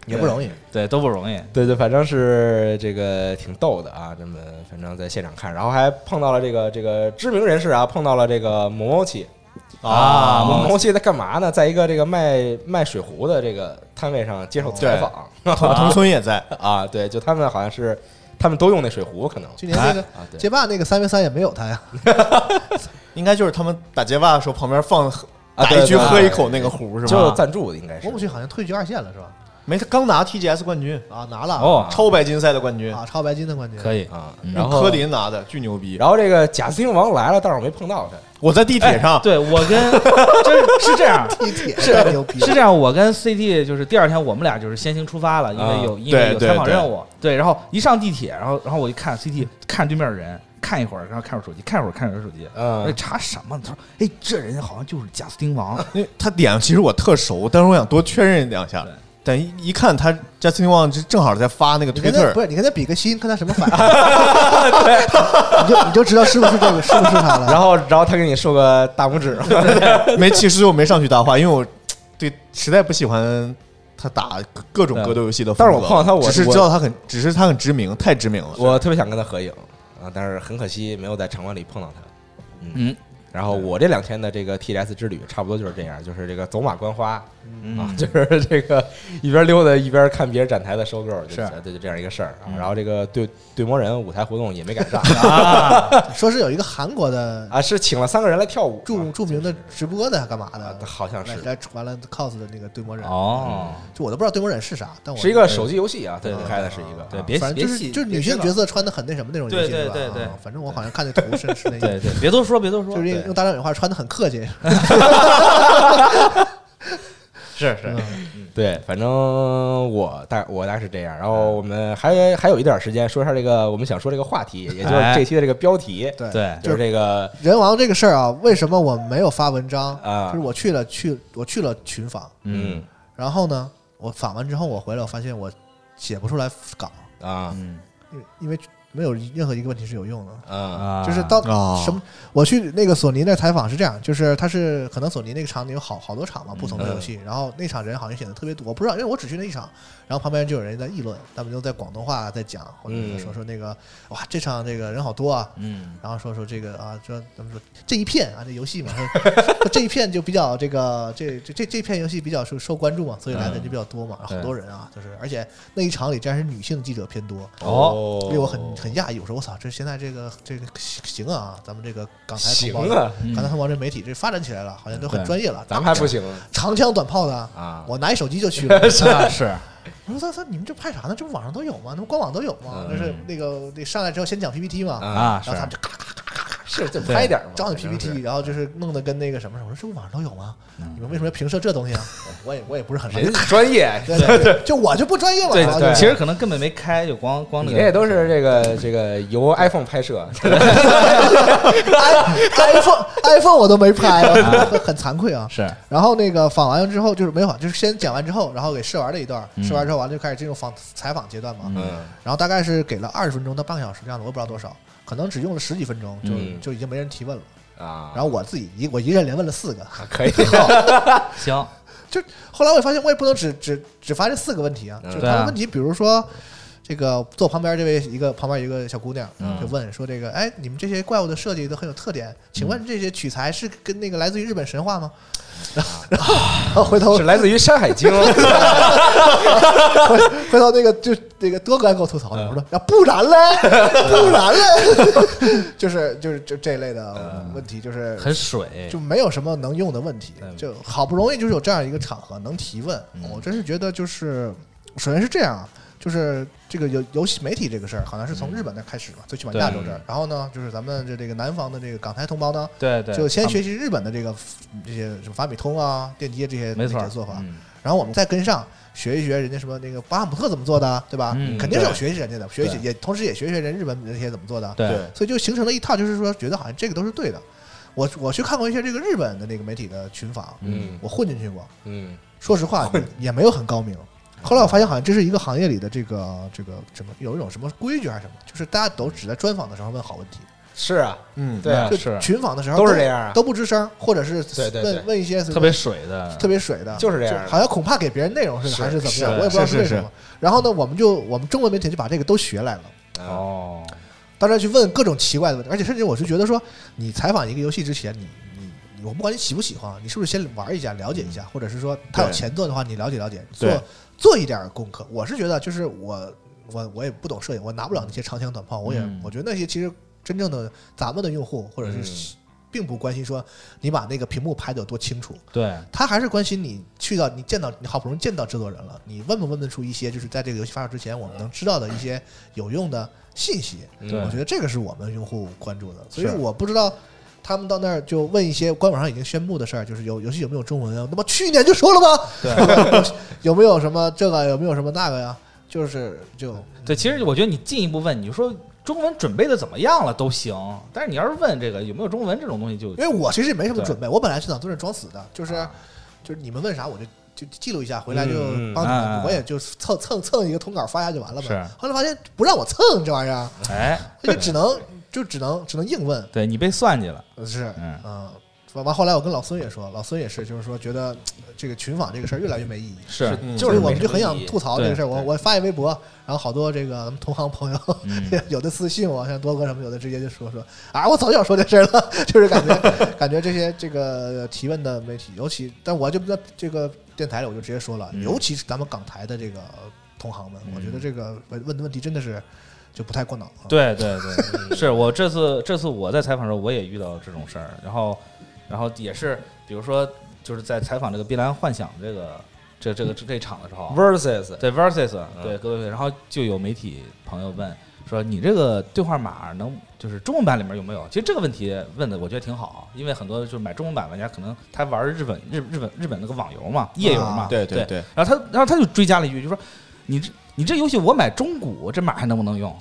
J: 也不容易。
I: 对，都不容易。
H: 对对，反正是这个挺逗的啊。那么反正在现场看，然后还碰到了这个这个知名人士啊，碰到了这个某某企
I: 啊
H: 某某企在干嘛呢？在一个这个卖卖水壶的这个摊位上接受采访
E: 童童村也在，
H: 啊。对，就他们好像是他们都用那水壶，可能
J: 去年那个
H: 啊，对
J: 街霸那个三 v 三也没有他呀，
E: 应该就是他们打街霸的时候旁边放
H: 啊
E: 打
H: 对
E: 一局
H: 对
E: 喝一口那个壶是
H: 就
E: 吧？
H: 赞助的应该是
J: 国。母区好像退居二线了是吧？
E: 没，他刚拿 TGS 冠军，
J: 啊，拿了
I: 哦，
E: 超白金赛的冠军，
J: 啊，超白金的冠军
I: 可以，
H: 啊，
I: 嗯
H: 然后
E: 科林拿的，巨牛逼。
H: 然后这个贾斯汀王来了，但是我没碰到他。
E: 我在地铁上，
I: 哎对我跟这是这样。
J: 地铁太牛逼
I: 是这样，我跟 CT 就是第二天我们俩就是先行出发了，因
H: 啊
I: 为有因为有
E: 对
I: 采访
E: 对
I: 任务，对，然后一上地铁，然后然后我就看 CT 看对面人，看一会儿，然后看会儿手机，看一会儿看一会儿手机，我
H: 嗯
I: 说，查什么？他说，哎，这人好像就是贾斯汀王，
E: 那他点其实我特熟，但是我想多确认两下
I: 对。
E: 但一一看他 Justin Wang 就正好在发那个
J: 你跟
E: 推
J: 他
E: 特
J: 不，是你跟他比个心，看他什么反应，你就你就知道是不是这个，是不是他了。
H: 然后然后他给你竖个大拇指，
E: 没其实我没上去搭话，因为我对实在不喜欢他打各种格斗游戏的风格。
H: 但是我碰到他我
E: 只是
H: 我
E: 知道他很，只是他很知名，太知名了。
H: 我特别想跟他合影啊，但是很可惜没有在场馆里碰到他。嗯，
I: 嗯
H: 然后我这两天的这个 TS 之旅差不多就是这样，就是这个走马观花、啊，
I: 嗯，
H: 就是这个一边溜达一边看别人展台的收购，就是对，就这样一个事儿、啊。然后这个对对魔人舞台活动也没赶上
J: 说是有一个韩国的
H: 啊，是请了三个人来跳舞，
J: 著著名的直播的干嘛
H: 啊
J: 的，
H: 好像
J: 来
H: 是
J: 来完了 cos 的那个对魔人，
I: 哦，
J: 就我都不知道对魔人是啥，但我
H: 是一个手机游戏啊，他
I: 对
H: 开的是一个
I: 对，
H: 啊
I: 别
J: 反正
I: 别
J: 就是
I: 细，
J: 就是
I: 别
J: 女性
I: 细
J: 角
I: 了，
J: 色穿的很那什么那种游戏，
I: 对
J: 是吧
I: 对对对
J: 啊反正我好像看那图是 是那
I: 对
J: 个，
I: 对，别多说，别多说，
J: 就是用用大量原话穿的很客气，
I: 是是，
H: 对，反正我大我大是这样。然后我们还还有一点时间说一下这个我们想说这个话题，也就是这期的这个标题，
J: 对
I: 对
H: 就是这个
J: 人王这个事儿啊，为什么我没有发文章
H: 啊
J: 就是我去了去我去了群访，
H: 嗯
J: 然后呢，我访完之后我回来，我发现我写不出来稿，
H: 啊
I: 嗯
J: 因为因为没有任何一个问题是有用的。
H: 啊，
I: 啊
J: 就是到
E: 啊
J: 什么，我去那个索尼那采访是这样，就是他是可能索尼那个厂里有好好多场嘛，不同的游戏，然后那场人好像显得特别多，我不知道，因为我只去那一场，然后旁边就有人在议论，他们就在广东话在讲，或者
H: 嗯
J: 说说那个哇这场这个人好多啊，
I: 嗯
J: 然后说说这个啊，说咱们说这一片啊，这游戏嘛，说这一片就比较这个这这这这片游戏比较受受关注嘛，所以来的人就比较多嘛，然后
I: 对
J: 好多人啊，就是而且那一场里竟然是女性记者偏多，
H: 哦
J: 令我很很讶异，我说我操，这现在这个这个行啊，咱们这个港台同
H: 行
J: 胞，
H: 啊，
J: 港台同胞这媒体这发展起来了，好像都很
I: 对
J: 专业了，
H: 嗯咱们还不
J: 大
H: 行
J: 长枪短炮的。
H: 啊，
J: 我拿一手机就 去了，
I: 啊是
J: 我说：“操，你们这拍啥呢？这不网上都有吗？那不官网都有吗？就是
H: 嗯
J: 那个那上来之后先讲 PPT 嘛，
I: 啊
J: 然后他们
I: 是
J: 就
H: 是就拍点儿嘛，
J: 找你
H: 反正是啊嗯
J: PPT，然后就是弄得跟那个什么什么，我说这不网上都有吗？你们为什么要评测这东西啊？我也我也不是很了解
H: 人专业，
J: 对对对，就我就不专业嘛，
H: 对
J: 然后
H: 对
J: 就
I: 其实可能根本没开，就光光
H: 你
I: 那
H: 这也
I: 个
H: 都是这个这个由 iPhone 拍摄，
J: iPhone iPhone 我都没拍，我很惭愧啊。
I: 是
J: 然后那个访完了之后，就是没访，就是先讲完之后，然后给试玩了一段，试完之后完了就开始进入访采访阶段嘛。
H: 嗯，
J: 然后大概是给了二十分钟到半个小时这样的，我也不知道多少，可能只用了十几分钟，就
H: 嗯
J: 就已经没人提问了。
H: 啊，
J: 然后我自己一我一个人连问了四个，
H: 可以，
I: 行
J: 就后来我也发现，我也不能只只只发这四个问题啊，就是
I: 对
J: 他
I: 啊
J: 的问题，比如说。这个坐旁边这位一个旁边一个小姑娘就问说：“这个哎，你们这些怪物的设计都很有特点，请问这些取材是跟那个来自于日本神话吗？”然后然后 回 头
H: 是来自于《山海经》
J: 回回头那个就那个多哥给我吐槽了，我说：“啊，不然嘞， 不然嘞， 就是就是就这类的问题，就是
I: 很水
J: 就没有什么能用的问题，就好不容易就是有这样一个场合能提问，
I: 嗯
J: 我真是觉得就是，首先是这样，就是这个游游戏媒体这个事儿，好像是从日本那开始嘛，最起码亚洲这儿，然后呢，就是咱们这这个南方的这个港台同胞呢，
I: 对对，
J: 就先
I: 他们
J: 学习日本的这个这些什么法米通啊、电机这些
I: 没错
J: 媒体的做法，
I: 嗯
J: 然后我们再跟上。学一学人家什么那个巴哈姆特怎么做的，对吧？
I: 嗯
J: 肯定是有
I: 对
J: 学习人家的，学习
I: 对
J: 也同时也学一学人日本那些怎么做的。
I: 对
J: 所以就形成了一套，就是说觉得好像这个都是对的。我我去看过一些这个日本的那个媒体的群访，
H: 嗯
J: 我混进去过，
H: 嗯
J: 说实话也没有很高明。后来我发现，好像这是一个行业里的这个这个什么，有一种什么规矩还是什么，就是大家都只在专访的时候问好问题，
H: 是啊，
E: 嗯，
H: 对啊
J: 就是群访的时候
H: 都是这样啊
J: 都不吱声，或者是
H: 对对对
J: 问问一些
I: 特别水的，
J: 特别水的，
H: 就是这样的
J: 好像恐怕给别人内容似的，
H: 是
J: 还是怎么样，
E: 是
J: 我也不知道
E: 是
J: 为
E: 是
J: 什么。然后呢，我们就我们中文媒体就把这个都学来了。
H: 啊
I: 哦，
J: 到这儿去问各种奇怪的问题，而且甚至我是觉得说，你采访一个游戏之前，你你你我不管你喜不喜欢，你是不是先玩一下，了解一下，或者是说它有前段的话，你了解了解，做
E: 对
J: 做一点功课。我是觉得，就是我我我也不懂摄影，我拿不了那些长枪短炮，我也、
I: 嗯
J: 我觉得那些其实真正的咱们的用户或者是。并不关心说你把那个屏幕拍的有多清楚，
I: 对
J: 他还是关心你去到你见到你好不容易见到制作人了，你问不问得出一些就是在这个游戏发售之前我们能知道的一些有用的信息。
I: 对
J: 我觉得这个是我们用户关注的，所以
I: 是
J: 我不知道他们到那儿就问一些官网上已经宣布的事儿，就是有游戏有没有中文啊？那么去年就说了吗？对， 有没有什么这个？有没有什么那个呀？就是就
I: 对，其实我觉得你进一步问，你说中文准备的怎么样了都行，但是你要是问这个有没有中文这种东西就
J: 因为我其实也没什么
I: 对啊
J: 准备，我本来是想坐这装死的，就是、就是你们问啥我就就记录一下，回来就
H: 嗯
J: 帮你们，
I: 啊
J: 我也就蹭蹭蹭一个通稿发下就完了嘛。
I: 是
J: 后来发现不让我蹭这玩意儿，
I: 哎，
J: 就只 能就只能只能硬问，
I: 对你被算计了，
J: 是
I: 嗯
J: 嗯。完完，后来我跟老孙也说，老孙也是，就是说觉得呃这个群访这个事儿越来越没意义，
I: 是
J: 所以我们就很想
H: 嗯没什么意义
J: 吐槽这个事儿。
I: 对
J: 我我发一微博，然后好多这个咱们同行朋友，
I: 嗯
J: 有的私信我，像多哥什么，有的直接就说说啊，我早就想说这事儿了， 就是感觉感觉这些这个提问的媒体，尤其但我就在这个电台里我就直接说了，尤其是咱们港台的这个同行们，我觉得这个问问的问题真的是就不太过脑啊。
I: 对对对，是我这次这次我在采访的时候我也遇到这种事儿，然后然后也是比如说就是在采访这个《碧蓝幻想》这个这这个这这场的时候，啊
H: versus
I: 对 versus 对格斗队，然后就有媒体朋友问说你这个兑换码能就是中文版里面有没有？其实这个问题问的我觉得挺好，因为很多就是买中文版玩家可能他玩日本日日本日本那个网游嘛，页游嘛，
J: 啊
E: 对
I: 对
E: 对对，
I: 然后他然后他就追加了一句，就说你这你这游戏我买中古，这码还能不能用？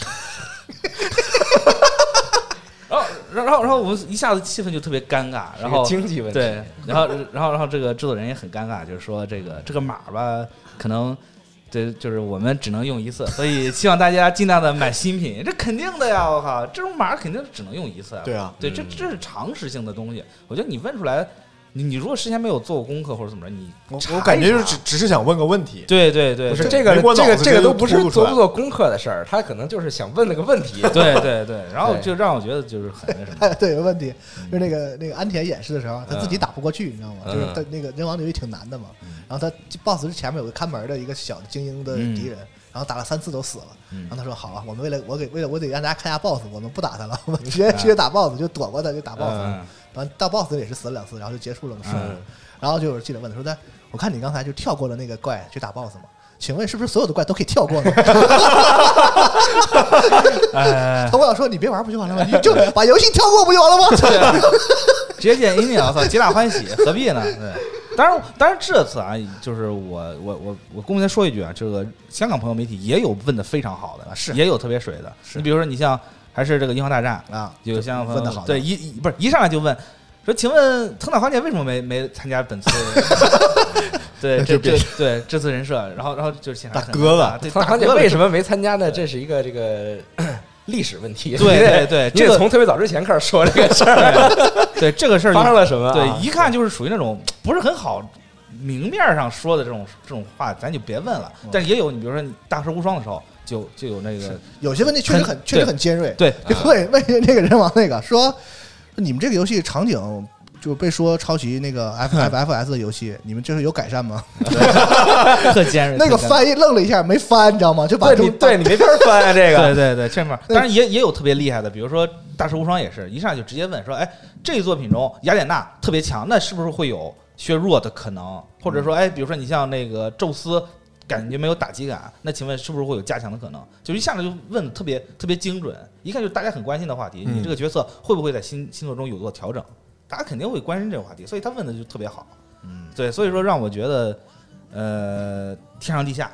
I: 然后然后然后我们一下子气氛就特别尴尬，然后
H: 是 个经济问题，
I: 对，然后然后然后这个制作人也很尴尬，就是说这个这个码吧，可能。这就是我们只能用一次，所以希望大家尽量的买新品，这肯定的呀！我靠，这种码肯定只能用一次。
E: 对啊，
I: 对，这这是常识性的东西。我觉得你问出来，你你如果事先没有做过功课或者怎么着，你
E: 我
I: 查
E: 我感觉
I: 一
E: 就是
I: 查
E: 只只是想问个问题，
I: 对对对，
H: 不是
I: 对
H: 这个
E: 没过脑
H: 这个
E: 子
H: 这个
E: 就
H: 都不是
E: 吐出
H: 做
E: 来
H: 不做功课的事儿，他可能就是想问了个问题。
I: 对对对，然后
H: 对
I: 就让我觉得就是很那什么。嗯
J: 哎， 对，有问题，就是那个那个安田演示的时候，他自己打不过去，你知道吗？
H: 嗯
J: 就是他那个人王刘也挺难的嘛。
I: 嗯
J: 然后他 boss 是前面有个看门的一个小的精英的
I: 嗯
J: 敌人，然后打了三次都死了。然后他说：“好啊，我们为了我给为了我得让大家看一下 boss，我们不打他了，我们直接直接打 boss 就躲过他，就打 boss
I: 嗯。
J: 完哦到 boss 那里也是死了两次，然后就结束了嘛。是
I: 嗯
J: 然后就有记者问他说：‘他我看你刚才就跳过了那个怪去打 boss 嘛？’请问是不是所有的怪都可以跳过呢？
I: 哎，
J: 他我想说你别玩不就完了吗？你就把游戏跳过不就完了吗？
I: 对啊，直接见阴影，我操，皆大欢喜，何必呢？对，当然，当然这次啊，就是我我我我公开说一句啊，这个香港朋友媒体也有问的非常好的，是也有特别水的，你比如说你像还是这个《樱花大战》
J: 啊，
I: 有香港朋友
J: 问的好的
I: 对一一不是一上来就问。说，请问藤岛环节为什么没没参加本次？对，这这对这次人设，然后然后就是现场
E: 大哥了
I: 啊对，
H: 他
I: 大
H: 好姐
I: 哥了
H: 为什么没参加呢？这是一个这 个历史问 题。
I: 对
H: 你得
I: 对对
H: 你
I: 这
H: 得
I: 个
H: 从特别早之前开始说这个事儿，
I: 啊对 这个事儿就
H: 发生了什么啊？
I: 对，一看就是属于那种不是很好明面上说的这种这种话，咱就别问了。但是也有，你比如说你大师无双的时候，就就有那个
J: 有些问题确实很
I: 很
J: 确实很尖锐。
I: 对
J: 就问问那个人王那个说，你们这个游戏场景就被说抄袭那个 F F F S 的游戏，你们这是有改 善吗？
I: 特尖 锐，
J: 那个
I: 特尖锐。
J: 翻译愣了一下，没翻，你知道吗？就把
H: 对你
J: 把
H: 对你没法翻啊，这
I: 对
H: 个
I: 对对，这面
J: 那
I: 当然也也有特别厉害的，比如说《大师无双》也是一上来就直接问说，哎，这一作品中雅典娜特别强，那是不是会有削弱的可能？或者说，哎，比如说你像那个宙斯，感觉没有打击感，那请问是不是会有加强的可能？就一上来就问得特别特别精准，一看就是大家很关心的话题。
E: 嗯
I: 你这个角色会不会在新新作中有所调整？大家肯定会关心这个话题，所以他问的就特别好。嗯，对，所以说让我觉得，呃，天上地下，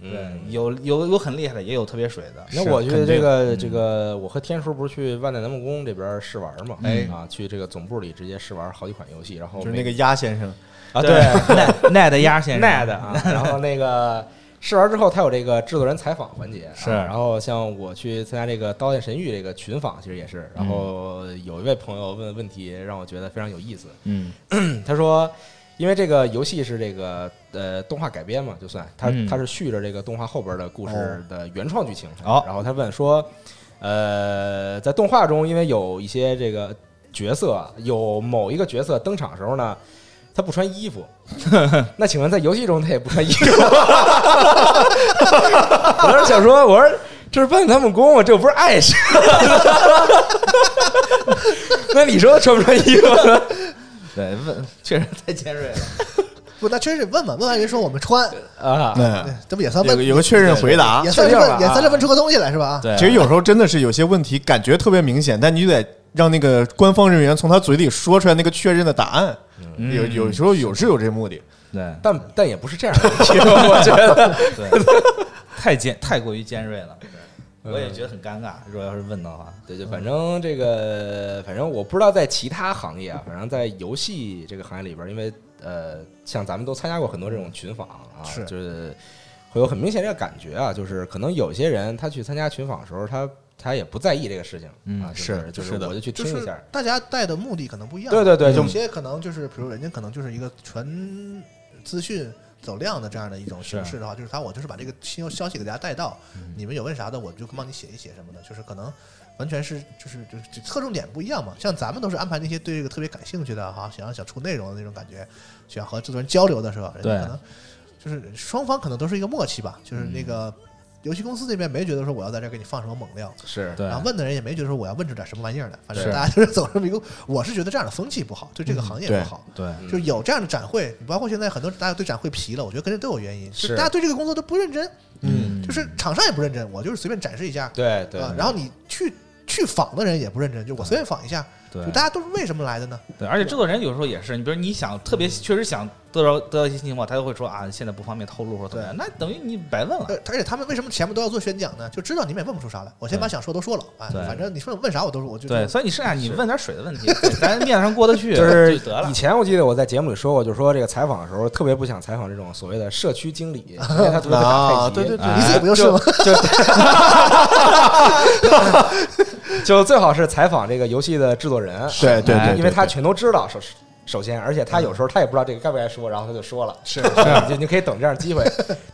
I: 对，有有有很厉害的，也有特别水的。
H: 那我觉得这个
I: 嗯
H: 这个，我和天叔不是去万代南梦宫这边试玩嘛？哎
I: 嗯
H: 啊，去这个总部里直接试玩好几款游戏，然后
E: 就是
H: 每
E: 那个鸭先生，
H: 啊，
I: 对，奈奈的鸭 先生，
H: 耐的啊，然后那个试玩之后，它有这个制作人采访环节啊，
I: 是
H: 然后像我去参加这个《刀剑神域》这个群访，其实也
I: 嗯
H: 是，然后有一位朋友问问题，让我觉得非常有意思。
I: 嗯，
H: 他说，因为这个游戏是这个呃动画改编嘛，就算它
I: 嗯
H: 它是续着这个动画后边的故事的原创剧情。
I: 哦
H: 然后他问说，呃，在动画中，因为有一些这个角色，有某一个角色登场时候呢。他不穿衣服，那请问在游戏中他也不穿衣服？ 我当时想说，我说这是问他们公，我这又不是碍事。 那你说他穿不穿衣服呢？
I: 对，问确实太尖锐了。
J: 不，那确实问问问完人说我们穿，
H: 啊，
J: 对，这不也算
E: 有个
J: 问，
E: 有个确认回答
J: 也。算是
H: 确认了
J: 问，
H: 啊
J: 也算是问出个东西来是吧？
I: 对
E: 其实有时候真的是有些问题感觉特别明显，但你就得让那个官方人员从他嘴里说出来那个确认的答案。
H: 嗯
E: 有有时候有是有这目的，
I: 对
H: 但但也不是这样的问题，我觉得。
I: 对， 太尖太过于尖锐了。对我也觉得很尴尬，如果要是问的话，
H: 对，就反正这个，反正我不知道在其他行业啊，反正在游戏这个行业里边儿，因为呃，像咱们都参加过很多这种群访啊，
J: 是
H: 就是会有很明显这个感觉啊，就是可能有些人他去参加群访的时候，他他也不在意这个事情啊，就是
E: 是
H: 就是
E: 是的
H: 我就去
J: 就
H: 听一
J: 是
H: 下，
J: 大家带的目的可能不一样。
H: 对对对，就
J: 有些可能就是，比如人家可能就是一个纯资讯走量的这样的一种形式的话，就是他我就是把这个新消息给大家带到，
H: 嗯
J: 你们有问啥的我就帮你写一写什么的，就是可能完全是就是就是就侧重点不一样嘛。像咱们都是安排那些对这个特别感兴趣的哈，想要想出内容的那种感觉，想和制作人交流的时候，人
I: 对
J: 家可能就是双方可能都是一个默契吧，就是
H: 嗯
J: 那个。游戏公司这边没觉得说我要在这儿给你放什么猛料，
H: 是
I: 对
J: 然后问的人也没觉得说我要问出点什么玩意儿来，反正
I: 是
J: 大家就是走这么一个，我是觉得这样的风气不好，对这个行业
E: 对
J: 不好。
I: 对
H: 嗯
J: 就有这样的展会，包括现在很多大家对展会疲了，我觉得跟这都有原因，
H: 是
J: 大家对这个工作都不认真，
I: 嗯
J: 就是厂商也不认真，我就是随便展示一下，啊
H: 对对
J: 啊，然后你去去访的人也不认真，就我随便访一下，
I: 对
J: 就大家都是为什么来的呢？
I: 对，而且制作人有时候也是，你比如你想特别确实想得到得到一些情报，他就会说啊，现在不方便透露或者怎么样，那等于你白问了。
J: 呃，而且他们为什么前面都要做宣讲呢？就知道你们也问不出啥来，我先把想说都说了啊，
I: 对
J: 反正你说问啥我都我就
I: 对，所以你剩下你问点水的问题，咱面子上过得 去
H: 就是
I: 得了
H: 以。前我记得我在节目里说过，就是说这个采访的时候特别不想采访这种所谓的社区经理，因为他独自打太
J: 啊，
H: 极，
J: 对对对，
I: 哎
J: 你自己不就是吗？
H: 就最好是采访这个游戏的制作人，
E: 对对对，
H: 哎因为他
E: 对嗯
H: 全都知道首首先，而且他有时候他也不知道这个该不该说，然后他就说了，
J: 是
H: 就你可以等这样的机 会。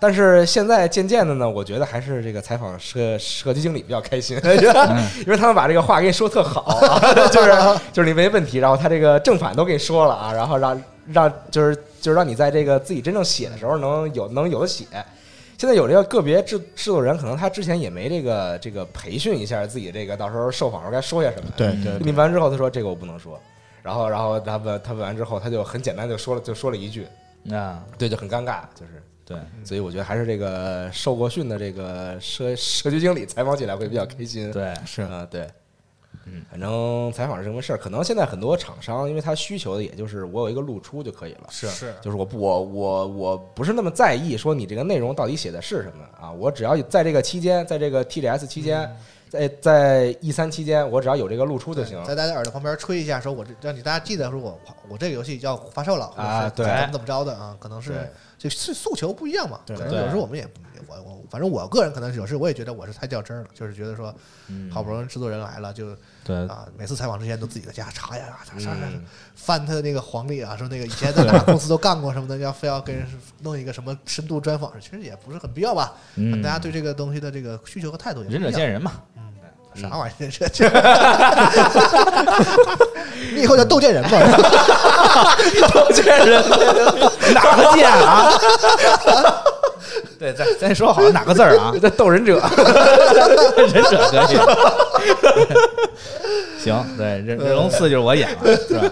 H: 但是现在渐渐的呢，我觉得还是这个采访社社区经理比较开 心，因为他们把这个话给你说特好啊，就是就是你没问题，然后他这个正反都给你说了啊，然后让让就是就是让你在这个自己真正写的时候能有能有的写。现在有这个个别制制作人，可能他之前也没这个这个培训一下自己这个到时候受访时候该说些什么。
E: 对对对
H: 问完之后，他说这个我不能说。然后，然后他问他问完之后，他就很简单就说了，就说了一句，
I: 啊，
H: 对，就很尴尬，就是
I: 对，
H: 所以我觉得还是这个受过训的这个社社区经理采访起来会比较开心。
I: 对，
H: 是啊，对，嗯，反正采访是这么回事儿。可能现在很多厂商，因为他需求的也就是我有一个露出就可以了，是
J: 是
H: 就是我不我我我不是那么在意说你这个内容到底写的是什么啊，我只要在这个期间，在这个 TGS 期间，在在 E 三期间，我只要有这个露出就行。
J: 在大家耳朵旁边吹一下，说我这让你大家记得，说我我这个游戏要发售了，或者是
H: 啊对
J: 怎么怎么着的啊，可能是
H: 对
J: 就是诉求不一样嘛，
E: 对
J: 可能
I: 对
J: 有时候我们也不我我反正我个人可能是有时候我也觉得我是太较真儿了，就是觉得说
H: 嗯
J: 好不容易制作人来了就
I: 对，
J: 啊，每次采访之前都自己在家查呀，查查查，
H: 嗯
J: 翻他的那个黄历啊，说那个以前在哪个公司都干过什么的，要非要跟人弄一个什么深度专访，其实也不是很必要吧。
I: 嗯
J: 大家对这个东西的这个需求和态度也不一
I: 仁
J: 样
I: 者见仁嘛。
J: 啥玩意儿？ 这这，你以后叫窦建仁吧。
I: 哪个剑啊？对，咱咱说好哪个字儿 啊？
H: 在斗忍者，
I: 忍者可以。 行，对，忍忍龙四就是我演了，是吧？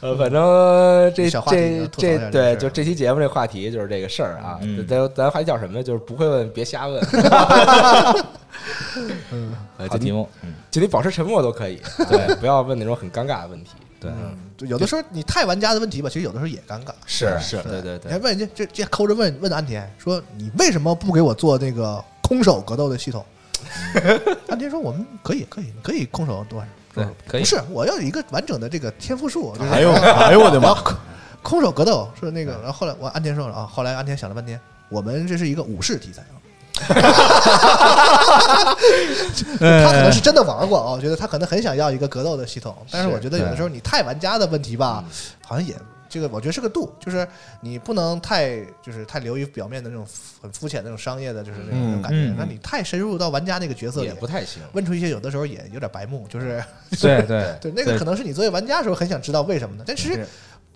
H: 呃，反正这
J: 小话题
H: 这
J: 就吐槽一
H: 这
J: 下这事
H: 对，
J: 儿
H: 就这期节目这话题就是这个事儿啊。
I: 嗯
H: 咱咱还叫什么呢？就是不会问别瞎 问。呃
I: 好
H: 就
I: 题
H: 你
I: 目，嗯，
H: 就你保持沉默都可以，对，不要问那种很尴尬的问题。
I: 对，
J: 就有的时候你太玩家的问题吧，其实有的时候也尴尬。
H: 是是，对对
J: 你
H: 对
J: 还，问人家这这抠着问问安田说你为什么不给我做那个空手格斗的系统？安田说我们可以可以可以空手多少？
I: 对，可以
J: 不。是，我要有一个完整的这个天赋树。就是
E: 哎呦哎呦我的妈！
J: 空手格斗是那个，然后后来我安田说了啊，后来安田想了半天，我们这是一个武士题材啊。他可能是真的玩过啊，我觉得他可能很想要一个格斗的系统，但是我觉得有的时候你太玩家的问题吧，好像也这个我觉得是个度，就是你不能太就是太流于表面的那种很肤浅的那种商业的，就是那种那种感觉
I: 嗯嗯。
J: 那你太深入到玩家那个角色里
H: 也，不太行。
J: 问出一些有的时候也有点白目，就是
I: 对对
J: 对，那个可能是你作为玩家的时候很想知道为什么的，但其实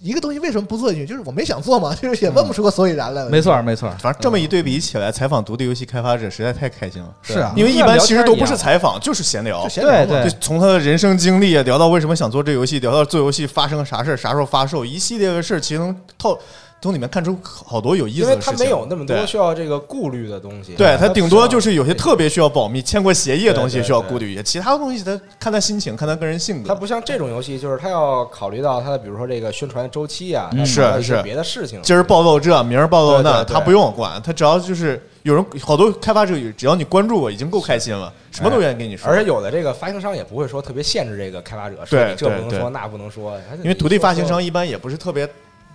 J: 一个东西为什么不做进去，就是我没想做嘛， 就是也问不出个所以然来。
I: 没错儿没错儿，
E: 反正这么一对比起来，采访独立游戏开发者实在太开心了。
I: 是啊
E: 因为一般其实都不是
I: 聊天
E: 采访，就是闲聊
J: 就。闲聊嘛
I: 对
E: 就从他的人生经历啊，聊到为什么想做这游戏，聊到做游戏发生啥事儿，啥时候发售，一系列的事儿，其实能透从里面看出好多有意
H: 因
E: 思
H: 为
E: 的事
H: 他
E: 情。
H: 没有那么多
E: 对
H: 需要这个顾虑的东西，
E: 对他顶多就是是有些特别需要保密、签过协议的东西
H: 对对
E: 需要顾虑一下，其他东西他看他心情，看他个人性格。
H: 它不像这种游戏，就是它要考虑到它的，比如说这个宣传周期啊，
I: 嗯
H: 它
E: 是
H: 考虑到一些
E: 是
H: 别的事情，
E: 今儿暴露这，明儿暴露那，
H: 对对对
E: 他不用管，他只要就是有人好多开发者，只要你关注我，已经够开心了，什么都愿意跟你说。
H: 而且有的这个发行商也不会说特别限制这个开发者，说
E: 对
H: 你这不
E: 对
H: 能
E: 对
H: 说那不能说，它就
E: 因为土地发行
H: 说
E: 商一般也不是特别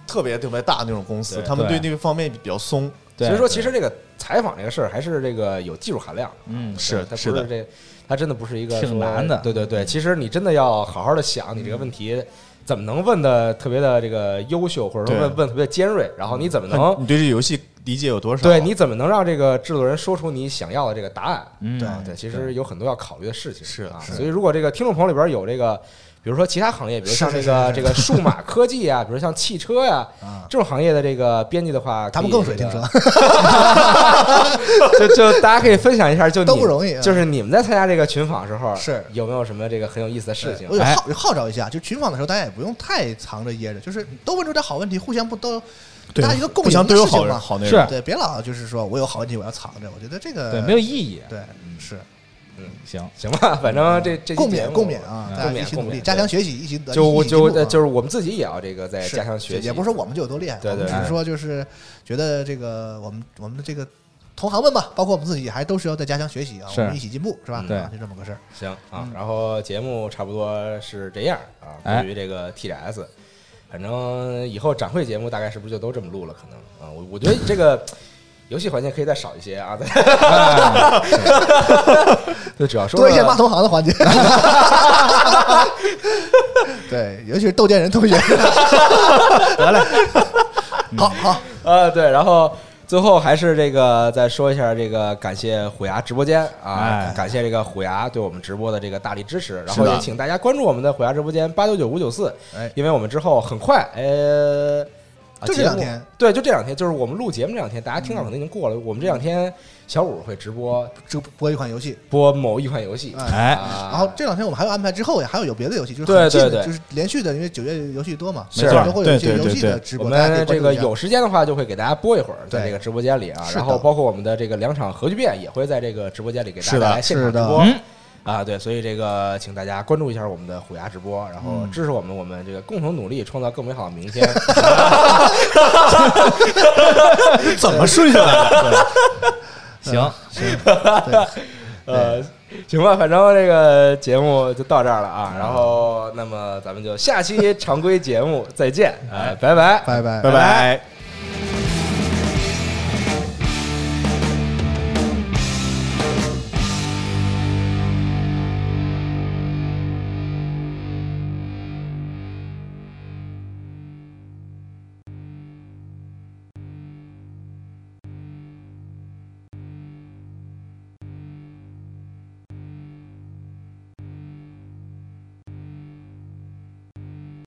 E: 特别特别大那种公司，
H: 对
E: 他们
I: 对
E: 对那个方面比较松。
I: 对
H: 所以说其实这个采访这个事儿还是这个有技术含量，啊
I: 嗯
E: 是
H: 它不
E: 是的
H: 这，它真的不是一个
I: 挺
H: 说
I: 难的
H: 对对对，其实你真的要好好的想你这个问题。怎么能问的特别的这个优秀，或者说
E: 对
H: 问问特别尖锐？然后你怎么能
E: 你对这游戏理解有多少？
H: 对，你怎么能让这个制作人说出你想要的这个答案？
I: 嗯
H: 啊对，其实有很多要考虑的事情。
E: 是
H: 啊，
E: 是
H: 所以如果这个听众朋友里边有这个，比如说其他行业，比如像这个这个数码科技啊，比如像汽车呀、
J: 啊
H: 这种行业的这个编辑的话，
J: 他们
H: 可以
J: 更水，
H: 这
J: 听
H: 个
J: 说
H: 就就大家可以分享一下，就你
J: 都不容易啊
H: 就是你们在参加这个群访的时候，
J: 是
H: 有没有什么这个很有意思的事情
J: 我？有
I: 哎
J: 号有号召一下，就群访的时候大家也不用太藏着掖着，就是都问出点好问题，互相不都
E: 对
J: 大家一个共
E: 互
J: 赢
E: 相
J: 的
E: 都有
J: 事
E: 好
J: 情
E: 人
J: 嘛？
E: 好内
I: 是
E: 容。
J: 对，别老就是说我有好问题我要藏着，我觉得这个
I: 对没有意义。
J: 对是
I: 行，
H: 行吧， 反正这这期
J: 嗯共
H: 节
J: 勉
H: 目嗯
J: 共勉啊，大
H: 共
J: 家一
H: 勉
J: 起
H: 共
J: 努
H: 勉
J: 力，加强学习，一起
H: 就我就
J: 呃
H: 就是我们自己也要这个在
J: 是
H: 加强学习，
J: 也不是说我们就有多厉害，
H: 对
J: 我们
H: 对哎
J: 只
H: 对
J: 是说就是觉得这个我们我们的这个同行们吧，包括我们自己，还都是要在加强学习啊，
I: 是
J: 我们一起进步，是吧？
I: 对
J: 啊就这么个事儿。
H: 行
J: 嗯
H: 啊，然后节目差不多是这样啊。
I: 哎
H: 关于这个 TGS，反正以后展会节目大概是不是就都这么录了？可能啊，我我觉得这个游戏环节可以再少一些啊。 对，主要说
J: 多一些骂同行的环节。 对，尤其是窦建仁同学。得嘞，好好，
H: 呃，对，然后最后还是这个再说一下这个感谢虎牙直播间啊，
I: 哎
H: 感谢这个虎牙对我们直播的这个大力支持，然
E: 是
H: 后
E: 的
H: 也请大家关注我们的虎牙直播间八九九五九四
J: 哎，
H: 因为我们之后很快呃。啊
J: 就这
H: 节目
J: 两天
H: 对，就这两天，就是我们录节目这两天，大家听到可能已经过了。我们这两天小五会直播
J: 直播一款游戏。
H: 播某一款游戏，
J: 哎
I: 哎，
H: 啊
J: 然后这两天我们还有安排，之后也还有有别的游戏，就是
H: 对
J: 很近
H: 对
J: 的，
H: 对
J: 就是连续的，因为九月游戏多嘛，
H: 没错
J: 都会有一些
E: 对对
J: 游戏的
E: 对对
J: 直
H: 我
J: 播。大家可以
H: 们
J: 关
H: 这
J: 注
H: 个
J: 一下
H: 有时间的话，就会给大家播一会儿，在
J: 对
H: 这个直播间里啊。
J: 是的
H: 然后包括我们的这个两场核聚变也会在这个直播间里给大家
E: 是的
H: 来现场
J: 是
H: 直
J: 的
H: 播
I: 嗯
H: 啊。对，所以这个请大家关注一下我们的虎牙直播，然
J: 嗯
H: 后支持我们，我们这个共同努力，创造更美好的明 天。
E: 怎么顺下来的？
I: 行，
H: 呃，行吧，反正这个节目就到这儿了啊。然 后，那么咱们就下期常规节目再见，哎，拜拜。
J: 拜拜。
E: 拜拜。